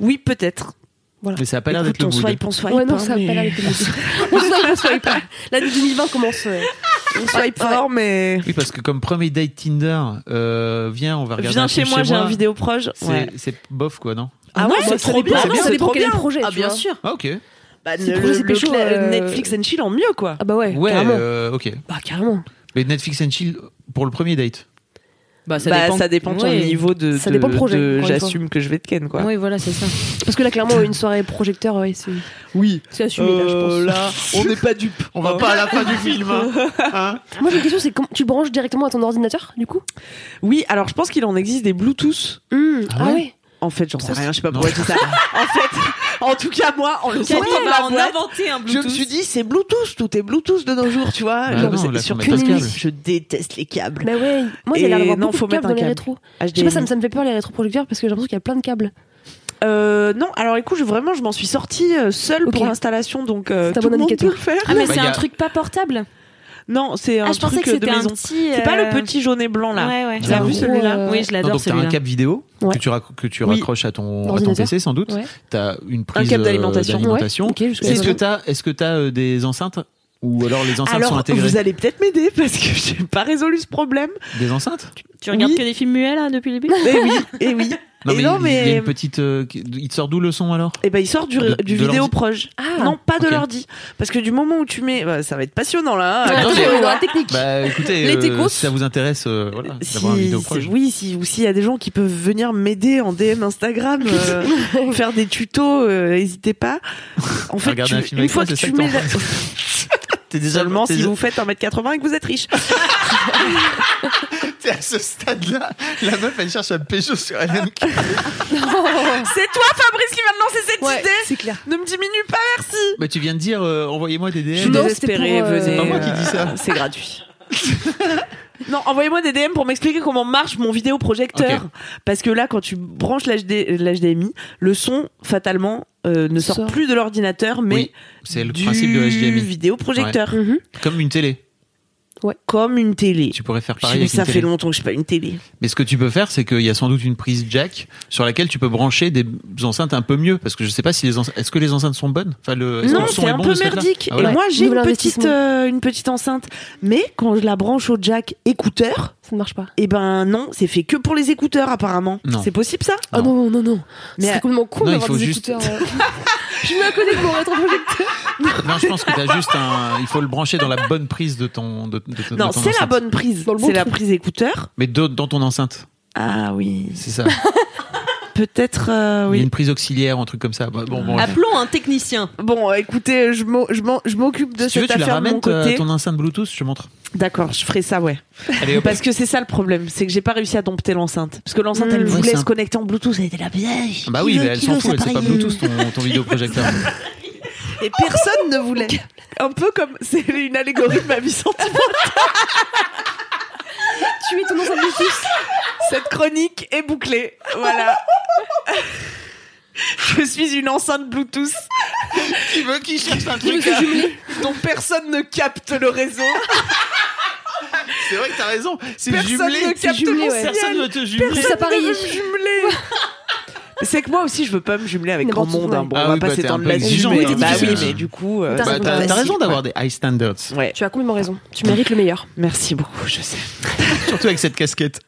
Oui, peut-être.
Mais ça a pas l'air d'être
Écoute,
le
on
mood.
swipe, on swipe.
ouais, non,
hein,
ça va
mais-
pas l'air d'être On swipe, on swipe pas. L'année 2020 commence. euh,
On swipe fort, mais.
Oui, parce que comme premier date Tinder, euh, viens, on va regarder
Viens
un
chez
film
moi, j'ai un vidéo proche.
C'est
Ouais.
c'est bof, quoi, non
Ah ouais,
non, bah,
c'est
ça
trop
dépend-
bien,
ça
non,
dépend
c'est
quel
trop
est le
bien.
projet,
Ah,
tu
bien
vois.
sûr.
Ah, ok.
Bah,
C'est
le,
pour les
le
pécho,
cla-
euh,
Netflix and chill en mieux, quoi.
Ah bah ouais,
Ouais,
carrément.
euh, ok.
Bah carrément.
Mais Netflix and chill pour le premier date.
Bah,
Bah, ça dépend de ton
Ouais.
niveau de.
Ça
de-
dépend projet,
de-
encore une
J'assume que je vais te ken, quoi.
Oui, voilà, c'est ça.
Parce que là, clairement, une soirée projecteur, ouais, c'est
Oui.
c'est assumé, là,
Euh,
je pense.
là, on n'est pas dupes.
Oh On va pas à la fin du film. hein. Hein
Moi, j'ai une question, c'est comment tu le branches directement à ton ordinateur, du coup
Oui, alors je pense qu'il en existe des Bluetooth.
Hum,
Ah
Ah ouais
En fait, j'en sais rien, je sais pas
Non.
pourquoi je dis ça. en fait, en tout cas, moi, en le sortant
Camille
de
va
ma
en
boîte,
inventer un
bah, je
Bluetooth.
me suis dit, c'est Bluetooth, tout est Bluetooth de nos jours, tu vois.
Bah
Genre,
non,
c'est-
là, faut
sur
mettre
que
un
nuit,
câble.
je déteste les câbles.
Bah ouais, moi,
Et
il y a l'air d'avoir
non,
beaucoup
faut
de câbles
mettre
dans
un
les
câble.
rétros. Je sais pas, ça me, ça me fait peur les rétroprojecteurs parce que j'ai l'impression qu'il y a plein de câbles.
Euh, non, alors écoute, je- vraiment, je m'en suis sortie euh, seule pour
Ok.
l'installation, donc euh,
C'est un
tout
bon
le monde peut
indicateur.
le faire.
Ah, mais
Bah,
c'est
y a-
un truc pas portable.
Non, c'est un
Ah, je pensais
truc
que
euh, de
c'était un
maison.
petit.
C'est pas le
euh,
petit jaune et blanc là.
Ouais, ouais.
Tu l'as vu
Gros,
celui-là
euh,
Oui, je
Non,
l'adore
donc t'as un
celui-là.
câble vidéo
Ouais.
que tu, rac- que tu
Oui.
raccroches à ton, à ton
Ordinateur.
PC sans doute.
Ouais.
T'as une prise
câble
euh,
d'alimentation, ouais.
d'alimentation.
Ok, jusqu'à
Est-ce que
présent.
t'as est-ce que t'as euh, des enceintes ou alors les enceintes sont
Alors,
intégrées
vous allez peut-être m'aider parce que j'ai pas résolu ce problème.
Des enceintes
Tu regardes
Oui.
que des films muets là depuis le début
Et Eh oui, et oui.
Non
Et
mais,
Eh non,
il- il y a
mais-
une petite euh, qui- il te sort d'où le son alors
Et ben il sort du,
De-
du
de
vidéo
l'ordi.
proche.
Ah.
non, pas de
Ok.
l'ordi. Parce que du moment où tu mets, bah, ça va être passionnant là. hein.
Ah, non,
Attends,
mais-
on est dans la technique.
Bah écoutez,
Les
euh,
techos.
si ça vous intéresse euh, voilà,
Si,
d'avoir un vidéo proche.
si- oui, si, ou s'il y a des gens qui peuvent venir m'aider en DM Instagram, euh, faire des tutos, euh, n'hésitez pas. En fait,
Regarder
tu-
un film
une
avec
fois
moi,
que
c'est ça
tu
que
mets la-
t'en- T'es déjà
seulement
t'es-
si vous faites 1m80 et que vous êtes riche.
T'es à ce stade-là, la meuf elle cherche à pécho sur Hélène.
C'est toi, Fabrice, qui va me lancer cette
Ouais,
idée.
c'est clair.
Ne me diminue pas, merci.
Bah tu viens de dire euh, envoyez-moi des
Je suis
DM.
Non,
désespérée,
c'était pour, euh,
venez.
C'est pas
moi qui dis ça.
C'est gratuit. non, envoyez-moi des DM pour m'expliquer comment marche mon vidéoprojecteur. Parce que là, quand tu branches l'HD l'HDMI, le son, fatalement, euh, ne sort,
Sort.
plus de l'ordinateur, mais
Oui, c'est le
du
principe de HDMI.
vidéoprojecteur.
Mhm.
Comme une télé.
Comme une télé.
Tu pourrais faire
Je sais,
pareil
mais
avec une
ça fait
télé. Ah,
longtemps que je suis pas une télé.
Mais ce que tu peux faire, c'est qu'il y a sans doute une prise jack sur laquelle tu peux brancher des enceintes un peu mieux. Parce que je sais pas si les enceintes. Est-ce que les enceintes sont bonnes enfin, le... est-ce que
Non,
le son
c'est
est
un
bon
peu
de ce fait-là
merdique.
Ah ouais.
Et moi, j'ai
Nouvel
une petite,
investissement.
euh, une petite enceinte. Mais quand je la branche au jack écouteur,
Ça ne marche pas.
eh ben non, c'est fait que pour les écouteurs apparemment.
Non. Ah,
C'est possible ça
Oh non, non, non.
Mais-
C'est complètement con
Non, il
d'avoir
faut
des
juste-
écouteurs. euh. je mets à côté de mon rétroprojecteur.
Non, je pense que t'as juste un. Il faut le brancher dans la bonne prise de ton. De, de- de
Non,
ton
c'est la
enceinte.
bonne prise.
Dans le bon
c'est la
trou.
prise écouteur.
Mais de- dans ton enceinte,
Ah oui.
c'est ça.
Peut-être, euh,
Il y a
oui. Ah,
une prise auxiliaire, un truc comme ça. Bah, Bon, bon.
Appelons un technicien.
Bon, euh, écoutez, je m'o- je m'en- je m'occupe de
Si tu veux,
cette
tu la
affaire de
ramènes
mon
ta-
côté.
ton enceinte Bluetooth, je te montre.
D'accord, je ferai ça, ouais.
Allez, hop.
Parce que c'est ça le problème, c'est que j'ai pas réussi à dompter l'enceinte. Parce que l'enceinte,
Mmh.
elle
Ouais,
voulait
c'est
se
un-
connecter en Bluetooth, elle était là, bien.
Bah oui, mais elle s'en fout, elle sait pas Bluetooth ton, ton vidéoprojecteur.
Et personne ne voulait. Un peu comme c'est une allégorie de ma vie sentimentale.
Tu es ton enceinte Bluetooth.
Cette chronique est bouclée. Voilà. Je suis une enceinte Bluetooth
Qui veut qui cherche un hein.
qui- dont personne ne capte le réseau.
C'est vrai que t'as raison. C'est
Personne ne capte
jumelé,
mon
ouais.
signal.
Personne ne te jumeler.
C'est pareil.
Je veux me jumeler. C'est que moi aussi, je veux pas me jumeler avec grand
N'importe
monde. hein.
où,
Bon,
ouais.
on
Ah
va
oui,
pas
bah, t'es un
s'étendre
peu
là-dessus.
exigeant,
mais-
t'es
Bah oui,
difficile.
mais du coup, euh,
T'as
Bah, t'as
c'est pas
t'as
facile,
raison
quoi.
d'avoir des high standards.
Ouais.
Tu as complètement raison. Tu mérites le meilleur.
Merci beaucoup, je sais.
Surtout avec cette casquette.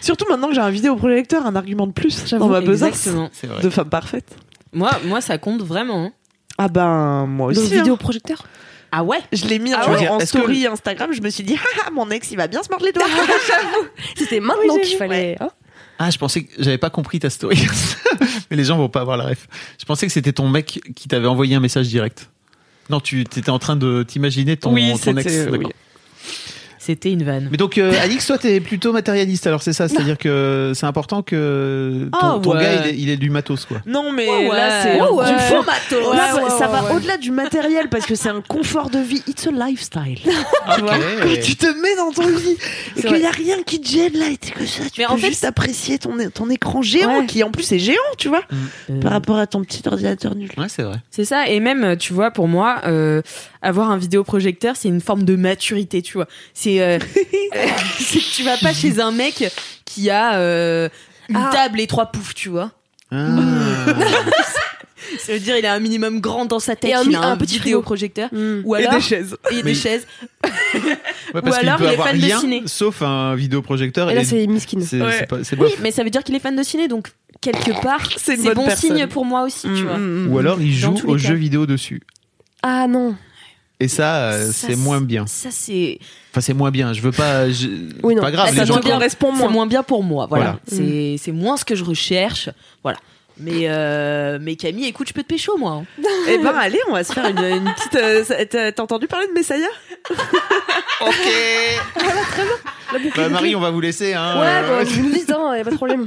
Surtout maintenant que j'ai un vidéoprojecteur, un argument de plus dans ma besace
Exactement.
C'est vrai.
de femme parfaite.
Moi, moi, ça compte vraiment. hein.
Ah ben, moi
Dans le
aussi. hein.
vidéoprojecteur
Ah ouais
Je l'ai mis en-
Tu veux dire,
en
est-ce que-
story Instagram, je me suis dit, ah, ah, mon ex, il va bien se mordre les doigts.
C'était maintenant
Oui, j'ai
qu'il
vu,
fallait. hein.
Ah, je pensais que j'avais pas compris ta story. Mais les gens vont pas avoir la ref. Je pensais que c'était ton mec qui t'avait envoyé un message direct. Non, tu étais en train de t'imaginer ton, ton ex.
c'était-
d'accord.
oui.
C'était une vanne.
Mais donc, euh, Alix, toi, t'es plutôt matérialiste, alors c'est ça, c'est-à-dire que c'est important que ton,
Ah,
ton
ouais.
gars, il est, il est du matos, quoi.
Non, mais
Ouais,
là,
ouais.
c'est
Ouais,
du
ouais.
faux matos.
Ouais,
Là,
ouais, ouais,
ça va
ouais.
au-delà du matériel parce que c'est un confort de vie. It's a lifestyle.
Ok.
Quand tu te mets dans ton lit et
C'est
qu'il n'y a rien qui te gêne là et que ça, tu
Mais
peux
en fait,
juste apprécier ton, é- ton écran géant
Ouais.
qui en plus est géant, tu vois, par rapport à ton petit ordinateur nul.
Ouais, c'est vrai.
C'est ça, et même, tu vois, pour moi, euh, avoir un vidéoprojecteur, c'est une forme de maturité, tu vois. C'est euh, c'est que tu vas pas chez un mec qui a euh, une
Ah.
table et trois poufs, tu vois.
Ah.
Ça veut dire il a un minimum grand dans sa tête,
Et un
il
mi-
a un,
un petit
vidéoprojecteur.
Mm.
Ou alors,
chaises.
et des
Mais-
chaises.
Ouais, parce
Ou
qu'il
alors,
peut
il est
avoir
fan de
rien,
ciné.
sauf un vidéoprojecteur.
Et là, c'est miskin.
c'est
Ouais.
c'est pas- c'est
Oui,
bof.
mais ça veut dire qu'il est fan de ciné, donc quelque part,
C'est
c'est
une bonne
bon
personne.
signe pour moi aussi,
Mm.
tu vois.
Ou alors, il
Dans
joue
tous les
aux
cas.
jeux vidéo dessus.
Ah non.
Et ça, euh,
Ça,
c'est moins bien.
Ça, c'est
Enfin, c'est moins bien. Je veux pas. je-
Oui, non.
Pas grave.
Ah, ça
les
doit
gens-
bien.
correspond
c'est moins bien pour moi. Voilà,
Voilà.
c'est c'est moins ce que je recherche. Voilà. Mais euh, mais Camille, écoute, je peux te pécho moi. hein.
Eh ben, allez, on va se faire une, une petite. euh, ça- T'as t'as entendu parler de Messaya
Bah, Marie, on va vous laisser. Hein,
Ouais,
Euh,
bah, vous me dites, hein, y a pas de problème.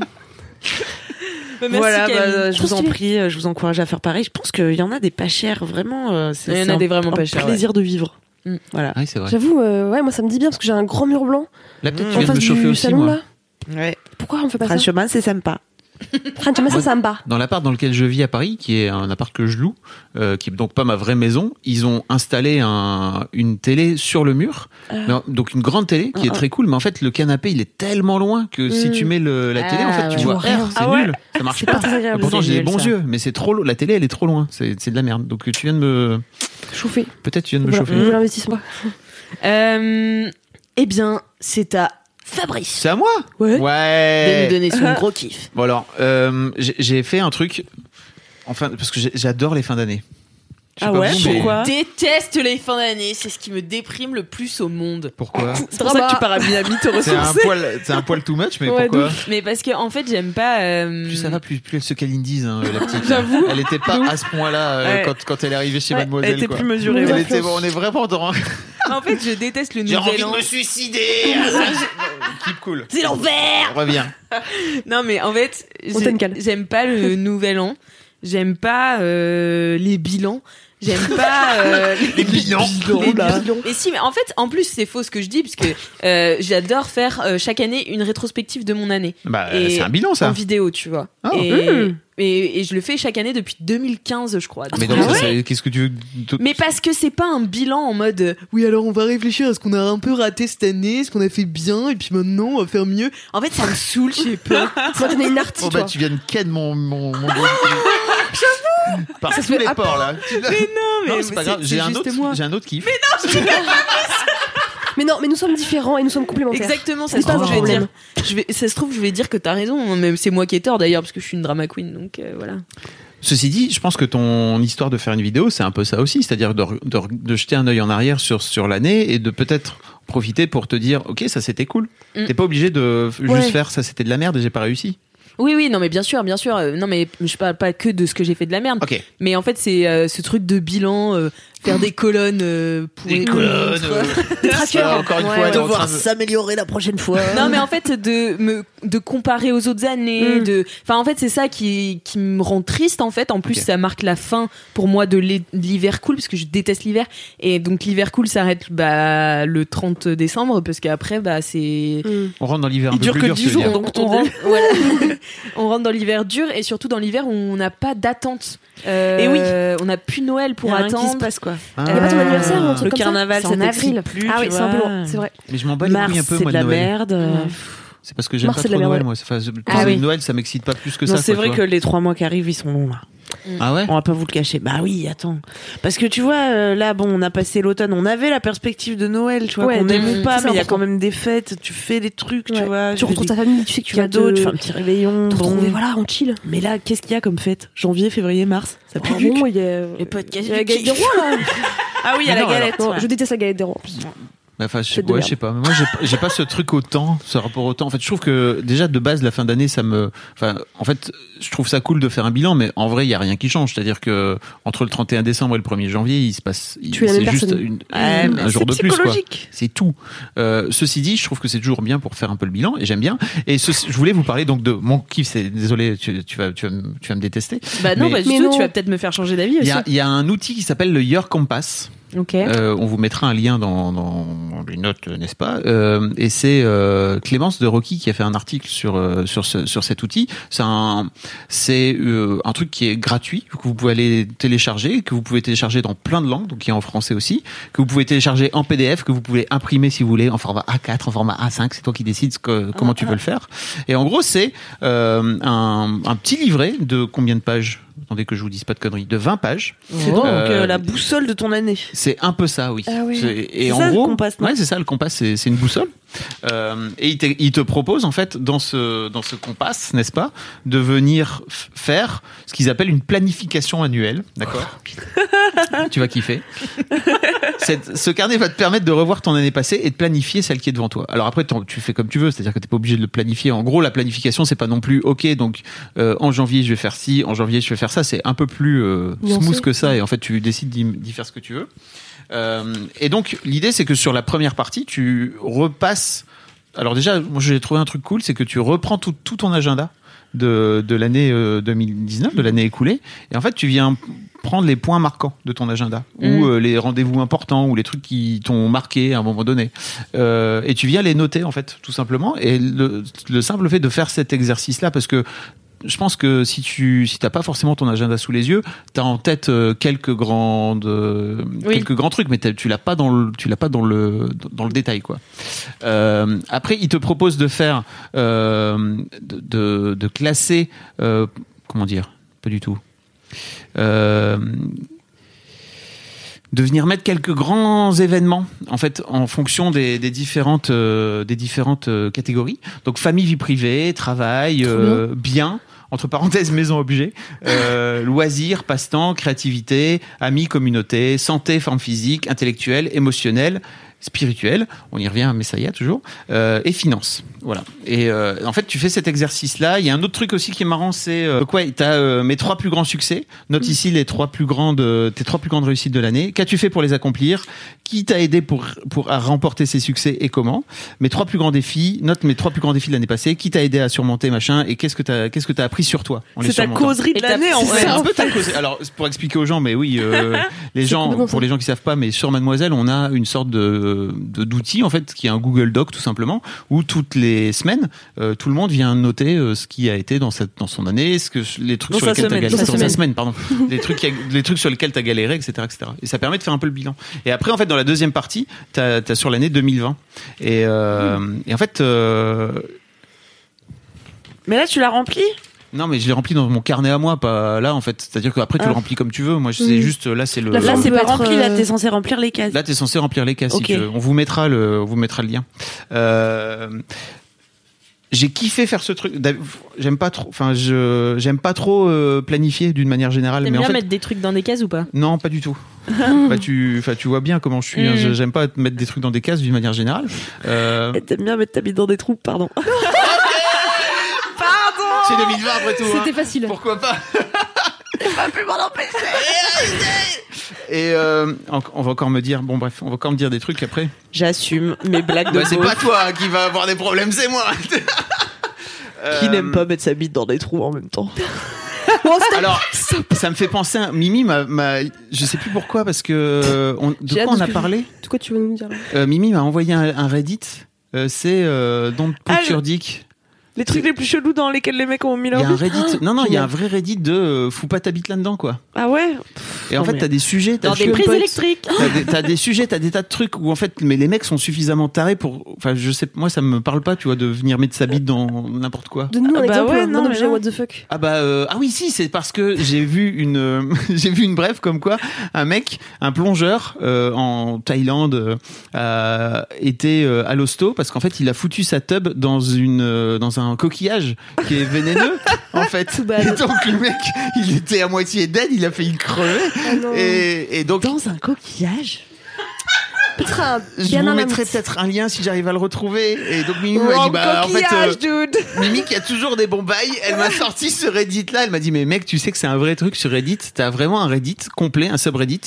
Merci
Voilà,
Camille.
bah, je
Trop
vous en
stylé.
prie, euh, je vous encourage à faire pareil. Je pense qu'il y en a des pas chers, vraiment. euh, c'est-
Il y en
c'est
a
un-
des vraiment pas
un
chers,
plaisir de vivre.
Mm.
Voilà.
Ah oui, c'est vrai.
J'avoue, euh, ouais, moi ça me dit bien parce que j'ai un grand mur blanc
Là, peut-être tu
en
viens de
face
me chauffer
du
aussi,
salon
moi.
là. Pourquoi on fait pas ça
Franchement, c'est sympa.
Franchement, ça, ça me bat.
Dans l'appart dans lequel je vis à Paris, qui est un appart que je loue, euh, qui est donc pas ma vraie maison, ils ont installé un, une télé sur le mur, Mais en- donc une grande télé qui est très cool, mais en fait le canapé il est tellement loin que si
Mm.
tu mets le- la télé, en
Ah,
fait tu
ouais.
vois
Tu vois rien.
R, c'est
Ah ouais.
nul, ça marche
C'est
pas. Ah,
pas très agréable.
Pourtant
C'est
j'ai des
nul,
bons
ça.
yeux, mais c'est trop lo- la télé elle est trop loin, c'est c'est de la merde. Donc tu viens de me,
Chauffer.
peut-être tu viens de me
Voilà,
chauffer.
nouvel investissement.
Euh, eh bien, c'est à Fabrice
C'est à moi
Ouais. de
Ouais.
nous donner son gros kiff.
Bon alors, euh, j'ai- j'ai fait un truc, enfin parce que j'ai- j'adore les fins d'année. Je sais
Ah
pas
ouais,
vous, mais-
pourquoi
Déteste les fins d'année, c'est ce qui me déprime le plus au monde.
Pourquoi
C'est
Ah
pour ça
bah.
que tu pars à Miami te
C'est un
ressourcer.
poil, c'est un poil too much, mais
Ouais,
pourquoi
Mais parce que en fait, j'aime pas. euh,
Plus ça va, plus, plus elle se calindise, hein, la petite. Elle était pas à ce point-là euh,
Ouais.
quand, quand elle est arrivée chez
Ouais,
Mademoiselle.
Elle était
quoi.
plus mesurée.
Elle
ouais.
était- on est vraiment dans.
En fait, je déteste le
J'ai envie
nouvel an.
de me suicider. Keep cool.
C'est l'envers.
Reviens.
Non, mais en fait,
On
j'ai-
t'encale.
j'aime pas le nouvel an. J'aime pas euh, les bilans. J'aime pas euh,
Les bilans.
les
là.
bilans. Et si, mais en fait, en plus, c'est faux ce que je dis, puisque euh, j'adore faire euh, chaque année une rétrospective de mon année.
Bah,
Et
c'est un bilan,
en
ça.
vidéo, tu vois.
Ah.
Et,
hmm.
et, et je le fais chaque année depuis 2015, je crois.
Mais
Donc,
donc,
euh,
ça, c'est- qu'est-ce que tu veux
mais parce que c'est pas un bilan en mode euh, oui alors on va réfléchir à ce qu'on a un peu raté cette année, ce qu'on a fait bien et puis maintenant on va faire mieux. En fait ça me saoule, je sais pas.
Moi, t'en es une artiste,
Oh, bah,
toi.
tu viens de ken mon. mon, mon... J'avoue Par tous les ports, là. Tu-
mais-
non,
mais
c'est
c'est-
pas grave.
c'est
J'ai un,
juste
autre-
moi.
j'ai un autre kiff.
Mais non, mais nous sommes différents et nous sommes complémentaires.
Exactement, ça
C'est
se
pas
trouve
un
je vais dire
problème.
je vais ça se trouve je vais dire que t'as raison, hein, même c'est moi qui ai tort d'ailleurs parce que je suis une drama queen donc euh, voilà.
Ceci dit, je pense que ton histoire de faire une vidéo, c'est un peu ça aussi, c'est-à-dire de, re- de re- de jeter un œil en arrière sur, sur l'année et de peut-être profiter pour te dire, ok, ça c'était cool.
Mm.
T'es pas obligé de f-
Ouais.
juste faire, ça c'était de la merde et j'ai pas réussi.
Oui oui, non mais bien sûr, bien sûr. euh, non mais je parle pas que de ce que j'ai fait de la merde,
Ok.
mais en fait c'est euh, ce truc de bilan euh, faire des colonnes euh, pour
Des
une
colonnes,
montre.
euh,
Des trackers.
encore une
Ouais,
fois,
ouais.
t'es en train de-
s'améliorer la prochaine fois.
Non mais en fait de me de comparer aux autres années,
Mm.
de enfin en fait c'est ça qui qui me rend triste en fait. En plus
Ok.
ça marque la fin pour moi de l'hi- de l'hiver cool parce que je déteste l'hiver et donc l'hiver cool s'arrête bah le 30 décembre parce qu'après bah c'est
on rentre dans l'hiver un
Il
peu
dure
plus
que
dur,
10
tu veux
jours,
dire.
Mm. donc ton
rentre, voilà. on rentre dans l'hiver dur et surtout dans l'hiver où on n'a pas d'attente. Euh,
Eh oui.
on n'a plus Noël pour
pour attendre.
attendre.
passe quoi
Il y a pas ton
Ah.
anniversaire ou un
Le
truc comme ça
carnaval,
C'est
ça
en
t'excite
avril.
plus,
Ah
tu
oui, c'est
vois.
un peu long, c'est vrai.
Mais je m'en bats les
Mars,
couilles un peu,
c'est
moi,
de
de
la
Noël.
merde. euh,
C'est parce que j'aime
Mars,
pas
c'est de
trop
la
Noël,
merde,
moi. C'est- enfin, le
Ah
temps de
oui.
Noël, ça m'excite pas plus que
Non,
ça.
c'est
quoi,
vrai
tu
que les trois mois qui arrivent, ils sont longs là.
vois. Ah ouais?
On va pas vous le cacher. Bah oui, attends. Parce que tu vois, euh, là, bon, on a passé l'automne, on avait la perspective de Noël, tu vois,
Ouais,
qu'on
de-
aime ou pas,
c'est
mais il y a
important.
quand même des fêtes, tu fais des trucs, tu
Ouais.
vois.
Tu retrouves ta famille, tu sais que tu vas
cadeau,
te
tu fais un petit réveillon.
te
bon.
retrouver, voilà, on chill.
Mais là, qu'est-ce qu'il y a comme fête Janvier, février, mars Ça pue
Ah
du cul.
bon, il y a.
podcast Euh,
Il y a la galette des rois, là.
Ah oui, il y a
Mais
la
non,
galette.
Non,
ouais.
je déteste la galette des rois. en plus.
Mais Bah, Enfin, je,
C'est de
ouais,
merde.
je sais pas. Mais Moi, j'ai pas- j'ai pas ce truc au temps, ce rapport au temps. En fait, je trouve que déjà de base, la fin d'année, ça me. Enfin, en fait, je trouve ça cool de faire un bilan, mais en vrai, il y a rien qui change. C'est-à-dire que entre le 31 décembre et le 1er janvier, il se passe. il-
Tu es la
c'est
même
juste
personne.
une-
Ouais, Ah, mais
un jour de
c'est
plus, quoi.
psychologique.
C'est tout. Euh, ceci dit, je trouve que c'est toujours bien pour faire un peu le bilan et j'aime bien. Et ce- je voulais vous parler donc de mon kiff. C'est désolé, tu, tu vas, tu vas, me- tu vas me détester.
Bah non,
Mais-
bah, du
Mais
tout,
non.
tu vas peut-être me faire changer d'avis
Il
aussi.
y a, il y a un outil qui s'appelle le Year Compass.
Ok.
Euh, on vous mettra un lien dans, dans les notes, euh, n'est-ce pas Euh, Et c'est euh, Clémence de Rocky qui a fait un article sur euh, sur ce- sur cet outil. C'est un c'est euh, un truc qui est gratuit que vous pouvez aller télécharger, que vous pouvez télécharger dans plein de langues, donc qui est en français aussi, que vous pouvez télécharger en PDF, que vous pouvez imprimer si vous voulez en format A4, en format A5. C'est toi qui décides ce que- comment
Ah.
tu veux le faire. Et en gros, c'est euh, un, un petit livret de combien de pages Attendez que je vous dise pas de conneries, de 20 pages.
C'est donc
Euh,
euh, la boussole de ton année.
C'est un peu ça, oui.
Ah oui.
C'est- Et
C'est
en
ça, le
gros,
compas, non
ouais, c'est ça le compas, c'est c'est une boussole. Euh, et il te, il te propose en fait dans ce dans ce compas, n'est-ce pas, de venir f- faire ce qu'ils appellent une planification annuelle, d'accord Tu vas kiffer. Cette- ce carnet va te permettre de revoir ton année passée et de planifier celle qui est devant toi. Alors après, t'en- tu fais comme tu veux, c'est-à-dire que t'es pas obligé de le planifier. En gros, la planification, c'est pas non plus OK. Donc euh, en janvier, je vais faire ci, en janvier, je vais faire ça. C'est un peu plus euh,
Nuancé.
smooth que ça. Et en fait, tu décides d'y d'y faire ce que tu veux. Euh, et donc, l'idée, c'est que sur la première partie, tu repasses. Alors déjà, moi, j'ai trouvé un truc cool, c'est que tu reprends tout, tout ton agenda de, de l'année euh, 2019, de l'année écoulée, et en fait, tu viens prendre les points marquants de ton agenda,
Mm.
ou euh, les rendez-vous importants, ou les trucs qui t'ont marqué à un moment donné. Euh, et tu viens les noter, en fait, tout simplement. Et le, le simple fait de faire cet exercice-là, parce que je pense que si tu si t'as pas forcément ton agenda sous les yeux, t'as en tête euh, quelques grandes euh,
Oui.
quelques grands trucs, mais t'as- tu l'as pas dans le tu l'as pas dans le dans le détail quoi. Euh, après, il te propose de faire euh, de, de, de classer euh, comment dire pas du tout. Euh, de venir mettre quelques grands événements en fait en fonction des, des différentes euh, des différentes euh, catégories donc famille vie privée travail euh, bien entre parenthèses maison objet euh, loisirs passe-temps créativité amis communauté santé forme physique intellectuelle émotionnelle spirituelle on y revient mais ça y est toujours euh, et finance voilà et euh, en fait tu fais cet exercice là il y a un autre truc aussi qui est marrant c'est euh, donc ouais t'as euh, mes trois plus grands succès note ici les trois plus grandes euh, tes trois plus grandes réussites de l'année qu'as-tu fait pour les accomplir qui t'a aidé pour pour à remporter ces succès et comment mes trois plus grands défis note mes trois plus grands défis de l'année passée qui t'a aidé à surmonter machin et qu'est-ce que t'as qu'est-ce que t'as appris sur toi en les
C'est ta
surmontant.
causerie de
Et ta-
l'année en
c'est
vrai.
Ouais, un peu ta cause. Alors, c'est pour expliquer aux gens, mais oui, euh, les gens,
complètement
pour
ça.
les gens qui savent pas, mais sur Mademoiselle, on a une sorte de de- d'outil en fait, qui est un Google Doc tout simplement, où toutes les semaines, euh, tout le monde vient noter euh, ce qui a été dans cette dans son année, ce que les trucs
Dans
sur
sa
lesquels t'as
semaine.
galéré,
Dans sa
dans sa
semaine.
semaine, pardon, les trucs qui a- les trucs sur lesquels t'as galéré, etc., etc. Et ça permet de faire un peu le bilan. Et après, en fait, dans la deuxième partie, t'as as sur l'année 2020. Et euh,
Hmm.
et en fait. euh,
Mais là, tu l'as rempli
non mais je l'ai rempli dans mon carnet à moi, pas là en fait. C'est-à-dire qu'après
Ah.
tu le remplis comme tu veux. Moi je sais juste là c'est le
Là,
Là,
on
c'est
peut
pas
être,
rempli. Là,
euh,
t'es censé remplir les cases.
Là, tu es censé remplir les cas. si
Ok.
tu veux. on vous mettra le, on vous mettra le lien. Euh, j'ai kiffé faire ce truc. D'ailleurs, J'aime pas trop. Enfin, je j'aime pas trop euh, planifier d'une manière générale.
T'aimes
Mais
bien
en fait,
mettre des trucs dans des cases ou pas
non, pas du tout. Bah, tu, enfin, tu vois bien comment je suis. hein.
Mm.
Je- J'aime pas mettre des trucs dans des cases d'une manière générale. Euh,
Et T'aimes bien mettre ta bite dans des trous, pardon.
Ah
c'est 2020 après tout. hein.
C'était facile.
Pourquoi pas Et euh, en- on va encore me dire. Bon, bref, on va encore me dire des trucs après.
J'assume mes blagues de
Bah, c'est
beauf
pas toi qui va avoir des problèmes, c'est moi.
qui
Euh,
n'aime pas mettre sa bite dans des trous en même temps.
Alors, ça me fait penser à Mimi, ma, ma- je sais plus pourquoi, parce que euh, on- de
J'ai
quoi
hâte
on
de
a
ce que-
parlé
De quoi tu veux nous dire là
Euh, Mimi m'a envoyé un, un Reddit. euh, c'est euh, Don't Put
Ah, le-
Your Dick.
Les trucs les plus chelous dans lesquels les mecs ont mis
Il y
leur
a un
bite.
Reddit. Non, non, il y a un vrai Reddit de euh, fous pas ta bite là-dedans, quoi.
Ah ouais
Et en
non,
fait,
mais-
t'as des sujets, t'as
Dans des
des-
prises
pote.
électriques
T'as des, t'as des sujets, t'as des tas de trucs où en fait, mais les mecs sont suffisamment tarés pour. Enfin, je sais, moi, ça me parle pas, tu vois, de venir mettre sa bite dans n'importe quoi.
Donne-nous
Ah
un
bah
exemple
ouais,
hein,
non,
d'un
mais
objet
non.
what the fuck.
Ah bah euh, ah oui si c'est parce que j'ai vu une euh, j'ai vu une brève comme quoi un mec un plongeur euh, en Thaïlande euh, a été euh, à l'hosto parce qu'en fait il a foutu sa tub dans une euh, dans un coquillage qui est vénéneux en fait et donc le mec il était à moitié dead il a failli crever
Ah non.
et, et donc
Dans un coquillage
Putain,
Je vous
Bernard
mettrai
Lamite.
peut-être un lien si j'arrive à le retrouver. Et donc Mimi m'a dit
Rome
bah en fait
coquillage,
euh,
dude.
Mimi qui a toujours des bons bails, elle m'a sorti ce Reddit là, elle m'a dit mais mec tu sais que c'est un vrai truc sur Reddit, t'as vraiment un Reddit complet, un subreddit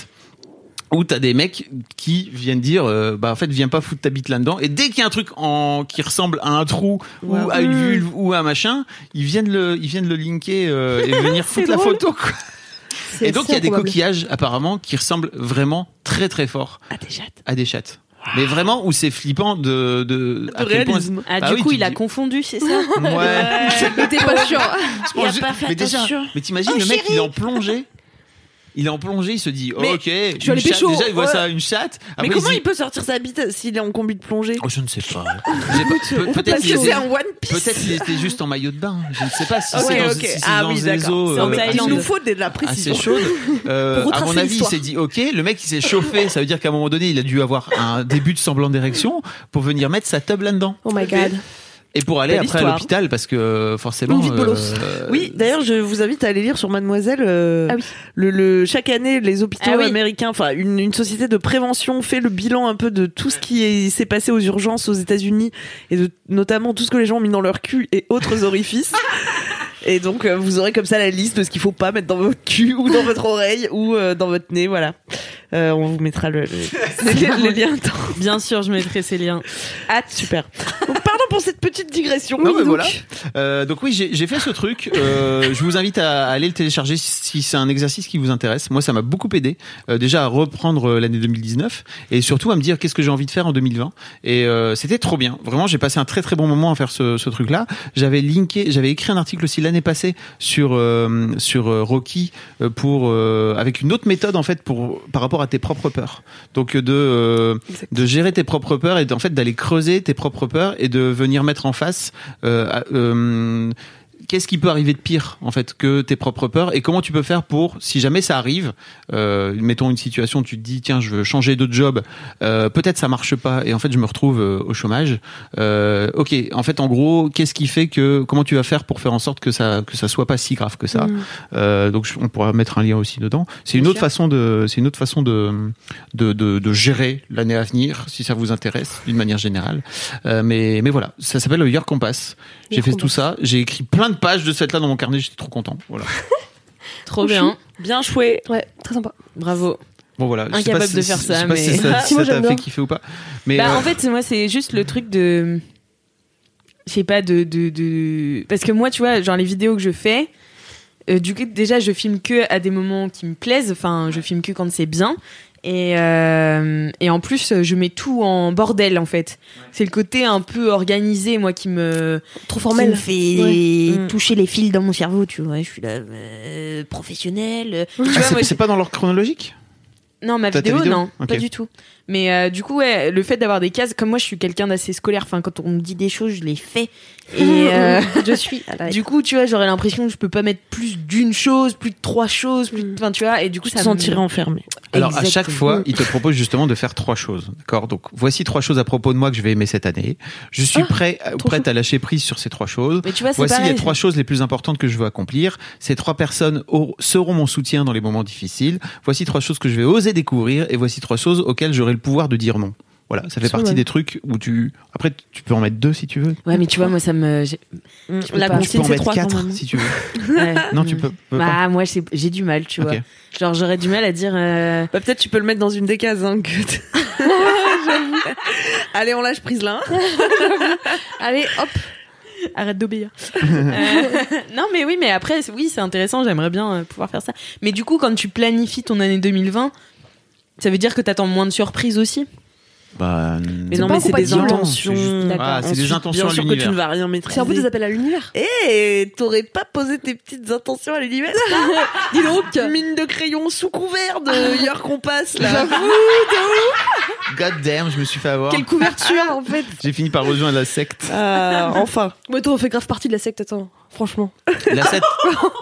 où t'as des mecs qui viennent dire euh, bah en fait viens pas foutre ta bite là-dedans et dès qu'il y a un truc en qui ressemble à un trou ou
Ouais. Hmm.
à une vulve ou à un machin ils viennent le ils viennent le linker euh, et venir foutre la
drôle.
photo quoi. et donc il y a des coquillages apparemment qui ressemblent vraiment très très fort
Ah, déjà.
à des chattes mais vraiment où c'est flippant de de, à quel point-
réalisme.
Ah,
Bah
du
oui,
coup,
tu
il a
dis-
confondu, c'est ça
ouais. Ah
Mais t'es pas sûr.
Je pense
Il a
juste-
pas fait
mais déjà,
attention.
mais
Oh,
t'imagines le mec, il est en plongée. Il est en plongée, il se dit
Mais
OK, une
vais aller
chatte.
pécho,
déjà il voit
ouais.
ça une chatte. Après,
Mais comment
se dit,
il peut sortir sa bite s'il est en combi de plongée
Oh, je ne sais pas. Je sais pas. Pe- peut-être
Parce
qu'il
que c'est
était...
un One Piece.
peut-être qu'il était juste en maillot de bain. Je ne sais pas si
Ah
c'est
ouais,
dans,
ok.
si c'est
Ah
dans
oui,
les
d'accord.
eaux
C'est en
euh, Ah,
Thaïlande.
Il
assez-
nous faut de la
assez
précision.
chaudes. Euh, à mon
retracer
avis, il
l'histoire.
s'est dit OK, le mec il s'est chauffé, ça veut dire qu'à un moment donné, il a dû avoir un début de semblant d'érection pour venir mettre sa tub là-dedans
Oh my god.
et pour aller
Belle
après à
histoire.
l'hôpital parce que euh, forcément
Une vie de bolos.
euh,
Oui, d'ailleurs, je vous invite à aller lire sur Mademoiselle. euh,
Ah oui.
le, le- chaque année, les hôpitaux
Ah oui.
américains, enfin une, une société de prévention fait le bilan un peu de tout ce qui est- s'est passé aux urgences aux États-Unis et de notamment tout ce que les gens ont mis dans leur cul et autres orifices. Et donc euh, vous aurez comme ça la liste de ce qu'il faut pas mettre dans votre cul ou dans votre oreille ou euh, dans votre nez, voilà. Euh, on vous mettra le, le, le- le lien. dans-
Bien sûr, je mettrai ces liens.
Ah super. Donc, pardon pour cette petite digression.
Non, mais
Donc,
voilà. Euh, donc oui, j'ai j'ai fait ce truc. Euh, je vous invite à aller le télécharger si, si c'est un exercice qui vous intéresse. Moi, ça m'a beaucoup aidé euh, déjà à reprendre euh, l'année 2019 et surtout à me dire qu'est-ce que j'ai envie de faire en 2020. Et euh, c'était trop bien. Vraiment, j'ai passé un très très bon moment à faire ce, ce truc-là. J'avais linké, j'avais écrit un article aussi l'année passée sur euh, sur euh, Rocky euh, pour euh, avec une autre méthode en fait pour par rapport à tes propres peurs. Donc euh, de euh, de gérer tes propres peurs et en fait d'aller creuser tes propres peurs et de venir mettre en face euh, à- euh, qu'est-ce qui peut arriver de pire en fait que tes propres peurs et comment tu peux faire pour si jamais ça arrive euh, mettons une situation où tu te dis tiens je veux changer de job euh, peut-être ça marche pas et en fait je me retrouve euh, au chômage Euh, ok en fait en gros qu'est-ce qui fait que comment tu vas faire pour faire en sorte que ça que ça soit pas si grave que ça euh, donc je- on pourra mettre un lien aussi dedans c'est une
Bien
autre
sûr.
façon de c'est une autre façon de de, de, de gérer l'année à venir si ça vous intéresse d'une manière générale euh, mais mais voilà ça s'appelle le Year Compass j'ai
Year
fait
Compass.
tout ça j'ai écrit plein de pages de cette là dans mon carnet j'étais trop content voilà
Trop bien.
Bien joué.
Ouais, très sympa.
Bravo.
bon voilà je sais
Incapable
pas si-
de faire
je
ça,
sais pas
mais-
si ça,
Ah,
si
moi,
ça t'a
j'aime
fait
bien.
kiffer ou pas mais
Bah,
euh,
en fait, moi, c'est juste le truc de. Je sais pas, de, de, de- Parce que moi, tu vois, genre les vidéos que je fais, euh, du coup, déjà, je filme que à des moments qui me plaisent. Enfin, je filme que quand c'est bien. Et, euh, et en plus, je mets tout en bordel, en fait. C'est le côté un peu organisé, moi, qui me.
Trop
Qui
formel.
me fait
Mm.
toucher les fils dans mon cerveau, tu vois. Je suis là, euh, professionnelle. Tu
ah,
vois,
c'est
moi,
c'est pas dans l'ordre chronologique
non, ma
T'as ta
vidéo,
vidéo
non,
Ok.
pas du tout. Mais euh, du coup, ouais, le fait d'avoir des cases, comme moi, je suis quelqu'un d'assez scolaire. Enfin, quand on me dit des choses, je les fais. Et euh,
je suis.
du coup, tu vois, j'aurais l'impression que je peux pas mettre plus d'une chose, plus de trois choses, plus. De... Enfin, tu vois. Et du coup,
Tu
ça
te
me-
sentirais enfermé.
Alors à
Exactement.
chaque fois, il te propose justement de faire trois choses, d'accord Donc voici trois choses à propos de moi que je vais aimer cette année. Je
Ah,
suis prêt, euh, prête à lâcher prise sur ces trois choses.
Mais tu vois, c'est
Voici
pareil.
les trois choses les plus importantes que je veux accomplir. Ces trois personnes au- seront mon soutien dans les moments difficiles. Voici trois choses que je vais oser découvrir et voici trois choses auxquelles j'aurai le pouvoir de dire non. Voilà, ça fait
Absolument.
partie des trucs où tu après tu peux en mettre deux si tu veux.
Ouais, mais tu vois, moi, ça me. j'ai- La
Bah,
Ou tu peux
consigne,
en
c'est
mettre
trois. quand
quatre
même.
si tu veux.
Ouais.
Non,
Mm.
tu peux. peux pas.
Bah, moi, j'ai j'ai du mal, tu vois.
Ok.
Genre, j'aurais du mal à dire. euh,
Bah, peut-être tu peux le mettre dans une des cases. Hein, que t- J'avoue. Allez, on lâche prise là. hein.
Allez, hop.
Arrête d'obéir. Euh, non, mais oui, mais après, c'est- oui, c'est intéressant. J'aimerais bien euh, pouvoir faire ça. Mais du coup, quand tu planifies ton année 2020, ça veut dire que t'attends moins de surprises aussi.
Bah,
Mais non,
pas
mais c'est des
compatible.
intentions.
C'est juste-
D'accord.
Ah, c'est des
Ensuite,
intentions
Bien
à
sûr que tu
l'univers.
ne vas rien maîtriser.
C'est un peu des appels à l'univers.
Eh, t'aurais pas posé tes petites intentions à l'univers
Dis donc.
Mine de crayon sous couvert
Ah.
de hier qu'on passe là.
God damn, je me suis fait avoir.
Quelle couverture en fait.
J'ai fini par rejoindre la secte.
Ah, enfin.
Ouais, toi, on fait grave partie de la secte, attends. Franchement.
La secte,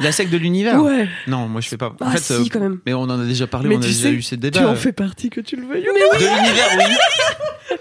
la secte de l'univers
Ouais.
Non, moi je fais pas. En
Ah,
fait,
si,
euh,
quand même.
mais on en a déjà parlé,
Mais
on a
tu
déjà
sais,
eu ces
Tu
débats.
en
euh,
fais partie que tu le veuilles. ou
De l'univers, oui.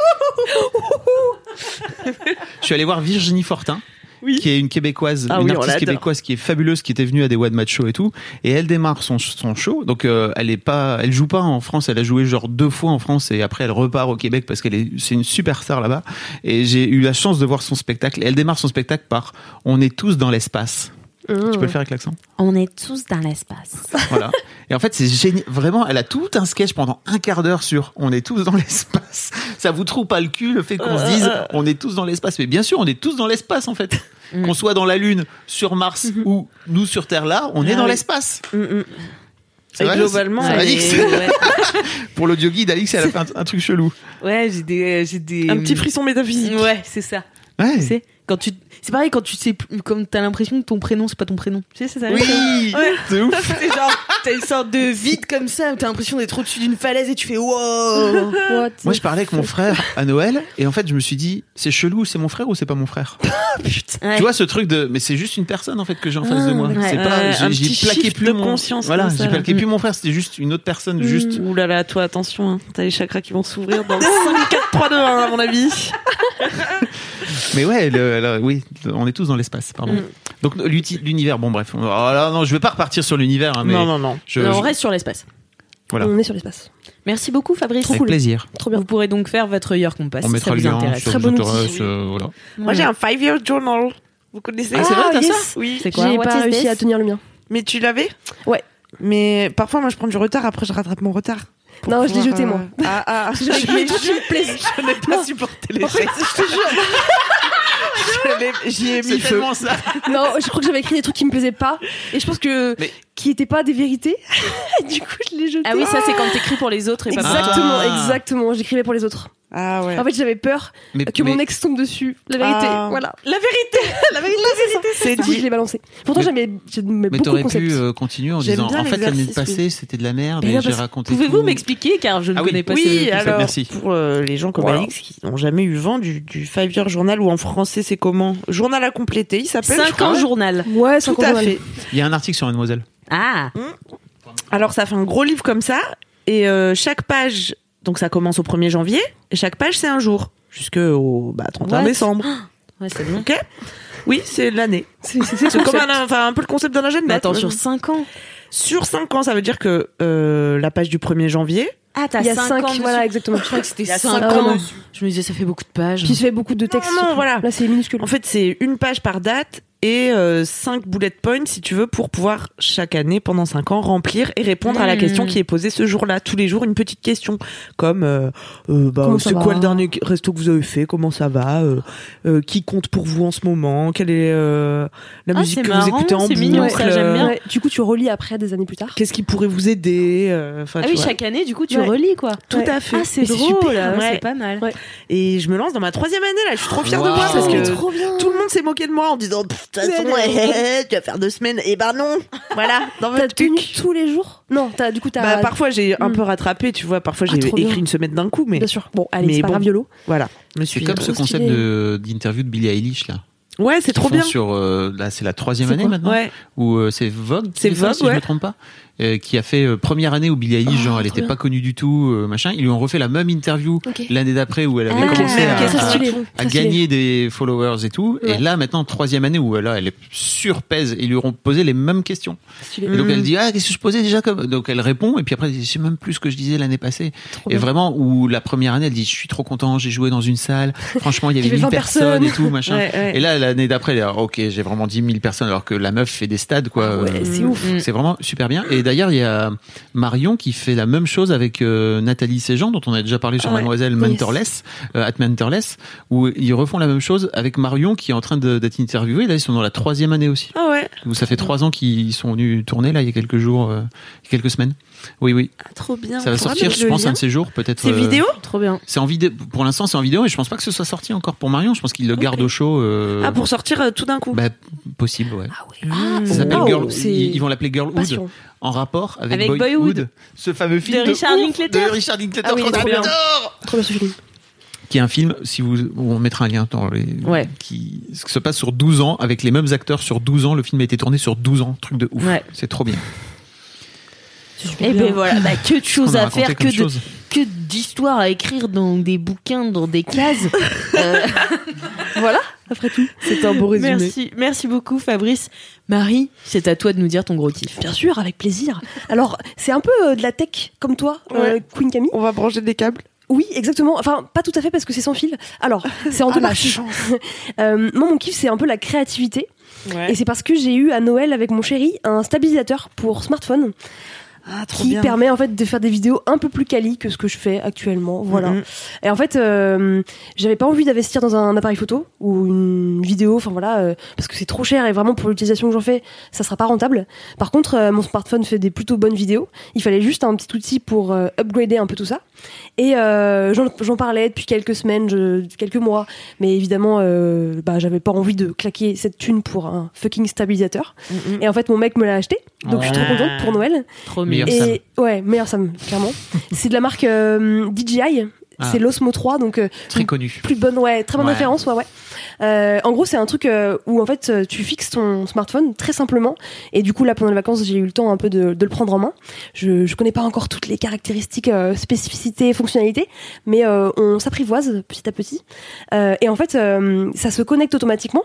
je suis allé voir Virginie Fortin.
Oui.
qui est une québécoise,
Ah
une
oui, on
artiste
l'adore.
québécoise qui est fabuleuse, qui était venue à des One Match Show et tout. Et elle démarre son, son show. Donc, euh, elle est pas, elle joue pas en France. Elle a joué genre deux fois en France et après elle repart au Québec parce qu'elle est, c'est une superstar là-bas. Et j'ai eu la chance de voir son spectacle. Et elle démarre son spectacle par On est tous dans l'espace.
Oh.
Tu peux le faire avec l'accent
On est tous dans l'espace.
Voilà. Et en fait, c'est génial. Vraiment, elle a tout un sketch pendant un quart d'heure sur On est tous dans l'espace. Ça vous trouve pas le cul le fait qu'on se dise On est tous dans l'espace. Mais bien sûr, on est tous dans l'espace en fait. Qu'on soit dans la Lune, sur Mars ou nous sur Terre là, on est dans l'espace. C'est
Et
vrai,
Mm, globalement,
c'est- c'est
elle
Alix.
est- ouais.
Pour l'audio guide, Alix, elle a fait un, un truc chelou.
Ouais, j'ai des, euh, j'ai des.
Un petit frisson métaphysique.
Ouais, c'est ça.
Ouais.
Tu sais, quand tu, c'est pareil quand tu sais, plus- comme t'as l'impression que ton prénom c'est pas ton prénom. Tu sais, c'est ça.
Oui, de ouf.
C'est genre, t'as une sorte de vide comme ça, où t'as l'impression d'être au-dessus d'une falaise et tu fais wow.
What
Moi, je parlais avec mon frère à Noël et en fait, je me suis dit, c'est chelou, c'est mon frère ou c'est pas mon frère
Ah,
Tu vois ce truc de, mais c'est juste une personne en fait que j'ai en face de moi.
ouais.
C'est pas,
Ouais,
j'ai-
un
j'ai
petit
plaqué
shift
plus
de
mon
conscience
Voilà,
comme ça,
j'ai
là.
plaqué plus mon frère, c'était juste une autre personne, juste.
Ouh là là, toi, attention, hein. t'as les chakras qui vont s'ouvrir dans 5, 4, 3, 2, 1, à mon avis.
Mais ouais, le- le- oui, on est tous dans l'espace, pardon. Donc l'uti- l'univers, bon bref, on- oh là, non, je vais pas repartir sur l'univers, hein, mais
Non, non, non.
je,
Non, on
je-
reste sur l'espace.
voilà.
On est sur l'espace.
Merci beaucoup, Fabrice.
avec plaisir.
Trop bien.
Vous pourrez donc faire votre year compass
On
Bah, si ça
mettra le
vous
lien
intéresse.
sur
Très bon outil.
Interest, euh, voilà.
Moi,
Hmm.
j'ai un 5-year journal. Vous connaissez
Ah, c'est vrai, t'as yes.
ça Oui.
C'est quoi
J'ai
What
pas
is
réussi
this
à tenir le mien.
Mais tu l'avais
Ouais.
Mais parfois, moi, je prends du retard, après, je rattrape mon retard. Pour
Non, je l'ai
pouvoir,
jeté, moi.
euh, Ah, ah, je, je n'ai pas supporté les gestes. Je te jure. J'y ai mis feu.
ça.
Non, je crois que j'avais écrit des trucs qui me plaisaient pas et je pense que
Mais-
qui n'étaient pas des vérités. Et du coup, je l'ai jeté.
Ah oui, ça c'est quand t'écris pour les autres et pas pour toi.
Exactement,
Ah.
exactement. J'écrivais pour les autres.
Ah ouais.
En fait, j'avais peur
Mais,
que
mais-
mon ex tombe dessus. La vérité,
Ah.
voilà.
La vérité, la vérité, c'est
Du coup, je
dit.
l'ai balancé. Pourtant,
Mais-
j'aimais j'aimais
mais
beaucoup le
t'aurais pu
concept.
euh, continuer en
J'aime
disant,
bien
en fait, l'année
l'exercice,
passée, c'était de la merde
Mais
et
non,
j'ai
parce-
raconté.
Pouvez-vous
tout.
m'expliquer car je ne
Ah oui.
connais pas ce
Oui,
concept.
alors
Merci.
pour euh, les gens comme
Voilà.
Alex qui n'ont jamais eu vent du, du Five Year Journal ou en français c'est comment Journal à compléter, il s'appelle. je
5
crois.
ans journal.
Ouais, sans
Tout à
condamner.
fait.
Il y a un article sur Mademoiselle.
Ah,
Alors ça fait un gros livre comme ça et euh, chaque page, donc ça commence au 1er janvier et chaque page c'est un jour jusqu'au bah, 31
What
décembre.
ouais, c'est bien.
Ok Oui, c'est l'année.
C'est c'est- c'est-
C'est comme un, enfin, un peu le concept d'un agenda.
Mais attends,
tu vois.
sur 5 ans.
sur 5 ans, ça veut dire que euh, la page du 1er janvier,
Ah, t'as
Il y a
5
cinq,
ans.
voilà,
dessus.
exactement.
Je crois que c'était
Il y a
5
cinq
ans
ans.
dessus.
Je me disais, ça fait beaucoup de pages.
Puis je fais beaucoup de textes.
non,
surtout.
voilà.
Là, c'est minuscule.
En fait, c'est une page par date et 5 bullet points, si tu veux, pour pouvoir chaque année, pendant 5 ans, remplir et répondre à la
Mm.
question qui est posée ce jour-là. Tous les jours, une petite question. Comme, euh, euh, bah,
Comment ça
c'est
va
quoi le dernier resto que vous avez fait Comment ça va Euh, euh, Qui compte pour vous en ce moment Quelle est euh, la
Ah,
musique
c'est
que
marrant,
vous écoutez en
c'est
boucle
mignon, ça, j'aime
euh,
bien.
Ouais, Du coup, tu relis après des années plus tard.
Qu'est-ce qui pourrait vous aider Euh, enfin,
Ah
tu
oui,
vois.
chaque année, du coup, tu
Ouais.
relis quoi.
Tout
Ouais.
à fait.
Ah, c'est
Mais
drôle,
super,
ouais,
ouais.
c'est pas mal.
Ouais.
Et je me lance dans ma troisième année là. Je suis trop
Ah,
fière de
Wow.
moi parce
Putain,
que
mais
trop bien.
tout le monde s'est moqué de moi en disant Pff, de toute façon eh, eh, tu vas faire deux semaines. Et ben non. Voilà. Dans
T'as
votre
tenu
truc.
tous les jours Non, t'as du coup t'as.
Bah, parfois j'ai un
Hmm.
peu rattrapé, tu vois. Parfois
Ah,
j'ai
trop
écrit
bien.
une semaine d'un coup, mais
Bien sûr. Bon, allez,
Mais
c'est pas
bon.
grave, YOLO.
voilà. Je me
C'est
suis euh,
comme ce
trop
concept
stylé.
de- d'interview de Billie Eilish là.
Ouais, c'est
Qu'ils
trop
font
bien.
Sur euh, là, c'est la troisième
C'est
année
quoi
maintenant.
Ouais.
ou euh, c'est Vogue, qui
C'est
fait ça,
Vogue,
si je
ouais.
me trompe pas, euh, qui a fait euh, première année où Billie Eilish, genre elle était pas connue du tout, euh, machin. Ils lui ont refait la même interview
Ok.
l'année d'après où elle avait
Ah,
commencé
mais
à,
qu'est-ce
à-
que tu
stylé.
à
à
Très stylé.
gagner des followers et tout.
Ouais.
Et là maintenant troisième année où euh, là elle est surpèse, et ils lui auront posé les mêmes questions.
Stylé.
Et donc
Mm.
elle dit ah qu'est-ce que je posais déjà comme, donc elle répond et puis après elle dit, je sais même plus ce que je disais l'année passée.
Trop
Et
bien.
vraiment où la première année elle dit je suis trop content, j'ai joué dans une salle, franchement il y
Il y
avait
avait
1000
20
personnes et tout machin.
Ouais, ouais.
Et là, l'année d'après, elle est là, ok, j'ai vraiment 10 000 personnes, alors que la meuf fait des stades, quoi.
Ah
Ouais,
Euh,
c'est ouf.
Mm.
c'est vraiment super bien. Et d'ailleurs, il y a Marion qui fait la même chose avec euh, Nathalie Séjean, dont on a déjà parlé sur
Ah ouais.
Mademoiselle Mentorless, euh, at Mentorless, où ils refont la même chose avec Marion qui est en train de- d'être interviewée. Là, ils sont dans la troisième année aussi.
Ah ouais.
Où ça fait trois ans qu'ils sont venus tourner, là, il y a quelques jours, euh, quelques semaines. Oui, oui.
Ah, trop bien.
Ça va
On pourra
sortir,
mettre
je
le
pense,
lien.
un de ces jours, peut-être.
C'est
euh,
vidéo.
Trop bien.
C'est en vidéo. Pour l'instant, c'est en vidéo et je pense pas que ce soit sorti encore pour Marion. Je pense qu'il le garde au chaud. euh,
Ah pour sortir euh, tout d'un coup.
bah, possible, ouais.
Ah,
Ça s'appelle
wow,
Girl-
c'est
ils ils vont l'appeler Girlhood
passion.
en rapport avec,
Avec
Boyhood,
Boyhood.
ce fameux film de,
Richard
ouf
Linklater.
de Richard Linklater
Ah oui,
qu'on
trop bien.
adore.
Trop bien ce film.
qui est un film si vous on mettra un lien dans les
Ouais.
qui se passe sur 12 ans avec les mêmes acteurs sur 12 ans le film a été tourné sur 12 ans truc de ouf
Ouais.
c'est trop bien
Et ben voilà, bah, que de choses
On a
à
raconté
faire, que
comme
de,
chose.
que d'histoires à écrire dans des bouquins, dans des cases. Euh,
Voilà, après tout, c'est un beau résumé.
merci, merci beaucoup, Fabrice. Marie, c'est à toi de nous dire ton gros kiff.
Bien sûr, avec plaisir. Alors, c'est un peu euh, de la tech comme toi, euh, Queen Camille.
On va brancher des câbles.
Oui, exactement. Enfin, pas tout à fait parce que c'est sans fil. Alors, c'est
Ah,
en deux parties. Euh, moi, mon kiff, c'est un peu la créativité. Et c'est parce que j'ai eu à Noël avec mon chéri un stabilisateur pour smartphone
Ah, trop
qui
bien.
permet en fait de faire des vidéos un peu plus quali que ce que je fais actuellement. Voilà.
Mhm.
Et en fait, euh, j'avais pas envie d'investir dans un appareil photo ou une vidéo, enfin voilà, euh, parce que c'est trop cher et vraiment pour l'utilisation que j'en fais, ça sera pas rentable. Par contre, euh, mon smartphone fait des plutôt bonnes vidéos. Il fallait juste un petit outil pour euh, upgrader un peu tout ça. Et euh, j'en- j'en parlais depuis quelques semaines, je- quelques mois, mais évidemment, euh, bah, j'avais pas envie de claquer cette thune pour un fucking stabilisateur.
mm,
Et en fait, mon mec me l'a acheté, donc je suis trop contente pour Noël.
Trop
Meilleur
mignon.
Meilleur Sam.
Et ouais, meilleur Sam, clairement. c'est de la marque euh, DJI.
Ah.
C'est l'Osmo 3, donc euh,
Très connu.
plus bonne, ouais, très bonne
Ouais.
référence, ouais, ouais. Euh, en gros, c'est un truc euh, où en fait euh, tu fixes ton smartphone très simplement. Et du coup, là pendant les vacances, j'ai eu le temps un peu de, de le prendre en main. Je, je connais pas encore toutes les caractéristiques, euh, spécificités, fonctionnalités, mais euh, on s'apprivoise petit à petit. Euh, et en fait, euh, ça se connecte automatiquement.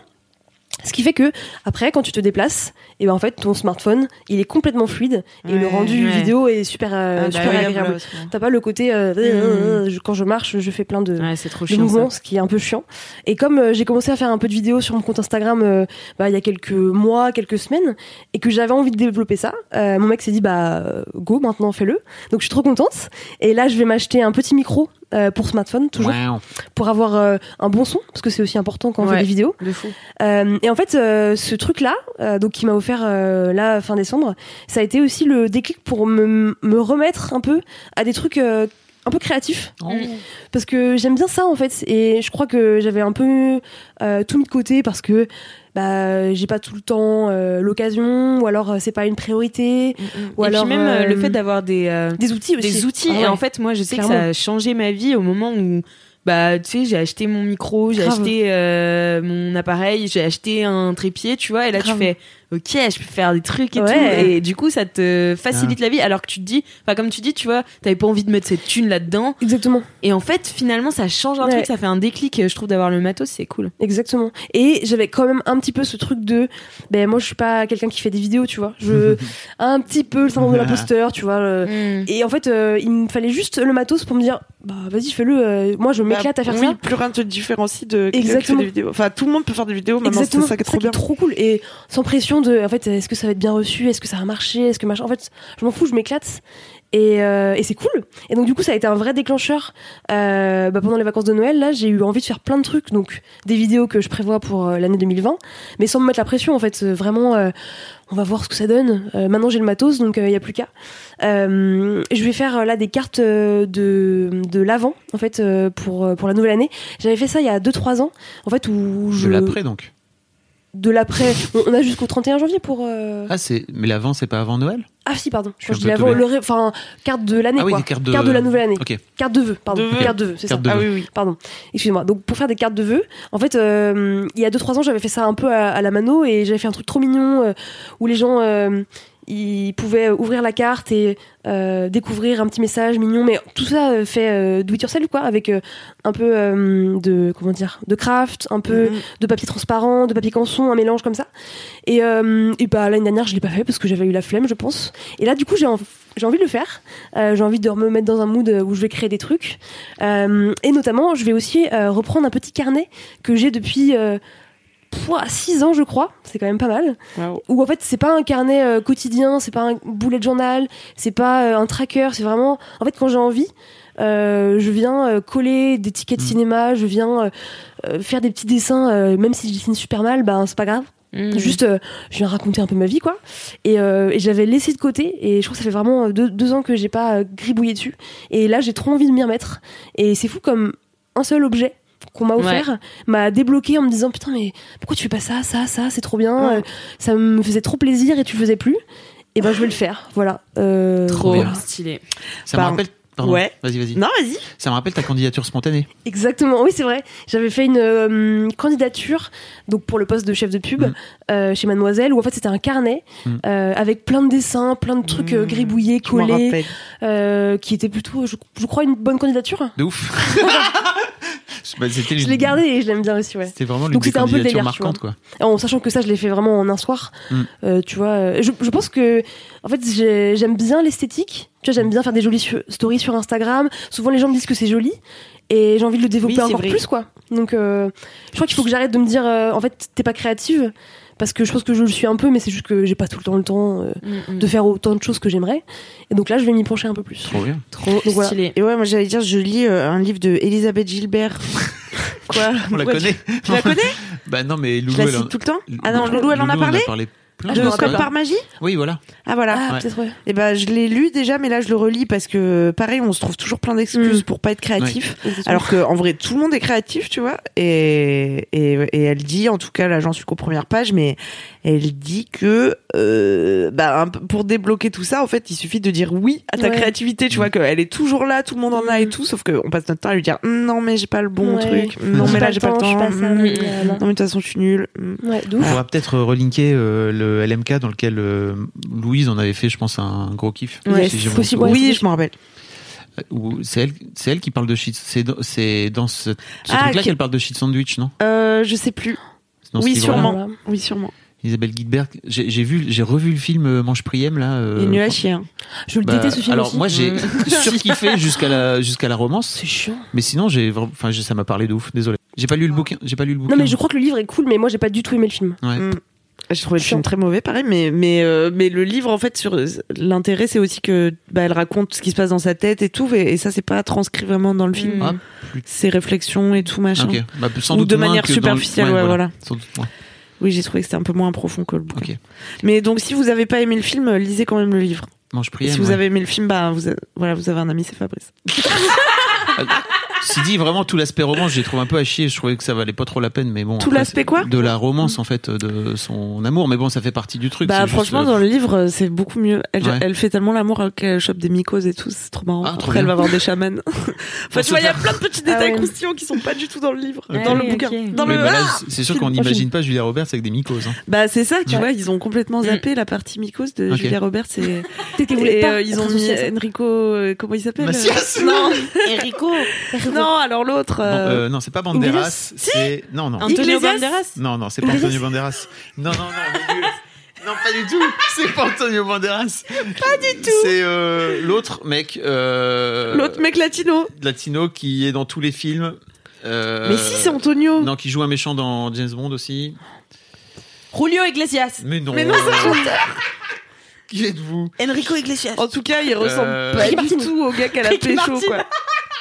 Ce qui fait que après, quand tu te déplaces, et ben en fait, ton smartphone, il est complètement fluide et
Ouais,
le rendu
ouais. Ah, bah
vidéo est super, euh, super agréable. T'as pas le côté euh,
Mmh.
euh, euh, je- quand je marche, je fais plein de,
euh,
Ouais, c'est trop
de
chiant.
mouvements, ce qui est un peu chiant. Et comme euh, j'ai commencé à faire un peu de vidéos sur mon compte Instagram euh, bah, il y a quelques mois, quelques semaines, et que j'avais envie de développer ça, euh, mon mec s'est dit bah euh, go maintenant fais-le. Donc je suis trop contente. Et là je vais m'acheter un petit micro euh, pour smartphone toujours
Wow.
pour avoir euh, un bon son parce que c'est aussi important quand on
Ouais.
fait des vidéos.
De fou.
Euh, et en fait, euh, ce truc-là, euh, donc qui m'a offert euh, là fin décembre, ça a été aussi le déclic pour me, me remettre un peu à des trucs euh, un peu créatifs,
Oh.
parce que j'aime bien ça en fait. Et je crois que j'avais un peu euh, tout mis de côté parce que bah j'ai pas tout le temps euh, l'occasion, ou alors euh, c'est pas une priorité, Ou
et
alors,
puis même euh,
euh,
le fait d'avoir des, euh,
des outils aussi.
des outils.
Ah ouais.
Et en fait, moi, je sais que ça
Clairement.
a changé ma vie au moment où, bah, tu sais, j'ai acheté mon micro, j'ai
Grave.
acheté euh, mon appareil, j'ai acheté un trépied, tu vois. Et là,
Grave.
tu fais, ok, je peux faire des trucs et
Ouais.
tout. Et du coup, ça te facilite la vie. Alors que tu te dis, enfin, comme tu dis, tu vois, t'avais pas envie de mettre cette thune là-dedans.
exactement.
Et en fait, finalement, ça change un
Ouais.
truc, ça fait un déclic. Je trouve d'avoir le matos, c'est cool.
Exactement. Et j'avais quand même un petit peu ce truc de, ben moi je suis pas quelqu'un qui fait des vidéos, tu vois. Je un petit peu le syndrome de l'imposteur, tu vois. euh.
Mm.
Et en fait, euh, il me fallait juste le matos pour me dire, bah vas-y fais-le. euh, moi je m'éclate à faire
Bah, oui,
ça.
plus rien ne te différencie de quelqu'un qui fait
Exactement.
des vidéos. Enfin, tout le monde peut faire des vidéos maintenant, c'est
Exactement.
ça qui est trop bien.
trop cool. Et sans pression de, en fait, est-ce que ça va être bien reçu, est-ce que ça va marcher, est-ce que machin. En fait, je m'en fous, je m'éclate. Et, euh, et c'est cool. Et donc du coup, ça a été un vrai déclencheur. Euh, bah, pendant les vacances de Noël, là, j'ai eu envie de faire plein de trucs. Donc des vidéos que je prévois pour euh, l'année 2020, mais sans me mettre la pression. En fait, Euh, vraiment, euh, on va voir ce que ça donne. Euh, maintenant, j'ai le matos, donc il n'y a plus qu'à. Euh, je vais faire euh, là des cartes euh, de de l'avant, en fait, euh, pour euh, pour la nouvelle année. J'avais fait ça il y a 2-3 ans, en fait, où
Je
je
l'après donc.
de l'après. On on a jusqu'au 31 janvier pour. euh, Ah,
Ah, c'est. Mais l'avant, c'est pas avant Noël
si, pardon.
Je suis
Quand je dis
un peu
l'avant,
teubé.
le ré- enfin, carte de l'année,
Ah oui,
quoi.
des cartes de.
la nouvelle année.
Ok.
Carte de vœux, pardon.
De vœux.
Carte de vœux, c'est ça.
Carte de
Ah
vœux.
oui, oui.
Pardon, excusez-moi. Donc pour faire des cartes de vœux, en fait, euh, il y a 2-3 ans, j'avais fait ça un peu à, à la mano et j'avais fait un truc trop mignon euh, où les gens, euh, ils pouvaient ouvrir la carte et euh, découvrir un petit message mignon, mais tout ça euh, fait euh, do it yourself quoi, avec euh, un peu euh, de comment dire, de craft, un peu
Mhm.
de papier transparent, de papier canson, un mélange comme ça. Et, euh, et bah l'année dernière, je l'ai pas fait parce que j'avais eu la flemme, je pense. Et là, du coup, j'ai en- j'ai envie de le faire. Euh, j'ai envie de me mettre dans un mood où je vais créer des trucs. Euh, et notamment, je vais aussi euh, reprendre un petit carnet que j'ai depuis 6 ans, je crois. C'est quand même pas mal.
Waouh.
Où en fait, c'est pas un carnet euh, quotidien, c'est pas un boulet de journal, c'est pas euh, un tracker, c'est vraiment. En fait, quand j'ai envie. euh, je viens euh, coller des tickets de
Mm.
cinéma, je viens euh, euh, faire des petits dessins, euh, même si je dessine super mal, ben c'est pas grave.
Mhm.
Juste, euh, je viens raconter un peu ma vie, quoi. Et, euh, et j'avais laissé de côté, et je crois que ça fait vraiment euh, deux, deux ans que j'ai pas euh, gribouillé dessus. Et là, j'ai trop envie de m'y remettre. Et c'est fou comme un seul objet qu'on m'a offert m'a débloqué en me disant putain mais pourquoi tu fais pas ça ça ça c'est trop bien
Ouais.
euh, ça me faisait trop plaisir et tu le faisais plus et ben je vais le faire voilà Euh,
Trop
bien.
stylé.
Ça
Bah,
me rappelle Pardon.
Ouais.
Vas-y, vas-y.
Non, vas-y.
Ça me rappelle ta candidature spontanée.
Exactement, oui, c'est vrai. J'avais fait une euh, candidature donc pour le poste de chef de pub
Mm.
euh, chez Mademoiselle, où en fait c'était un carnet
Mm.
euh, avec plein de dessins, plein de trucs euh,
Mm.
gribouillés,
Je m'en
collés,
rappelle.
euh, qui était plutôt, je, je crois, une bonne candidature.
De ouf. Bah, c'était
Je
l'une-
l'ai gardé et je l'aime bien aussi, ouais.
C'était vraiment l'une
Donc,
des
c'était un peu le
candidatures
délire, tu
marquantes, quoi.
En sachant que ça, je l'ai fait vraiment en un soir.
Mm.
Euh, tu vois, euh, je, je pense que, en fait, j'ai- j'aime bien l'esthétique. Tu vois, j'aime bien faire des jolies su- stories sur Instagram. Souvent, les gens me disent que c'est joli. Et j'ai envie de le développer
Oui, c'est
encore
vrai.
plus, quoi. Donc, euh, je crois qu'il faut que j'arrête de me dire, euh, en fait, t'es pas créative. Parce que je pense que je le suis un peu, mais c'est juste que j'ai pas tout le temps le temps euh,
Mm,
de faire autant de choses que j'aimerais. Et donc là, je vais m'y pencher un peu plus.
Trop bien.
Trop
Donc voilà.
stylé. Mm.
Et ouais, moi j'allais dire, je lis euh, un livre de Elisabeth Gilbert. Quoi
On la
Ouais,
connaît.
Tu la connais
Bah non, mais
Je
Loulou,
la
elle en...
cite tout le temps Ah non, Loulou, elle en a
Loulou, on
parlé
plein
Je
de
me
De
fois.
rappelle
Comme
pas.
par magie
Oui, voilà.
Ah voilà.
Ah,
Ouais.
peut-être, ouais.
Et ben je l'ai lu déjà, mais là je le relis parce que pareil, on se trouve toujours plein d'excuses
Mm.
pour pas être créatif. Alors que en vrai, tout le monde est créatif, tu vois. Et, et, et elle dit, en tout cas, là j'en suis qu'aux premières pages, mais elle dit que euh, bah, un peu- pour débloquer tout ça, en fait, il suffit de dire oui à ta
Ouais. Mm.
créativité, tu vois, qu'elle est toujours là, tout le monde en a et tout, sauf qu'on passe notre temps à lui dire non mais j'ai pas le bon
Ouais.
truc, non
J'ai
mais là
le
j'ai pas le
je suis
temps,
pas ça,
Mm.
mais, euh, non.
non mais de toute façon je suis nulle. Mm.
Ouais, de
On
ouf.
pourra peut-être euh, relinker euh, le LMK dans lequel euh, Louise en avait fait, je pense, un gros kiff.
Ouais,
Si j'ai
c'est
mon
possible,
sou-
ouais.
oui, je m'en rappelle.
Ou c'est elle, c'est elle qui parle de shit. C'est dans, c'est dans ce, ce
Ah,
truc-là
que-
qu'elle parle de shit sandwich, non
Euh, je sais plus.
C'est dans ce
Oui,
livre-là.
sûrement.
Voilà.
Oui, sûrement.
Isabelle Guidberg. J'ai j'ai vu, j'ai revu le film euh, Manche Priem là. euh,
Il est nul à chier. hein.
Je le
bah,
déteste, ce film
alors
aussi.
moi j'ai
Euh.
surkiffé jusqu'à la jusqu'à la romance,
C'est chiant.
mais sinon j'ai vra- enfin j'ai- ça m'a parlé de ouf. Désolé. J'ai pas lu le bouquin. J'ai pas lu le bouquin.
Non mais je crois que le livre est cool, mais moi j'ai pas du tout aimé le film.
Ouais.
Ah, J'ai trouvé le film très mauvais, pareil, mais mais euh, mais le livre en fait sur l'intérêt c'est aussi que bah, elle raconte ce qui se passe dans sa tête et tout, et, et ça c'est pas transcrit vraiment dans le film.
Ah,
Mm. Ses réflexions et tout machin.
ok. Bah, sans
Ou
doute
de
moins
manière
que dans le-
superficielle, ouais, voilà.
Sans doute moins.
Oui, j'ai trouvé que c'était un peu moins profond que le bouquin.
Ok.
Mais donc si vous avez pas aimé le film, euh, lisez quand même le livre.
Manche
Et
Priem.
si vous
ouais.
avez aimé le film, bah vous a- voilà, vous avez un ami, c'est Fabrice.
Si dit vraiment tout l'aspect romance, j'ai trouvé un peu à chier. Je trouvais que ça valait pas trop la peine, mais bon.
Tout
après,
l'aspect
c'est-
quoi
De la romance en fait, de son amour. Mais bon, ça fait partie du truc.
Bah
c'est juste,
franchement,
euh,
dans le livre, euh, c'est beaucoup mieux. Elle,
Ouais.
elle fait tellement l'amour euh, qu'elle chope des mycoses et tout, c'est trop marrant.
Ah, trop
Après, elle
bien.
va voir des chamans. enfin,
se
tu vois, il y a
faire-
plein de petits détails
ouais.
croustillants qui sont pas du tout dans le livre,
Ok.
dans
Ah
le
oui,
bouquin.
ok.
Dans
Oui,
le
mais là,
Ah
c'est- c'est sûr qu'on
Film, un
n'imagine pas Julia Roberts avec des mycoses. hein.
Bah c'est ça, tu vois, ils ont complètement zappé la partie mycose de
Mm. Ok.
Julia Roberts et,
T'étais voulais
et
pas.
euh, ils ont
être
mis
associé à ça.
Enrico, euh, comment il s'appelle
Macias
euh, Non,
Enrico.
non, alors l'autre.
Bon,
euh,
euh, non, c'est pas Banderas.
Iglesias
c'est non, non,
Antonio
Iglesias
Banderas.
non, non, c'est pas Antonio Banderas. Non, non, non, mon Dieu. non, pas du tout. C'est pas Antonio Banderas. Pas du tout. C'est euh, l'autre mec, euh,
L'autre mec latino.
latino qui est dans tous les films. euh,
Mais si, c'est Antonio.
Non, qui joue un méchant dans James Bond aussi.
Julio Iglesias.
Mais non. Euh,
Mais non, c'est un chanteur.
Qui êtes-vous
Enrico Iglesias.
En tout cas, il ressemble
Euh,
pas du tout au gars qu'elle a
Ricky
pécho,
Martin.
quoi.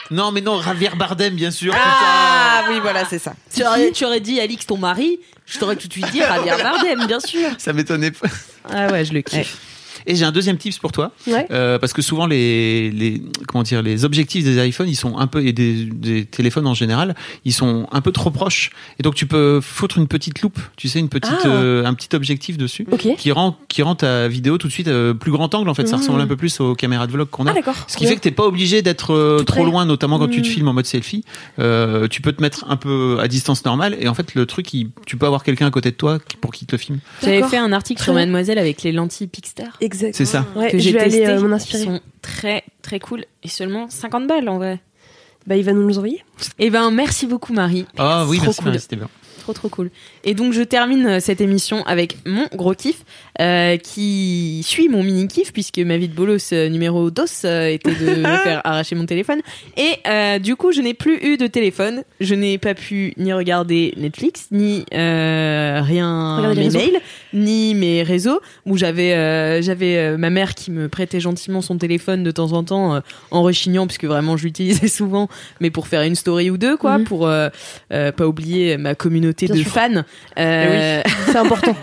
Non, mais non, Javier Bardem, bien sûr.
Ah oui, voilà, c'est ça.
Tu aurais, tu aurais dit Alix, ton mari, je t'aurais tout de suite dit Javier Bardem, bien sûr.
putain. Ça m'étonnait pas.
Ah ouais, je le kiffe.
Et j'ai un deuxième tips pour toi.
Ouais.
Euh, parce que souvent les, les comment dire les objectifs des iPhones ils sont un peu et des, des téléphones en général ils sont un peu trop proches et donc tu peux foutre une petite loupe tu sais une petite
Ah.
euh, un petit objectif dessus
Ok. Ah,
qui rend qui rend ta vidéo tout de suite euh, plus grand angle en fait ça
Mm.
ressemble un peu plus aux caméras de vlog qu'on a
Ah d'accord.
ce qui fait que t'es pas obligé d'être euh,
Tout
trop
près.
loin, notamment quand tu te
Mm.
filmes en mode selfie. Euh, tu peux te mettre un peu à distance normale et en fait le truc, il- tu peux avoir quelqu'un à côté de toi qui- pour qu'il te filme.
J'avais
D'accord.
fait un article
Très
sur
bien.
Mademoiselle avec les lentilles Pixstar.
Exact.
C'est ça.
Ouais,
que
je
j'ai
vais
testé,
aller euh, m'en
Ils
inspirer.
sont très très cool et seulement 50 balles en vrai.
Bah il va nous les envoyer.
Eh ben merci beaucoup Marie,
Ah oui,
Trop
merci,
cool.
Marie, c'était bien.
trop trop cool. Et donc je termine euh, cette émission avec mon gros kiff euh, qui suit mon mini kiff puisque ma vie de bolos euh, numéro dos euh, était de me faire arracher mon téléphone et euh, du coup je n'ai plus eu de téléphone, je n'ai pas pu ni regarder Netflix ni euh, rien
Regarder les
mes
réseaux.
mails ni mes réseaux où j'avais euh, j'avais euh, ma mère qui me prêtait gentiment son téléphone de temps en temps euh, en rechignant puisque vraiment je l'utilisais souvent mais pour faire une story ou deux quoi
Mhm.
pour euh, euh, pas oublier ma communauté
Bien
de
sûr.
fans Euh,
C'est important.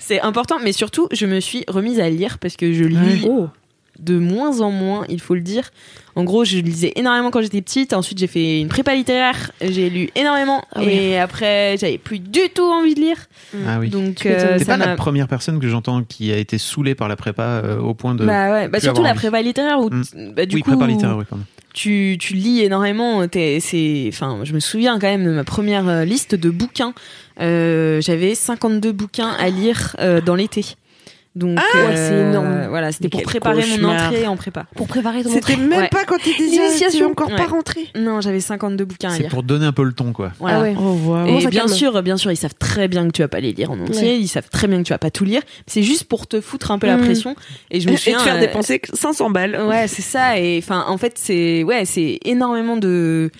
c'est important mais surtout je me suis remise à lire parce que je lis
Oh.
de moins en moins, il faut le dire. En gros, je lisais énormément quand j'étais petite. Ensuite, j'ai fait une prépa littéraire. J'ai lu énormément.
oui.
Et après, j'avais plus du tout envie de lire.
Mmh.
Ah oui.
Donc,
m'étonnes.
euh,
T'es
ça
pas la
m'a.
première personne que j'entends qui a été saoulée par la prépa euh, au point de.
Bah ouais, bah
plus
surtout
avoir
la
envie.
prépa littéraire où
Mm.
t- bah, du
oui,
coup
prépa littéraire, oui, pardon.
tu, tu lis énormément. t'es- c'est, enfin, je me souviens quand même de ma première euh, liste de bouquins. Euh, j'avais 52 bouquins à lire euh, dans l'été. Donc, euh,
ouais, Ah, c'est énorme.
Voilà, c'était
Mais
pour
quel
préparer mon
cauchemar.
entrée en prépa.
Pour préparer ton
C'était
entrée.
même
Ouais.
pas quand t'étais
L'initiation.
initiation encore
Ouais.
pas rentrée.
Non, j'avais 52 bouquins à
C'est
lire.
pour donner un peu le ton, quoi.
Voilà.
Ah ouais.
Oh, wow.
Comment
Et
ça
bien
calme
sûr, bien sûr, ils savent très bien que tu vas pas les lire en entier, ils savent très bien que tu vas pas tout lire. C'est juste pour te foutre un peu la
Mm.
pression. Et je
Et
me
te
souviens,
faire
euh,
dépenser 500 balles.
Ouais, c'est ça. Et enfin, en fait, c'est ouais, c'est énormément de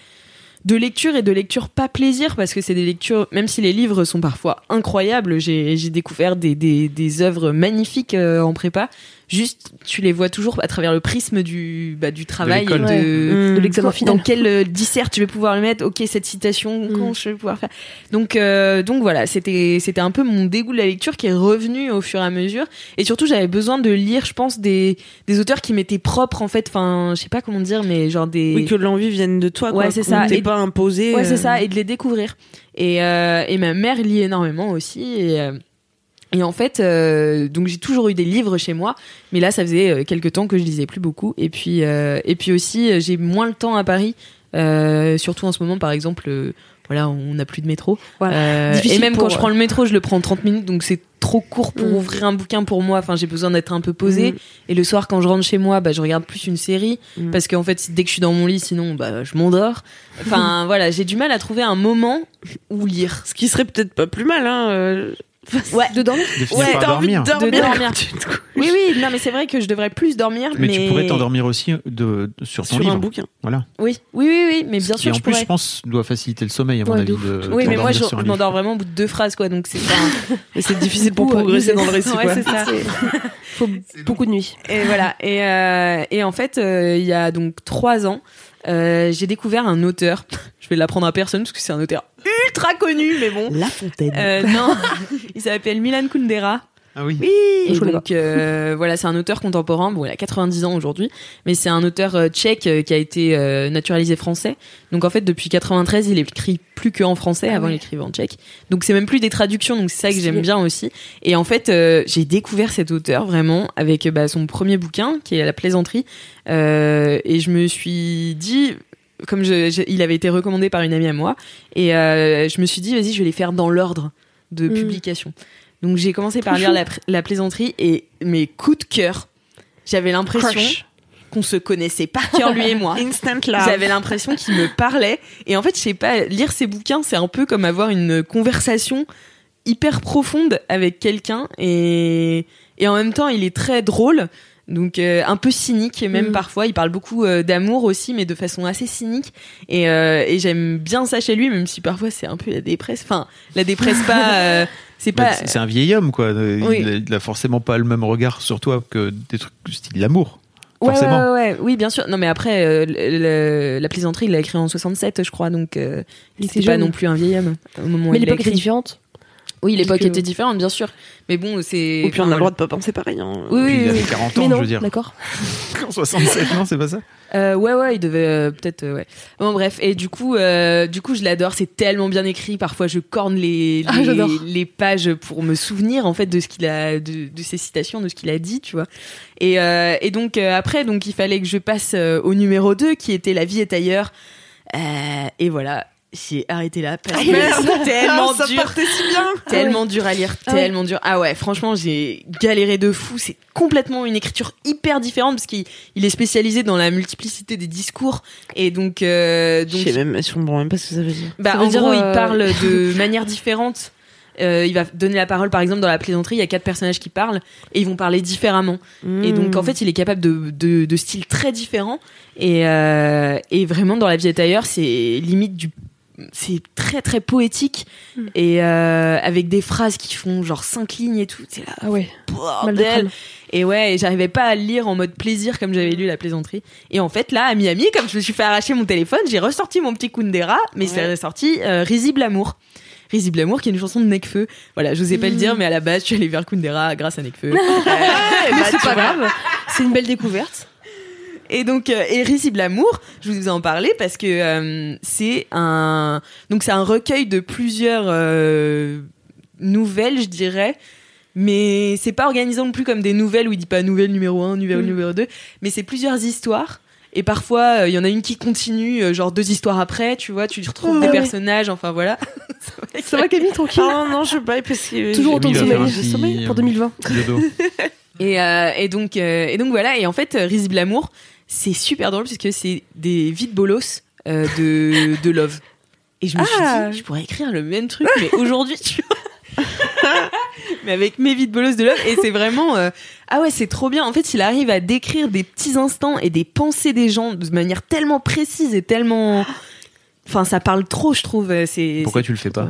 de lecture et de lecture pas plaisir parce que c'est des lectures. Même si les livres sont parfois incroyables, j'ai j'ai découvert des des des œuvres magnifiques euh, en prépa. Juste, tu les vois toujours à travers le prisme du bah, du travail et de
l'école.
Mmh. De l'examen
quand-
final.
Dans quel euh, dissert tu vas pouvoir le mettre Ok, cette citation,
Mm.
quand je vais pouvoir faire. Donc, euh, donc voilà, c'était c'était un peu mon dégoût de la lecture qui est revenu au fur et à mesure. Et surtout, j'avais besoin de lire, je pense, des, des auteurs qui m'étaient propres en fait. Enfin, je sais pas comment dire, mais genre des.
Oui, que l'envie vienne de toi.
Ouais,
quoi,
c'est
qu'on
ça.
t'ait
Et-
pas imposé.
Ouais, c'est
euh,
ça, et de les découvrir. Et, euh, et ma mère lit énormément aussi. Et, euh, et en fait, euh, donc j'ai toujours eu des livres chez moi, mais là, ça faisait euh, quelques temps que je lisais plus beaucoup. Et puis, euh, et puis aussi, euh, j'ai moins le temps à Paris, euh, surtout en ce moment, par exemple. euh, voilà, on n'a plus de métro.
Voilà.
Euh, et
Difficile
même
pour-
quand je prends le métro, je le prends en 30 minutes, donc c'est trop court pour
Mm.
ouvrir un bouquin pour moi. Enfin, j'ai besoin d'être un peu posée.
Mm.
Et le soir, quand je rentre chez moi, bah, je regarde plus une série.
Mm.
Parce qu'en fait, dès que je suis dans mon lit, sinon, bah, je m'endors. Enfin, voilà, j'ai du mal à trouver un moment où lire.
Ce qui serait peut-être pas plus mal. Hein. euh,
Ouais.
Dedans
De finir par
t'as envie
dormir.
de dormir.
De dormir.
quand tu te couches.
Oui, oui, non, mais c'est vrai que je devrais plus dormir.
Mais, tu pourrais t'endormir aussi euh, de, de- sur ton
Sur
livre.
un bouquin.
Voilà.
Oui, oui, oui, oui, mais bien
Ce
sûr,
qui, en
je
plus,
pourrais.
je pense, doit faciliter le sommeil, à mon
Ouais,
avis.
de
De,
Oui, mais
t'endormir
moi, je,
sur un
je
livre.
m'endors vraiment au bout de deux phrases, quoi. Donc, c'est pas.
Et c'est difficile pour
Du coup, euh,
progresser
nous,
dans le récit.
Ouais,
quoi.
c'est ça.
Faut beaucoup de nuit.
Et voilà. Et, euh, et en fait, euh, il y a donc trois ans, euh, j'ai découvert un auteur. Je vais l'apprendre à personne parce que c'est un auteur ultra connu, mais bon.
La fontaine.
Euh, non, il s'appelle Milan Kundera.
Ah oui.
Et
Je connais
donc euh, voilà, c'est un auteur contemporain. Bon, il a 90 ans aujourd'hui, mais c'est un auteur euh, tchèque euh, qui a été euh, naturalisé français. Donc en fait, depuis 93, il écrit plus que en français.
Ah
avant,
ouais.
il écrivait en tchèque. Donc c'est même plus des traductions. Donc c'est ça que
Stylé.
j'aime bien aussi. Et en fait, euh, j'ai découvert cet auteur vraiment avec euh, bah, son premier bouquin qui est La plaisanterie. Euh, et je me suis dit, comme je- je- il avait été recommandé par une amie à moi, et euh, je me suis dit, vas-y, je vais les faire dans l'ordre de
Mm.
publication. Donc j'ai commencé par lire la, pr- la plaisanterie et mes coups de cœur. J'avais l'impression
Crush.
qu'on se connaissait par cœur lui et moi.
Instant love.
J'avais l'impression qu'il me parlait. Et en fait, je sais pas, lire ses bouquins, c'est un peu comme avoir une conversation hyper profonde avec quelqu'un. Et, et en même temps, il est très drôle. Donc euh, un peu cynique et même
Mm.
parfois il parle beaucoup euh, d'amour aussi mais de façon assez cynique et, euh, et j'aime bien ça chez lui même si parfois c'est un peu la dépresse enfin la dépresse pas euh, c'est
Bah,
pas
c'est- c'est un vieil homme, quoi. Euh, Il,
Oui.
a, il a forcément pas le même regard sur toi que des trucs du style l'amour.
Ouais, ouais,
Forcément.
ouais, ouais. oui, bien sûr. Non, mais après, euh, le- le- la plaisanterie, il l'a écrit en 67, je crois, donc euh, il
Il
n'était
était
pas
jeune.
non plus un vieil homme au moment où
Mais
il l'a
l'époque était
écrit.
différente.
Oui, l'époque
Donc, euh,
était différente, bien sûr. Mais bon, c'est.
Et puis on a le
enfin,
droit de pas penser pareil. hein.
Oui, oui,
Puis il
oui.
avait 40
Mais
ans,
non,
je veux dire.
d'accord.
En 67, non, c'est pas ça
Euh, ouais, ouais, il devait euh, peut-être. euh, ouais. Bon, bref. Et du coup, euh, du coup, je l'adore. C'est tellement bien écrit. Parfois, je corne les les,
Ah, j'adore.
les pages pour me souvenir en fait de ce qu'il a, de, de ses citations, de ce qu'il a dit, tu vois. Et, euh, et donc euh, après, donc il fallait que je passe euh, au numéro 2 qui était La vie est ailleurs. Euh, et voilà, j'ai arrêté là
Ah,
parce que
Ah, merde.
c'est tellement
Ah, ça
dur.
partait si bien.
Tellement dur à lire,
Ah ouais.
tellement dur. Ah ouais, franchement, j'ai galéré de fou. C'est complètement une écriture hyper différente parce qu'il il est spécialisé dans la multiplicité des discours et donc, euh,
Je
donc
sais même, je comprends même pas ce que ça veut dire.
bah,
Ça veut
en
dire,
gros, il
euh,
parle de manière différente. Euh, il va donner la parole, par exemple, dans la plaisanterie, il y a quatre personnages qui parlent et ils vont parler différemment. Et donc,
Hmm.
en fait, il est capable de, de, de styles très différents. Et, euh, et vraiment, dans La vie est ailleurs, c'est limite du. C'est très très poétique
Mm.
et euh, avec des phrases qui font genre cinq lignes et tout. C'est là,
Ah ouais, mal de
bordel!
crâne.
Et ouais, et j'arrivais pas à le lire en mode plaisir comme j'avais lu la plaisanterie. Et en fait, là, à Miami, comme je me suis fait arracher mon téléphone, j'ai ressorti mon petit Kundera, mais
Ouais.
c'est ressorti euh, Risible Amour. Risible Amour, qui est une chanson de Necfeu. Voilà, je n'osais pas le dire, mais à la base, je suis allée vers Kundera grâce à Necfeu. Euh,
Eh bah, tu vois,
C'est une belle découverte.
Et donc, euh, Hérisible Amour, je vous en parlais parce que euh, c'est un, donc c'est un recueil de plusieurs euh, nouvelles, je dirais. Mais c'est pas organisé non plus comme des nouvelles où il dit pas nouvelle numéro 1,
Mm.
nouvelle numéro 2, mais c'est plusieurs histoires. Et parfois, euh, il y en a une qui continue, euh, genre deux histoires après, tu vois, tu retrouves des
Ah ouais.
personnages, enfin voilà. Ça va
Ça va Camille, tranquille
Ah non, non, je sais pas, parce que.
Toujours autant de
Camille va faire
sommeil,
un
de
petit-
sommeil pour 2020.
Dodo.
Et, euh, et donc euh, et donc voilà et en fait euh, Risible Amour c'est super drôle puisque c'est des vides bolos euh, de de love et je me
Ah.
suis dit je pourrais écrire le même truc mais aujourd'hui tu vois mais avec mes vides bolos de love et c'est vraiment euh, ah ouais c'est trop bien en fait il arrive à décrire des petits instants et des pensées des gens de manière tellement précise et tellement enfin ça parle trop je trouve euh, c'est
Pourquoi
c'est-
tu le fais pas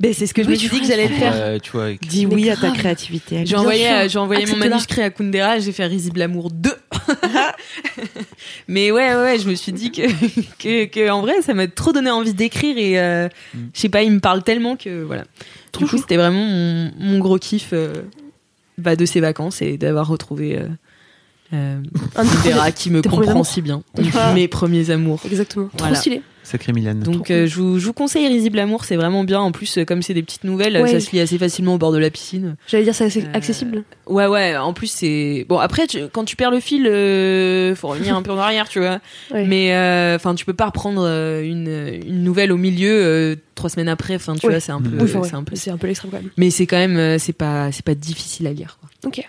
ben, c'est ce que je me suis dit que j'allais le faire
Euh, Tu vois, avec-
Dis oui à ta créativité. Alice.
j'ai envoyé, euh, j'ai envoyé mon
Accepte-la.
manuscrit à Kundera, j'ai fait Risible Amour 2. Mais ouais, ouais, je me suis dit que, que, que en vrai, ça m'a trop donné envie d'écrire et euh, je sais pas, il me parle tellement que voilà. du coup, c'était vraiment mon, mon gros kiff euh, bah, de ces vacances et d'avoir retrouvé euh, euh, Kundera qui me
tes Ah. premiers
comprend
amours.
si bien. Mes premiers amours.
Exactement.
Voilà.
Trop stylé.
Sacré Milan.
Donc euh, je, vous, je vous conseille Risible Amour, c'est vraiment bien. En plus, euh, comme c'est des petites nouvelles,
Ouais.
ça se lit assez facilement au bord de la piscine.
J'allais dire, c'est assez
Euh,
accessible.
Ouais, ouais, en plus c'est. Bon, après, tu- quand tu perds le fil, euh, faut revenir un peu en arrière, tu vois.
Ouais.
Mais, euh, enfin, tu peux pas reprendre euh, une, une nouvelle au milieu euh, trois semaines après, enfin, tu
Oui.
vois, c'est un peu.
Oui, enfin, ouais.
euh, c'est un peu...
C'est un peu l'extrême quand même.
Mais c'est quand même. euh, C'est pas, c'est pas difficile à lire, quoi.
Ok,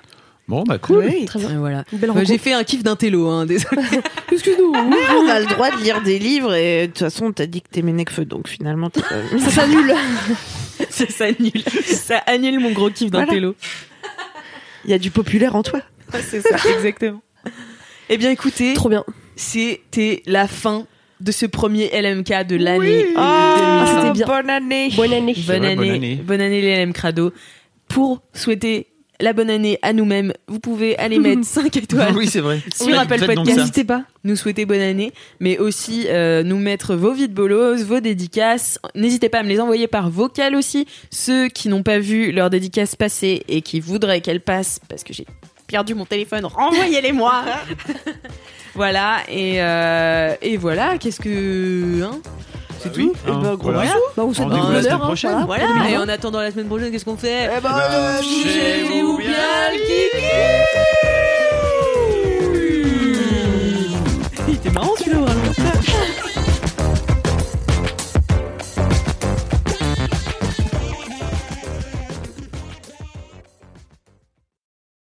Bon, bah cool.
Oui.
très bien.
Et voilà.
Une belle
Euh, J'ai
rencontre.
fait un kiff d'un télo, hein, désolé.
Excuse-nous.
On a le droit de lire des livres et de toute façon, t'as dit que t'aimais Necfeu, donc finalement, t'as pas-
Ça s'annule.
ça, ça annule. Ça annule mon gros kiff d'un
Voilà.
télo.
il y a du populaire en toi.
c'est ça, exactement. Eh bien, écoutez,
Trop bien.
c'était la fin de ce premier LMK de l'année.
Ah,
c'était bien.
Bonne année.
Bonne année.
Bonne,
vrai,
année,
bonne année.
bonne année les LM Crado. Pour souhaiter la bonne année à nous-mêmes, vous pouvez aller mettre 5 étoiles.
Oui, c'est vrai.
Sur Apple
Faites donc
Podcast.
ça.
N'hésitez pas.
Nous souhaiter bonne année, mais aussi euh, nous mettre vos vies de bolos, vos dédicaces. N'hésitez pas à me les envoyer par vocal aussi. Ceux qui n'ont pas vu leurs dédicaces passer et qui voudraient qu'elles passent parce que j'ai perdu mon téléphone, renvoyez-les-moi. voilà, et, euh, et voilà, qu'est-ce que... hein
C'est tout
Eh ben, gros
Voilà.
Bah, on se
Rendez-vous la semaine prochaine.
voilà, et
ben,
en attendant la semaine prochaine, qu'est-ce qu'on fait
Eh ben, touchez-vous bien le
kiki